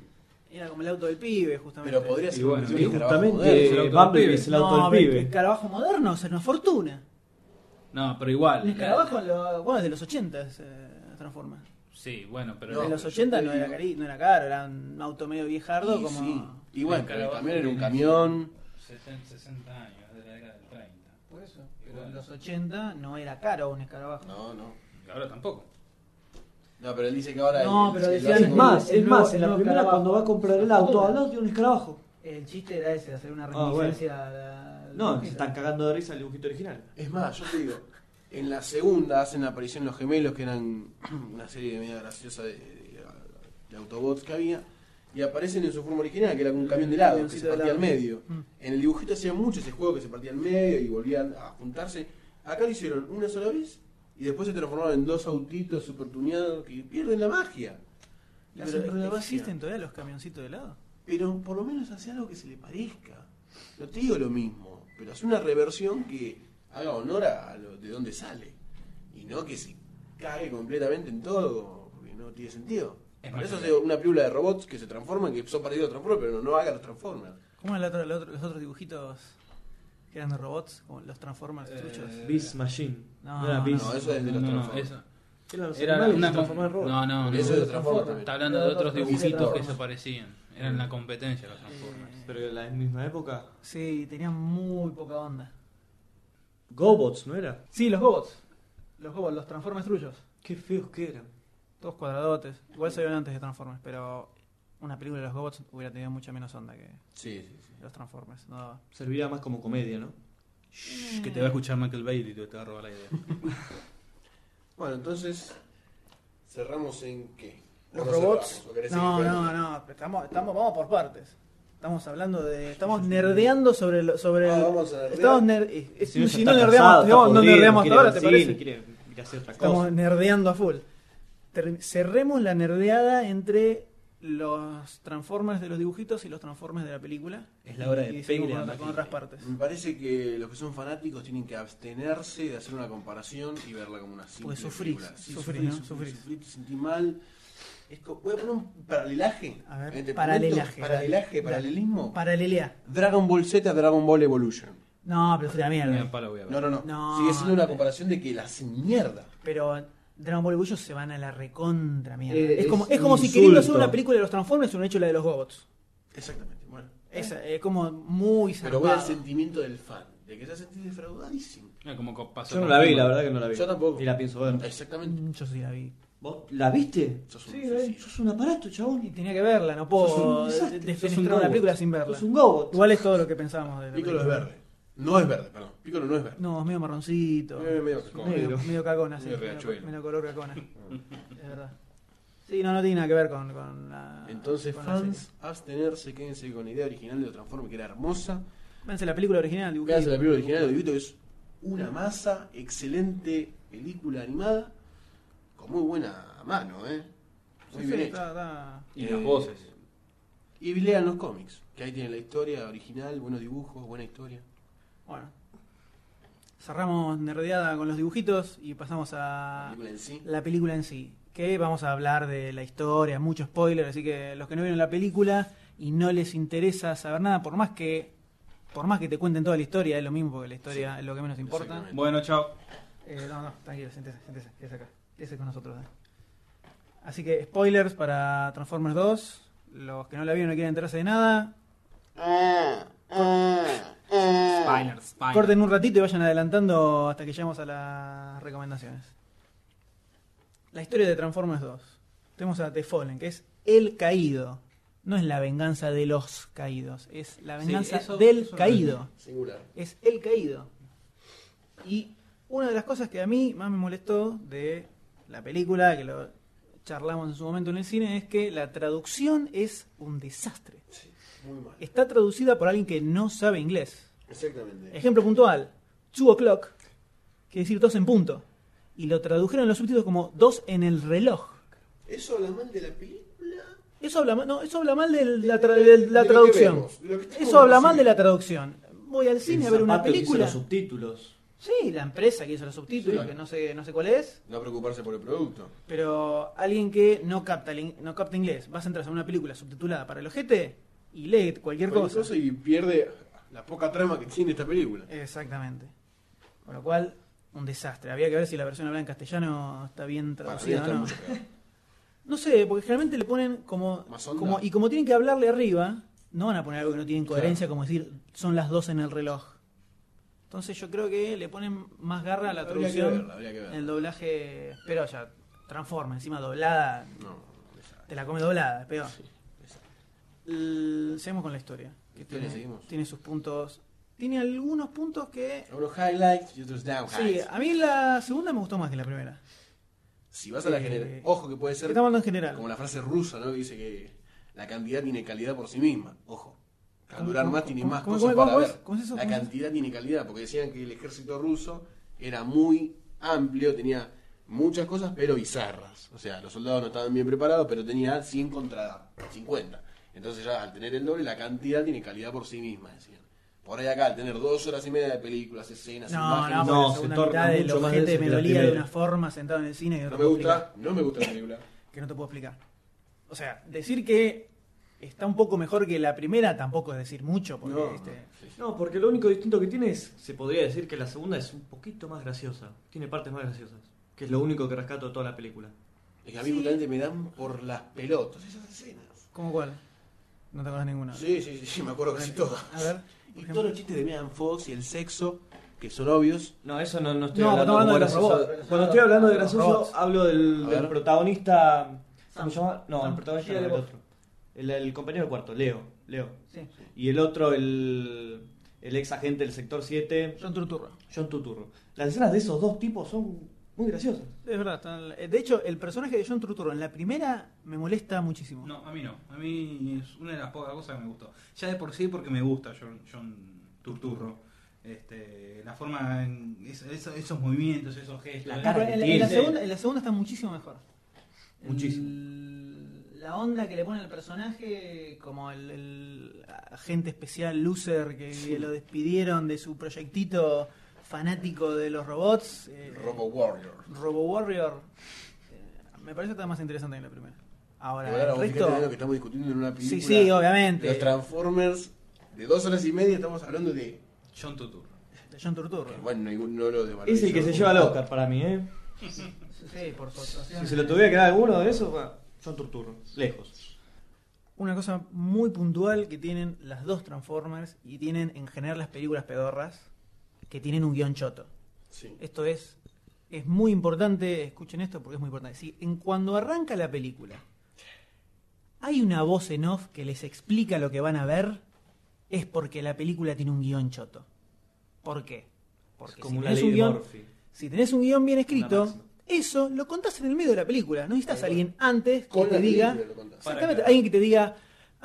S1: era como el auto del pibe, justamente.
S3: Pero podría ser Y bueno, un-
S26: y un justamente Carabajo moderno. el Bumblebee es el auto
S1: No,
S26: del
S1: pero
S26: pibe.
S1: El Carabajo moderno es una fortuna.
S2: No, pero
S1: El
S2: igual.
S1: Carabajo, lo- bueno, es de los 80 se transforma.
S2: Sí, bueno, pero.
S1: en los 80 no era, cari- no era caro, era un auto medio viejardo
S3: Y
S1: como...
S3: sí. Y bueno,
S2: El
S3: pero
S2: Carabajo
S3: también era un
S2: tiene
S3: camión.
S2: 60, 60 años, de la década del 30.
S1: Por eso. Pero en los 80 no era caro un escarabajo.
S3: No, no.
S2: Ahora tampoco.
S3: No, pero él dice que ahora.
S1: No,
S3: el-
S1: pero
S3: el-
S1: decían-
S3: el-
S1: Es
S3: el-
S1: más,
S3: el-
S1: es más, en la primera cuando va a comprar el auto, al lado
S8: tiene un escarabajo.
S1: El chiste era ese, hacer una
S8: Ah, bueno.
S1: reminiscencia a la- al
S8: No,
S1: dibujito.
S8: se están cagando de risa el dibujito original.
S3: Es más, yo te digo, en la segunda hacen la aparición los gemelos, que eran una serie media graciosa de, de- de Autobots que había, y aparecen en su forma original, que era como un camión de helado, que se
S1: Camioncito de Mm.
S3: partía al
S1: helado.
S3: medio. En el dibujito hacían mucho ese juego que se partía al medio y volvían a juntarse. Acá lo hicieron una sola vez y después se transformaron en dos autitos super tuneados que pierden la magia. Le hacen perder la
S1: Pero,
S3: magia.
S1: ¿Existen todavía los camioncitos de helado?
S3: Pero por lo menos hace algo que se le parezca. No te digo lo mismo, pero hace una reversión que haga honor a lo de dónde sale. Y no que se cague completamente en todo, porque no tiene sentido.
S2: Es
S3: Por
S2: más
S3: eso
S2: que-
S3: hace una película de robots que se transforman, que son parecidos a los Transformers, pero no, no haga los Transformers.
S1: ¿Cómo eran los otros dibujitos que eran de robots? Como los Transformers truchos.
S8: Beast Machine.
S1: No,
S8: era
S1: no,
S8: Beast.
S3: no, eso es de los
S2: No, no,
S3: Transformers.
S2: eso.
S8: Era los
S2: Era
S8: animales que
S2: una
S8: se transformaban en
S2: con-
S8: robots.
S2: No, no, no.
S3: Eso es de Transformers.
S2: Está hablando de otros
S3: Otros
S2: dibujitos que
S3: Transformers.
S2: se parecían. Eran la competencia los Transformers.
S8: Pero en la misma época.
S1: Eh, Sí, tenían muy poca onda.
S8: Gobots, ¿no era?
S1: Sí, los Gobots. Los Gobots, los Transformers trullos.
S8: Qué feos que eran.
S1: Todos cuadradotes. Igual salieron antes de Transformers, pero una película de los Gobots hubiera tenido mucha menos onda que
S3: Sí, sí, sí.
S1: los Transformers. No daba.
S8: Servía más como comedia, ¿no?
S2: Shh, Que te va a escuchar Michael Bailey y te va a robar la idea.
S3: Bueno, entonces, cerramos en qué?
S1: ¿Los
S3: ¿O
S1: robots?
S3: cerramos? ¿O querés
S1: No,
S3: seguir
S1: no,
S3: con-
S1: no. Estamos, estamos, vamos por partes. Estamos hablando de. Estamos nerdeando sobre. lo- sobre
S3: Ah,
S1: el-
S3: vamos a nerdear.
S1: estamos ner- eh, eh,
S8: Si no,
S1: Si,
S8: ya
S1: no
S8: está
S1: nerdeamos,
S8: cansado,
S1: no,
S8: está
S1: no
S8: podrido,
S1: nerdeamos
S8: quiere
S1: hasta ahora,
S8: ver
S1: ¿te
S8: cine,
S1: parece?
S8: quiere ir a hacer otra
S1: Estamos
S8: cosa.
S1: nerdeando a full. Ter- cerremos la nerdeada entre los Transformers de los dibujitos y los Transformers de la película.
S2: Es la hora de
S1: Y seguimos
S2: pegarle
S1: con,
S2: a
S1: otra- con
S2: Matilde.
S1: otras partes.
S3: Me parece que los que son fanáticos tienen que abstenerse de hacer una comparación y verla como una simple
S1: Porque Pues sufrís,
S3: película. Sí,
S1: sufrís, ¿no?
S3: sufrís,
S1: Sufrís.
S3: sufrís, te sentís mal. Es co- voy a poner un paralelaje.
S1: A ver,
S3: en este
S1: paralelaje,
S3: momento. Paralelaje,
S1: dale.
S2: Mm.
S3: paralelismo.
S1: Paralelea.
S3: Dragon Ball Z, Dragon Ball Evolution.
S1: No, pero es una
S2: Ni a
S1: mierda.
S2: palo voy a ver.
S3: No, no, no.
S1: No.
S3: Sigue siendo una comparación de que la hacen mierda.
S1: Pero Dragon Ball Evolution se van a la recontra mierda.
S8: Eh,
S1: es, como,
S8: es
S1: es como
S8: un
S1: si queriendo hacer
S8: insulto.
S1: una película de los Transformers, hubieran hecho la de los Gobots.
S3: Exactamente. Bueno.
S1: Es, eh, como muy
S3: Pero voy al
S1: zarpado.
S3: sentimiento del fan, de que se sentir defraudadísimo.
S2: Era como co- pasó
S8: Yo no
S2: con
S8: la vi,
S2: He-Man.
S8: la verdad que no la vi.
S3: Yo tampoco.
S8: Ni la pienso ver.
S3: Exactamente.
S1: Mm, Yo sí la vi.
S8: ¿Vos la viste?
S3: Sos un
S8: Sí, la vi.
S3: suicidio.
S8: Sos un aparato, chabón.
S1: Y tenía que verla, no puedo
S8: Sos un desastre, sos un
S1: desfenestrar
S8: gobot.
S1: una película sin verla.
S8: Sos un gobot.
S1: Igual es todo lo que pensábamos de la
S3: Piccolo es
S1: película.
S3: verde. No es verde, perdón. Piccolo no es verde.
S1: No, es medio marroncito.
S3: Eh, medio cacona.
S1: medio, medio cacona, sí.
S3: Medio
S1: medio-
S3: riachuelo.
S1: medio color cacona. es verdad. Sí, no, no tiene nada que ver con, con la.
S3: Entonces,
S1: Ah, con la
S3: fans,
S1: serie.
S3: abstenerse, quédense con la idea original de los Transformers, que era hermosa.
S1: Véanse la película original, dibujito.
S3: Véanse la película original de Dibito, que es una masa, excelente película animada, con muy buena mano, ¿eh? Muy
S1: Sí,
S3: bien
S1: sí,
S3: hecha.
S1: está- está-
S2: Y
S3: Eh,
S2: las voces.
S3: Y lean los cómics, que ahí tienen la historia original, buenos dibujos, buena historia.
S1: Bueno. Cerramos nerdeada con los dibujitos y pasamos a
S3: La película en sí.
S1: la película en sí. Que vamos a hablar de la historia, mucho spoiler, así que los que no vieron la película y no les interesa saber nada, por más que por más que te cuenten toda la historia, es lo mismo porque la historia es lo que menos importa.
S3: Exactamente.
S2: Bueno, chao.
S1: Eh, no, no, tranquilo, siéntese, siéntese, quédese acá. Quédese con nosotros. eh. Así que spoilers para Transformers 2. Los que no la vieron no quieren enterarse de nada.
S2: Spiners, Spiners.
S1: Corten un ratito y vayan adelantando hasta que lleguemos a las recomendaciones. La historia de Transformers 2. Tenemos a The Fallen, que es el caído. No es la venganza de los caídos, es la
S2: Sí,
S1: venganza
S2: eso-
S1: del
S2: eso lo
S1: caído
S3: Singular.
S1: es el caído. Y una de las cosas que a mí más me molestó de la película, que lo charlamos en su momento en el cine, es que la traducción es un desastre.
S3: Sí, muy mal.
S1: Está traducida por alguien que no sabe inglés.
S3: Exactamente.
S1: Ejemplo puntual, two o'clock, quiere decir dos en punto. Y lo tradujeron los subtítulos como dos en el reloj.
S3: Eso habla mal de la película.
S1: Eso habla, ma- no, eso habla mal del- de la, tra- de la traducción.
S8: vemos, de lo que estamos
S1: Eso habla mal
S8: haciendo.
S1: de la traducción. Voy al cine a ver una
S8: zapato que hizo
S1: película.
S8: los subtítulos.
S1: Sí, la empresa que hizo los subtítulos,
S3: Sí.
S1: que no sé, no sé cuál es,
S3: No preocuparse por el producto.
S1: pero alguien que no capta, el in- no capta inglés, vas a entrar a una película subtitulada para el ojete y lee cualquier
S3: Cualquier
S1: cosa.
S3: cosa y pierde la poca trama que tiene esta película.
S1: Exactamente. Con lo cual, un desastre. Había que ver si la versión hablada en castellano está bien traducida
S3: está
S1: o no.
S3: mucho peor.
S1: No sé, porque generalmente le ponen como,
S3: Más onda.
S1: como. Y como tienen que hablarle arriba, no van a poner algo que no tiene coherencia, como decir, son las 12 en el reloj. Entonces yo creo que le ponen más garra a la
S3: Habría
S1: traducción.
S3: que verla, habría que verla.
S1: El doblaje. Pero ya, transforma, encima doblada.
S3: No, desastre.
S1: Te la come doblada, es peor. L- Seguimos con la historia. Que
S3: Historia,
S1: tiene,
S3: seguimos.
S1: tiene sus puntos. Tiene algunos puntos que.
S3: Algunos highlights y otros
S1: Sí,
S3: downhights.
S1: a mí la segunda me gustó más que la primera.
S3: Si vas a la
S1: Eh,
S3: general. Ojo que puede ser.
S1: estamos hablando en general.
S3: Como la frase rusa, ¿no? Que dice que la cantidad tiene calidad por sí misma. Ojo. Al durar
S1: ¿Cómo,
S3: más
S1: cómo,
S3: tiene
S1: cómo,
S3: más
S1: cómo,
S3: cosas
S1: cómo,
S3: para
S1: cómo
S3: ver.
S1: es? ¿Cómo es eso?
S3: La
S1: ¿Cómo es eso?
S3: cantidad tiene calidad, porque decían que el ejército ruso era muy amplio, tenía muchas cosas, pero bizarras. O sea, los soldados no estaban bien preparados, pero tenía 100 contra 50. Entonces ya al tener el doble, la cantidad tiene calidad por sí misma, decían. Por ahí acá, al tener dos horas y media de películas, escenas,
S1: No,
S3: imágenes...
S1: no, porque la segunda mitad del ojete me dolía de una forma sentado en el cine que no, te
S3: No me
S1: puedo
S3: gusta,
S1: explicar.
S3: no me gusta la película.
S1: Que no te puedo explicar. O sea, decir que está un poco mejor que la primera tampoco es decir mucho, porque
S8: No,
S1: este,
S8: No, porque lo único distinto que tiene es, se podría decir que la segunda es un poquito más graciosa. Tiene partes más graciosas. Que es lo único que rescato de toda la película.
S3: Es que a mí justamente me dan por las pelotas esas escenas.
S1: ¿Cómo cuál? No te acuerdas ninguna.
S3: Sí, sí, sí, sí, me acuerdo casi todo.
S1: A ver.
S3: Y todos los chistes de Megan Fox y el sexo, que son obvios.
S8: No, eso no, estoy
S1: No,
S8: hablando,
S1: estamos hablando de
S8: como
S1: los
S8: gracioso.
S1: robots.
S8: Cuando estoy hablando de
S1: Los
S8: gracioso,
S1: robots.
S8: hablo del,
S1: A
S8: del
S1: ver.
S8: protagonista. ¿Cómo se llama? No,
S1: Sam.
S8: el protagonista
S1: Shia
S8: no, el
S1: LaBeouf.
S8: otro. El, el compañero de cuarto, Leo. Leo.
S1: Sí.
S8: Y el otro, el, el ex agente del sector 7,
S1: John Turturro.
S8: John Tuturro. Las escenas de esos dos tipos son muy graciosas.
S1: Es verdad. están- eh, De hecho, el personaje de John Turturro en la primera me molesta muchísimo.
S2: No, a mí no. A mí es una de las pocas cosas que me gustó. Ya de por sí porque me gusta John, John Turturro. Este, la forma, en- es- eso- esos movimientos, esos gestos.
S1: La cara
S2: Eh,
S1: en, la- en la segunda, en la segunda está muchísimo mejor.
S2: Muchísimo.
S1: El- la onda que le pone al personaje, como el, el agente especial loser que lo despidieron de su proyectito fanático de los robots, eh,
S3: Robo Warrior.
S1: Robo Warrior, eh, me parece que está más interesante que la primera. Ahora,
S3: Pero ahora
S1: el
S3: vos fijate
S1: resto.
S3: de lo que estamos discutiendo en una
S1: Sí,
S3: película.
S1: sí, obviamente.
S3: Los Transformers, de dos horas y media estamos hablando de...
S2: John Turturro.
S1: de John Turturro.
S3: Bueno, ningún- no lo de
S8: Es el que se lleva al Oscar para mí, ¿eh?
S1: Sí, por su actuación.
S8: Si se lo tuviera que dar a alguno de esos, va, John Turturro. Lejos.
S1: Una cosa muy puntual que tienen las dos Transformers y tienen en general las películas pedorras, que tienen un guión choto.
S3: Sí.
S1: Esto es, es muy importante, escuchen esto porque es muy importante. Si en cuando arranca la película hay una voz en off que les explica lo que van a ver, es porque la película tiene un guión choto. ¿Por qué? Porque
S8: como
S1: si
S8: una
S1: tenés
S8: ley
S1: un
S8: de
S1: guión,
S8: Murphy.
S1: si tenés un guión bien escrito,
S8: máxima.
S1: eso lo contás en el medio de la película. No necesitas a alguien antes que
S3: Con la
S1: te diga.
S3: película lo contás.
S1: Exactamente, alguien que te diga.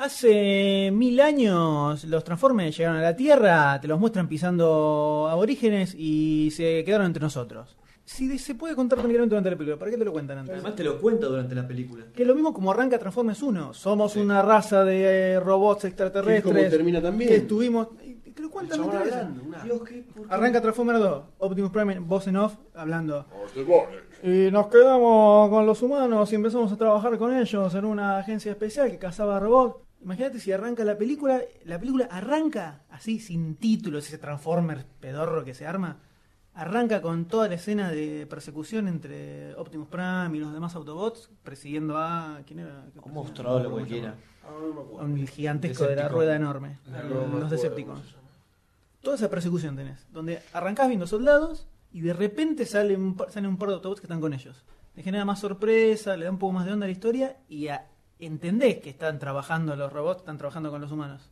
S1: Hace mil años los Transformers llegaron a la Tierra, te los muestran pisando aborígenes y se quedaron entre nosotros. Si de- se puede contar tranquilamente durante la película, ¿para qué te lo cuentan antes?
S8: Además te lo cuenta durante la película.
S1: Que es lo mismo como arranca Transformers 1. Somos una raza de eh, robots
S3: Que es
S1: extraterrestres.
S3: como termina también.
S1: Que estuvimos. y Te lo cuentan
S3: chabón
S1: antes de eso.
S3: hablando, una-
S1: Arranca Transformers 2. Optimus Prime, voz en off, hablando.
S3: Oscar Warrior.
S1: Y nos quedamos con los humanos y empezamos a trabajar con ellos en una agencia especial que cazaba robots. Imagínate si arranca la película, la película arranca así, sin títulos, ese Transformers pedorro que se arma. Arranca con toda la escena de persecución entre Optimus Prime y los demás Autobots, persiguiendo a. ¿Quién era?
S8: Un mostrador cualquiera.
S1: Un gigantesco de la
S8: Decepticon.
S1: rueda enorme.
S8: No me acuerdo
S1: Los Decepticons. Toda esa persecución tenés, donde arrancás viendo soldados y de repente salen un par, salen un par de autobots que están con ellos. Le genera más sorpresa, le da un poco más de onda a la historia y a- entendés que están trabajando los robots, están trabajando con los humanos.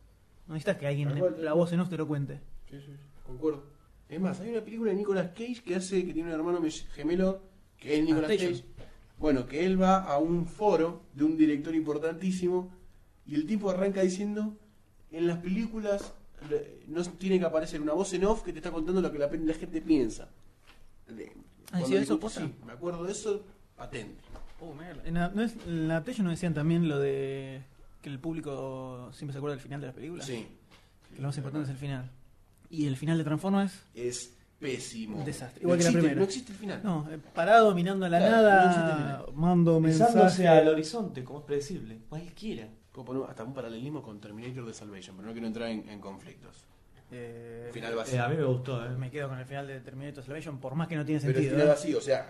S1: No necesitas que alguien,
S3: Tal cual, tal
S1: la
S3: cual.
S1: voz en off te lo cuente.
S3: Sí, sí, sí, concuerdo. Es más, hay una película de Nicolas Cage que hace que tiene un hermano me- gemelo que es Nicolas
S1: Artello.
S3: Cage. Bueno, que él va a un foro de un director importantísimo y el tipo arranca diciendo en las películas eh, no tiene que aparecer una voz en off que te está contando lo que la, pe- la gente piensa. De-
S1: Ah,
S3: cuando
S1: ¿sí,
S3: le
S1: eso
S3: conté-
S1: posta?
S3: sí, me acuerdo de eso patente.
S1: En, la- ¿no es, en la PlayStation no decían también lo de que el público siempre se acuerda del final de las películas.
S3: Sí.
S1: Que lo más importante es el final. Y el final de Transformers
S3: Es pésimo.
S1: un desastre.
S3: No
S1: Igual que
S3: existe-
S1: la primera.
S3: No existe el final.
S1: No, eh, parado mirando a la
S3: Claro, no existe el
S1: nada,
S3: final.
S1: mando mensajes.
S3: Pisándose
S8: al horizonte, como es predecible. Cualquiera.
S3: Puedo poner hasta un paralelismo con Terminator de Salvation, pero no quiero entrar en, en conflictos.
S1: Eh,
S3: Final vacío.
S1: Me eh. quedo con el final de Terminator Salvation, por más que no tiene
S3: Pero el
S1: sentido.
S3: final
S1: ¿eh?
S3: vacío, o sea,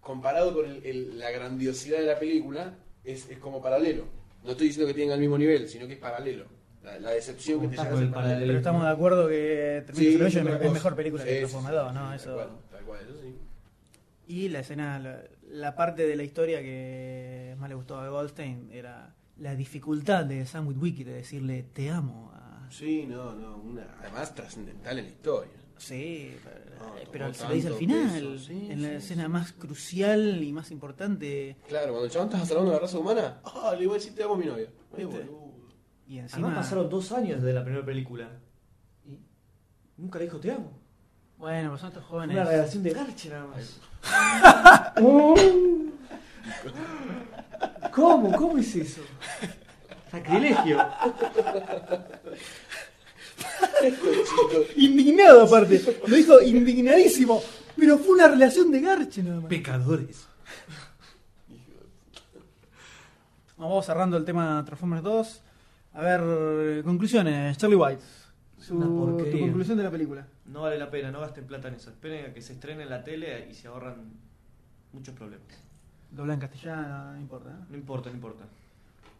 S3: comparado con el- el- la grandiosidad de la película, es, es como paralelo. No estoy diciendo que tengan el mismo nivel, sino que es paralelo. La, la decepción que te llega a hacer paralelo.
S1: Pero estamos de acuerdo que
S3: Sí,
S1: Terminator Salvation
S3: otra
S1: es,
S3: cosa.
S1: mejor película
S3: Sí,
S1: que
S3: sí,
S1: Transformers
S3: sí,
S1: 2,
S3: sí,
S1: ¿no?
S3: tal
S1: Eso-
S3: cual, tal cual, eso sí.
S1: Y la escena, la, la parte de la historia que más le gustó a Goldstein era la dificultad de Sam Witwicky de decirle te amo. a-
S3: Sí, no, no, una, además trascendental en la historia.
S1: Sí, eh,
S3: No, tomó
S1: pero se lo dice al
S3: Ah, tanto
S1: final,
S3: peso, sí,
S1: en la
S3: sí,
S1: escena más crucial y más importante.
S3: Claro, cuando el chabón está salvando la raza humana, ah, le voy a decir te amo a mi novia. Ay, boludo.
S1: Y encima.
S8: Además pasaron dos años desde la primera película. Y nunca le dijo te amo.
S1: Bueno, pero son estos jóvenes.
S8: Una relación de garche nada más. ¿Cómo? ¿Cómo es eso? Sacrilegio.
S1: Indignado aparte, lo dijo indignadísimo, pero fue una relación de garche nada más.
S27: Pecadores.
S1: Vamos cerrando el tema Transformers 2. A ver, eh, conclusiones, Charlie White. Su,
S8: Una porquería.
S1: tu conclusión de la película.
S8: No vale la pena, no gasten plata en eso. Esperen a que se estrene en la tele y se ahorran muchos problemas.
S1: Dobla en castellano, no importa. ¿eh?
S8: No importa, no importa.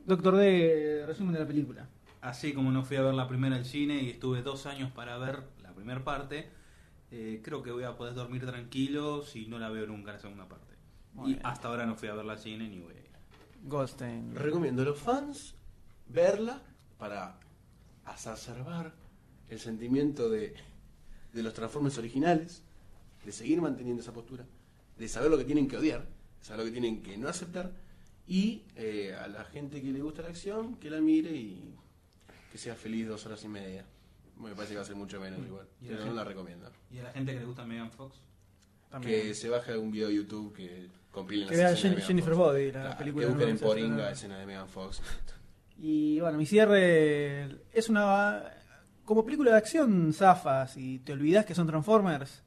S1: Doctor D, eh, resumen de la película.
S2: Así como no fui a ver la primera al cine y estuve dos años para ver la primera parte, eh, creo que voy a poder dormir tranquilo si no la veo nunca la segunda parte.
S1: Muy
S2: y
S1: bien.
S2: hasta ahora no fui a verla al cine ni voy a ir.
S1: Goldstein.
S3: Recomiendo a los fans verla para exacerbar el sentimiento de, de los Transformers originales, de seguir manteniendo esa postura, de saber lo que tienen que odiar, de saber lo que tienen que no aceptar, y eh, a la gente que le gusta la acción, que la mire y que sea feliz dos horas y media. Me parece que va a ser mucho menos igual,
S2: Y a la
S3: pero no
S2: gente-
S3: la recomiendo.
S2: Y a la gente que le gusta Megan Fox.
S3: Que se baje un video de YouTube que compilen
S1: Que vea
S3: escenas de
S1: Jen-
S3: Megan
S1: Jennifer
S3: Fox.
S1: Body, la
S3: Claro,
S1: película
S3: Que
S1: de
S3: busquen en
S1: Megan Fox,
S3: Poringa
S1: ¿no?
S3: escena de Megan Fox.
S1: Y bueno, mi cierre es una... Como película de acción, zafas y te olvidas que son Transformers.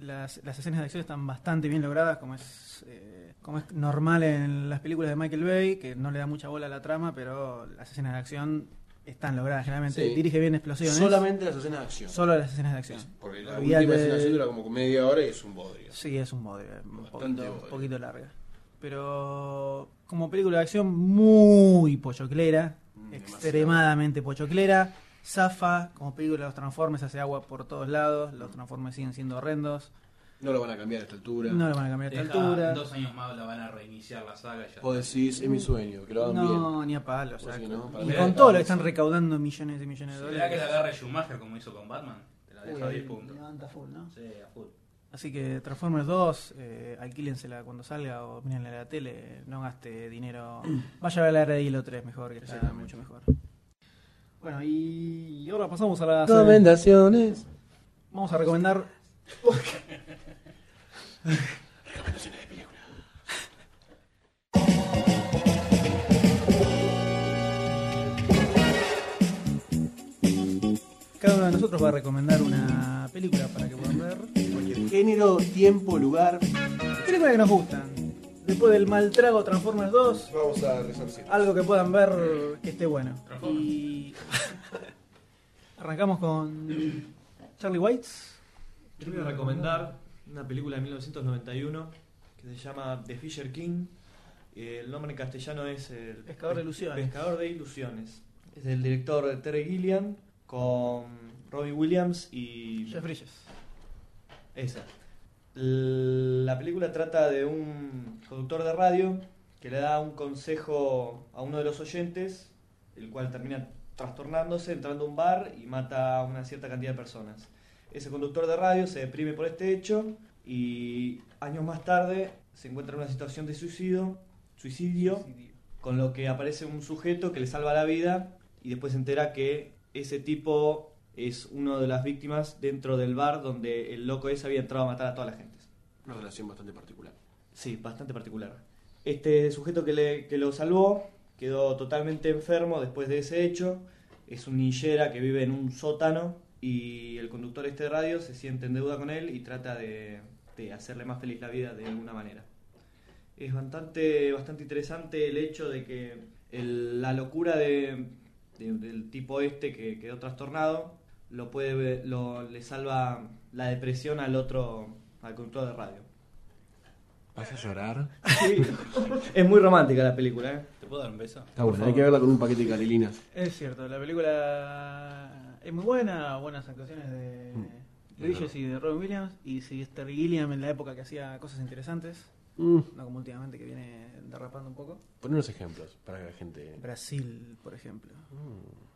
S1: Las, las escenas de acción están bastante bien logradas, como es, eh, como es normal en las películas de Michael Bay, que no le da mucha bola a la trama, pero las escenas de acción están logradas generalmente.
S3: Sí.
S1: Dirige bien explosiones.
S3: Solamente las escenas de acción.
S1: Solo las escenas de acción.
S3: Porque la
S1: Olvidate-
S3: última escena de acción dura como media hora y es un bodrio.
S1: Sí, es un modelo, un
S3: Bastante
S1: poquito,
S3: bodrio.
S1: poquito larga. Pero como película de acción muy pochoclera,
S2: Mm,
S1: extremadamente pochoclera. Zafa, como película de los Transformers, hace agua por todos lados.
S2: Mm.
S1: Los Transformers siguen siendo horrendos.
S3: No lo van a cambiar a esta altura.
S1: No lo van a cambiar a esta
S2: Deja
S1: altura.
S2: Dos años más la van a reiniciar la saga y ya.
S3: Vos decís, es mi sueño, que lo hagan bien.
S1: No, ni a palo. o sea,
S3: Pues sí, ¿no? Para
S1: y
S3: mí
S1: con
S3: está
S1: todo lo que
S3: bien.
S1: están recaudando millones y millones de
S2: ¿Será
S1: dólares.
S2: que la agarre Schumacher como hizo con Batman? Te la deja
S1: Uy,
S2: a 10 puntos.
S1: levanta full, ¿no?
S2: Sí, a full.
S1: Así que Transformers 2, eh, alquílensela cuando salga o mírenla en la tele, no gaste dinero. Vaya a ver la era de Hilo 3 mejor, que está mucho mejor. Bueno, y ahora pasamos a las... eh,
S3: Recomendaciones.
S1: vamos a recomendar... Cada uno de nosotros va a recomendar una película para que puedan ver.
S3: Cualquier género, tiempo, lugar.
S1: Películas que nos gustan. Después del mal trago Transformers 2,
S3: Vamos a resarcir.
S1: algo que puedan ver que esté bueno. Y arrancamos con Charlie Whites.
S8: Yo voy a recomendar una película de 1991 que se llama The Fisher King. Eh, El nombre en castellano es El
S1: Pescador de ilusiones.
S8: Pescador de Ilusiones. Es del director Terry Gilliam con Robin Williams y
S1: Jeff Bridges.
S8: Esa. L- La película trata de un conductor de radio que le da un consejo a uno de los oyentes, el cual termina trastornándose, entrando a un bar y mata a una cierta cantidad de personas. Ese conductor de radio se deprime por este hecho y años más tarde se encuentra en una situación de suicidio, suicidio, con lo que aparece un sujeto que le salva la vida y después se entera que ese tipo es una de las víctimas dentro del bar donde el loco ese había entrado a matar a toda la gente.
S3: Una relación bastante particular.
S8: Sí, bastante particular. Este sujeto que, le, que lo salvó quedó totalmente enfermo después de ese hecho. Es un ninjera que vive en un sótano y el conductor este de radio se siente en deuda con él y trata de, de hacerle más feliz la vida de alguna manera. Es bastante, bastante interesante el hecho de que el- la locura de, de- del tipo este que quedó trastornado lo puede ver- lo, le salva la depresión al otro, al conductor de radio.
S3: ¿Vas a llorar?
S8: es muy romántica la película, ¿eh?
S2: ¿Te puedo dar un beso?
S3: Está bueno, hay que verla con un paquete de canelinas.
S1: Es cierto, la película es muy buena, buenas actuaciones de de Bridges y de Robin Williams. Y si Esther Gilliam en la época que hacía cosas interesantes,
S3: Mm.
S1: no como últimamente que viene derrapando un poco.
S3: Pon unos ejemplos para que la gente.
S1: Brasil, por ejemplo.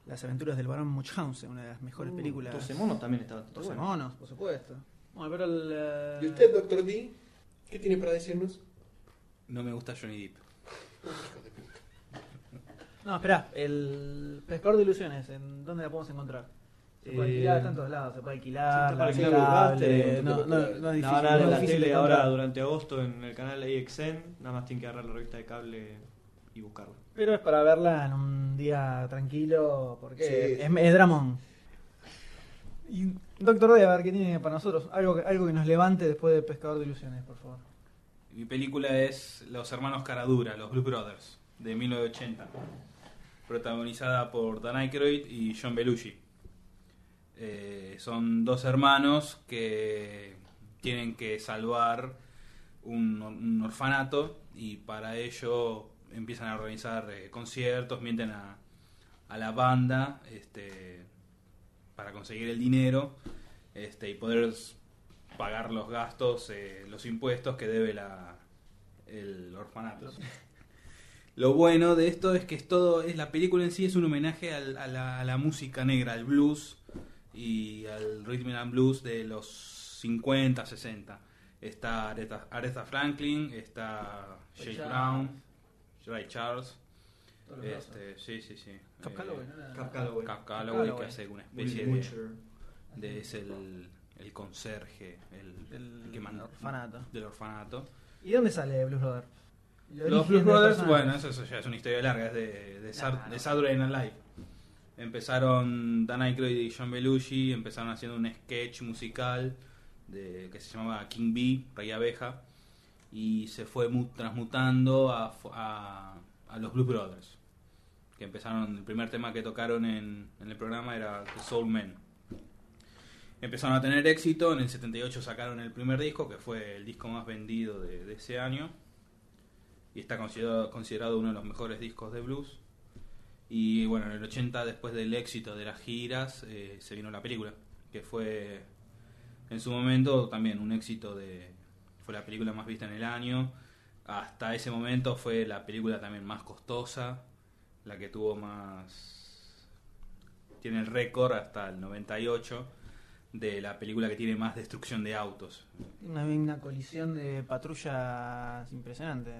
S1: Las aventuras del barón Munchausen, una de las mejores
S8: Uh,
S3: Mm,
S1: películas.
S8: 12 monos también estaba bastante
S1: 12
S8: bueno.
S1: monos, por supuesto. Bueno, pero el, eh,
S3: ¿Y usted, doctor D? ¿Qué tiene para decirnos?
S2: No me gusta Johnny Depp.
S1: No, esperá, el pescador de ilusiones, ¿en dónde la podemos encontrar? Se puede
S8: Eh,
S1: alquilar, está en todos lados, se puede alquilar,
S8: Sí,
S1: la
S8: está
S1: ven
S8: para
S1: cable,
S8: que la
S1: no, no, no es difícil,
S8: La van a
S1: no
S8: dar
S1: es
S8: en la
S1: difícil de
S8: tele
S1: encontrar.
S8: ahora durante agosto en el canal AXN. Nada más tienen que agarrar la revista de cable y buscarla.
S1: Pero es para verla en un día tranquilo, porque
S8: Sí.
S1: es, es Dramón. Y Doctor D, a ver, ¿qué tiene para nosotros? Algo que, algo que nos levante después de Pescador de Ilusiones, por favor.
S2: Mi película es Los Hermanos Caradura, los Blues Brothers, de 1980. Protagonizada por Dan Aykroyd y John Belushi. Eh, son dos hermanos que tienen que salvar un, or- un orfanato y para ello empiezan a organizar eh, conciertos, mienten a, a la banda este, para conseguir el dinero este, y poder s- pagar los gastos, eh, los impuestos que debe la, el orfanato. Lo bueno de esto es que es todo, es la película en sí es un homenaje al- a, la, a la música negra, al blues y al rhythm and blues de los 50, 60. Está Aretha, Aretha Franklin, está
S1: Ray
S2: Jay
S1: Charles.
S2: Brown, Ray Charles.
S1: Todos los
S2: Este, sí, sí, sí.
S1: Cap
S2: Eh,
S1: Calloway, ¿no era?
S8: Cap Calloway.
S2: Cap
S1: Cap
S2: Calloway, que
S1: Calloway.
S2: hace una
S8: Willie
S2: especie de,
S8: Butcher.
S2: de- es el, el conserje, el, el que manda-
S1: orfanato.
S2: Del orfanato.
S1: ¿Y dónde sale Blues Brother?
S2: Los Blues Brothers, bueno, eso, eso ya es una historia larga, es de, de, Sar- de Saturday Night Live. Empezaron Dan Aykroyd y John Belushi, empezaron haciendo un sketch musical de, que se llamaba King Bee, Rey Abeja, y se fue mu- transmutando a, fo- a- a los Blues Brothers. Que empezaron, el primer tema que tocaron en, en el programa era The Soul Men. Empezaron a tener éxito, en el 78 sacaron el primer disco, que fue el disco más vendido de- de ese año y está considerado, considerado uno de los mejores discos de blues. Y bueno, en el 80, después del éxito de las giras, eh, se vino la película, que fue en su momento también un éxito de... Fue la película más vista en el año. Hasta ese momento fue la película también más costosa, la que tuvo más... Tiene el récord hasta el 98 de la película que tiene más destrucción de autos.
S1: Una, una colisión de patrullas impresionante.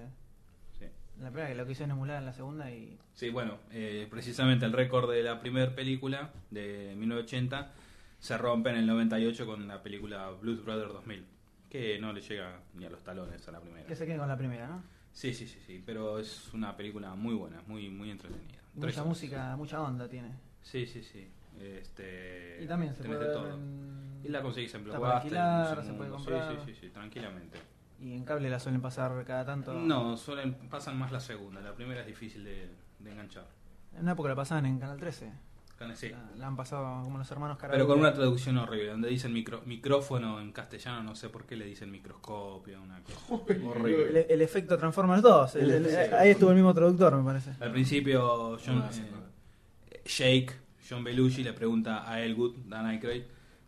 S2: Sí.
S1: La primera que lo quiso emular en la segunda y
S2: Sí, bueno, eh, precisamente el récord de la primera película de 1980 se rompe en el 98 con la película Blues Brothers 2000, que no le llega ni a los talones a la primera.
S1: que se quede con la primera, ¿no?
S2: Sí, sí, sí, sí, pero es una película muy buena, muy muy entretenida. Tres
S1: Mucha
S2: horas.
S1: música, mucha onda tiene.
S2: Sí, sí, sí. Este,
S1: Y también se
S2: tenés
S1: puede
S2: de
S1: ver
S2: todo.
S1: en-
S2: Y la conseguís en
S1: está
S2: Blockbuster.
S1: para alquilar,
S2: en
S1: se
S2: Musimundo.
S1: puede comprar.
S2: Sí, sí, sí, sí, tranquilamente.
S1: Y en cable la suelen pasar cada tanto.
S2: No, suelen pasan más la segunda, la primera es difícil de, de enganchar.
S1: En una época la pasaban en Canal 13.
S2: Can- sí.
S1: La, la han pasado como los hermanos Carabelli.
S2: Pero con una traducción horrible, donde dicen micro, micrófono en castellano, no sé por qué le dicen microscopio, una cosa
S1: El,
S2: horrible.
S1: el efecto Transformers 2. el- el-
S2: Sí.
S1: ahí estuvo el mismo traductor, me parece.
S2: Al principio, John,
S1: No, sí,
S2: eh, Jake, John Belushi, le pregunta a Elwood, Dan Aykroyd,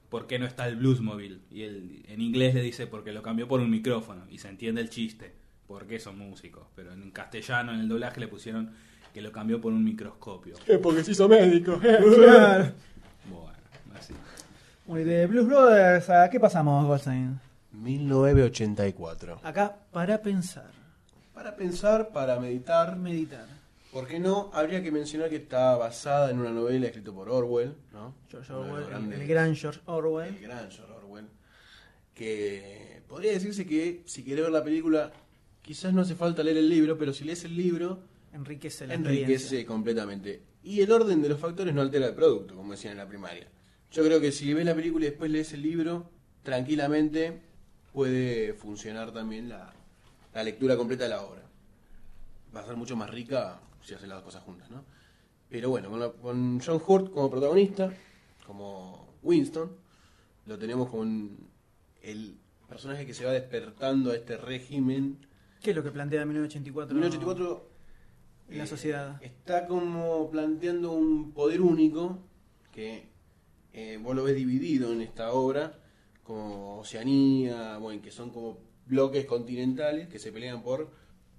S2: por qué no está el Bluesmobile. Y él en inglés le dice porque lo cambió por un micrófono. Y se entiende el chiste, porque son músicos. Pero en castellano, en el doblaje, le pusieron que lo cambió por un microscopio.
S3: porque se hizo médico.
S1: Claro.
S2: Bueno, así.
S1: Bueno, y de Blues Brothers, ¿a qué pasamos, Goldstein?
S3: 1984.
S1: Acá, para pensar.
S3: Para pensar, para meditar.
S1: Meditar.
S3: ¿Por qué no? Habría que mencionar que está basada en una novela escrita por Orwell, ¿no?
S1: George
S3: Uno de los
S1: Orwell, el,
S3: grandes-
S1: el gran George Orwell.
S3: el gran George Orwell. Que podría decirse que, si querés ver la película Quizás no hace falta leer el libro, pero si lees el libro,
S1: Enriquece la experiencia.
S3: enriquece completamente. Y el orden de los factores no altera el producto, como decían en la primaria. Yo creo que si ves la película y después lees el libro, tranquilamente puede funcionar también la, la lectura completa de la obra. Va a ser mucho más rica si haces las cosas juntas, ¿no? Pero bueno, con, la- con John Hurt como protagonista, como Winston, lo tenemos con el personaje que se va despertando a este régimen
S1: ¿Qué es lo que plantea 1984?
S3: 1984
S1: en la
S3: eh,
S1: sociedad.
S3: Está como planteando un poder único que eh, vos lo ves dividido en esta obra, como Oceanía, bueno, que son como bloques continentales que se pelean por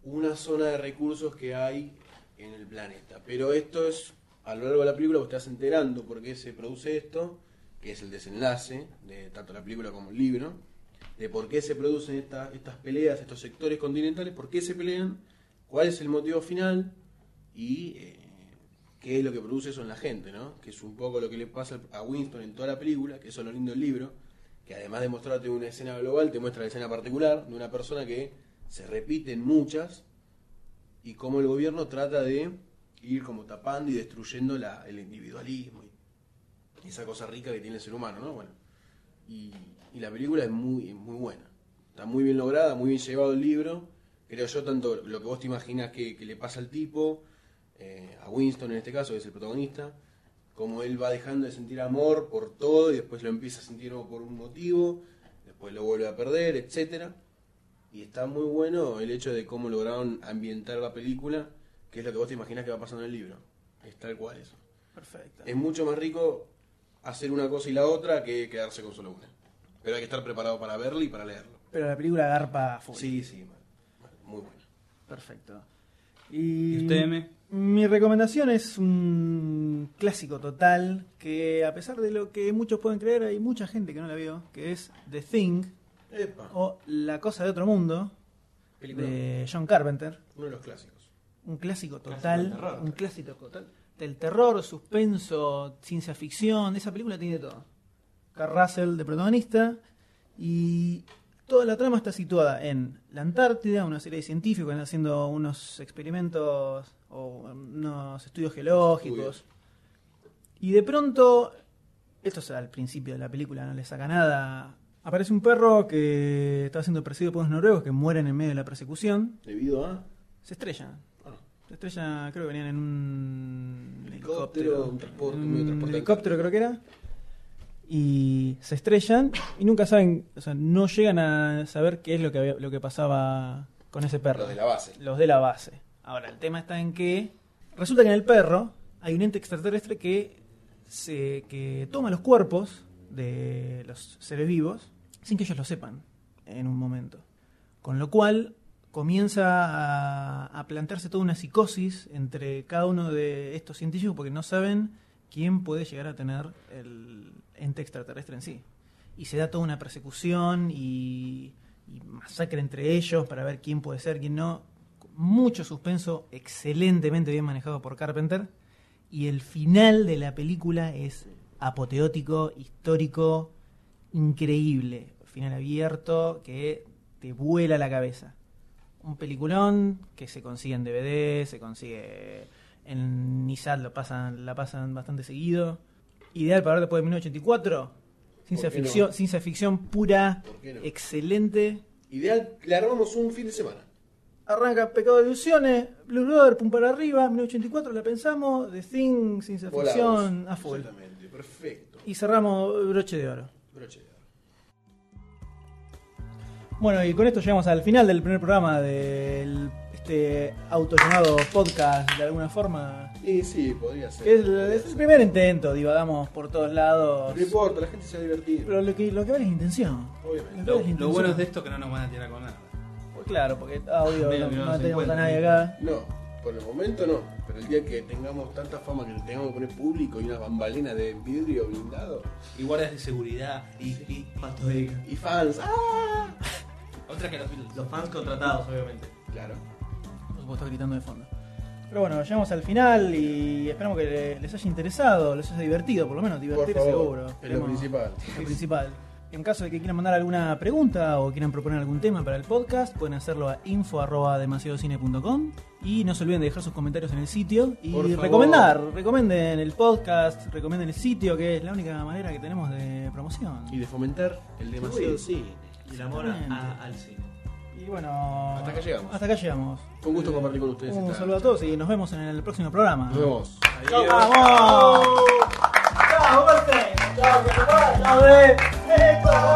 S3: una zona de recursos que hay en el planeta. Pero esto es, a lo largo de la película vos te vas enterando por qué se produce esto, que es el desenlace de tanto la película como el libro, de por qué se producen esta- estas peleas, estos sectores continentales, por qué se pelean, cuál es el motivo final y eh, qué es lo que produce eso en la gente, ¿no? Que es un poco lo que le pasa a Winston en toda la película, que eso es lo lindo del libro, que además de mostrarte una escena global, te muestra la escena particular de una persona que se repite en muchas y cómo el gobierno trata de ir como tapando y destruyendo la- el individualismo y esa cosa rica que tiene el ser humano, ¿no? Bueno, y, y la película es muy, es muy buena. Está muy bien lograda, muy bien llevado el libro. Creo yo tanto lo que vos te imaginas que, que le pasa al tipo, eh, a Winston en este caso, que es el protagonista, como él va dejando de sentir amor por todo y después lo empieza a sentir por un motivo, después lo vuelve a perder, etcétera. Y está muy bueno el hecho de cómo lograron ambientar la película, que es lo que vos te imaginas que va pasando en el libro. Es tal cual eso.
S1: Perfecto.
S3: Es mucho más rico hacer una cosa y la otra que quedarse con solo una. Pero hay que estar preparado para verlo y para leerlo.
S1: Pero la película garpa full.
S3: Sí, sí, man. muy bueno.
S1: Perfecto. Y,
S2: usted, M?
S1: Mi recomendación es un clásico total que a pesar de lo que muchos pueden creer, hay mucha gente que no la vio, que es The Thing
S3: Epa,
S1: o La cosa de otro mundo
S3: Película.
S1: de John Carpenter.
S3: uno de los clásicos.
S1: Un clásico
S3: del
S1: total,
S3: terror.
S1: un clásico total del terror, suspenso, ciencia ficción, esa película tiene de todo. Kurt Russell de protagonista y toda la trama está situada en la Antártida, una serie de científicos que están haciendo unos experimentos o unos estudios geológicos. Y de pronto, esto es al principio de la película, no le saca nada. Aparece un perro que está siendo perseguido por unos noruegos que mueren en medio de la persecución.
S3: Debido a
S1: Se estrellan.
S3: Ah.
S1: Se estrellan, creo que venían en un
S3: helicóptero, un transporte, un medio de
S1: un
S3: transporte.
S1: helicóptero creo que era. Y se estrellan y nunca saben, o sea, no llegan a saber qué es lo que, había- lo que pasaba con ese perro.
S3: Los de la base.
S1: Los de la base. Ahora, el tema está en que resulta que en el perro hay un ente extraterrestre que, se, que toma los cuerpos de los seres vivos sin que ellos lo sepan en un momento. Con lo cual comienza a, a plantearse toda una psicosis entre cada uno de estos científicos porque no saben quién puede llegar a tener el ente extraterrestre en sí. Y se da toda una persecución y, y masacre entre ellos para ver quién puede ser, quién no. Mucho suspenso, excelentemente bien manejado por Carpenter. Y el final de la película es apoteótico, histórico, increíble. Final abierto que te vuela la cabeza. Un peliculón que se consigue en DVD, se consigue en Nissan, lo pasan, la pasan bastante seguido. Ideal para ver después de 1984. Ciencia
S3: ¿Por qué no?
S1: ficción, ciencia ficción pura,
S3: ¿Por qué no?
S1: excelente.
S3: Ideal, le armamos un fin de semana.
S1: Arranca Pecado de Ilusiones, Blue Brother, pum para arriba, 1984 la pensamos, The Thing, ciencia ficción,
S3: Volados.
S1: a full.
S3: Exactamente, perfecto.
S1: Y cerramos broche de oro.
S3: Broche de oro.
S1: Bueno, y con esto llegamos al final del primer programa del este autollamado podcast de alguna forma.
S3: Y sí, podría ser.
S1: Es el, es el primer intento, divagamos por todos lados.
S3: No importa, la gente se ha divertido.
S1: Pero lo que, lo que vale es la intención.
S3: Obviamente.
S1: Lo-
S8: Lo,
S1: lo
S8: bueno es de esto que no nos van a tirar con nada.
S1: Claro, porque audio
S8: Medio
S1: no,
S8: que no
S1: no
S8: nos
S1: tenemos a
S8: encuentran.
S1: nadie acá.
S3: No, por el momento no. Pero el día que tengamos tanta fama que le tengamos que poner público y una bambalina de vidrio blindado
S8: Y guardias de seguridad y, y pasto de-
S3: y fans. ¡ah!
S8: Otra que los, los fans contratados, obviamente.
S3: Claro.
S1: Por supuesto, gritando de fondo. Pero bueno, llegamos al final y esperamos que le- les haya interesado, les haya divertido, por lo menos divertir
S3: Por favor,
S1: seguro.
S3: es lo
S1: Queremos-
S3: principal.
S1: Lo principal. En caso de que quieran mandar alguna pregunta o quieran proponer algún tema para el podcast, pueden hacerlo a info.demasiadocine.com y no se olviden de dejar sus comentarios en el sitio y
S20: Por favor.
S1: recomendar, recomienden el podcast, recomienden el sitio, que es la única manera que tenemos de promoción.
S3: Y de fomentar el demasiado
S1: Uy.
S3: cine.
S8: Y la mona a- al cine.
S1: Y bueno,
S3: Hasta acá llegamos.
S1: Hasta acá llegamos.
S3: Fue un gusto compartir con ustedes
S1: Un
S3: esta
S1: saludo a todos y nos vemos en el próximo programa.
S3: Nos vemos.
S1: Chau. ¡Vamos!
S20: ¡Chao, Martín! ¡Chao, que te vaya de esta
S19: Uh,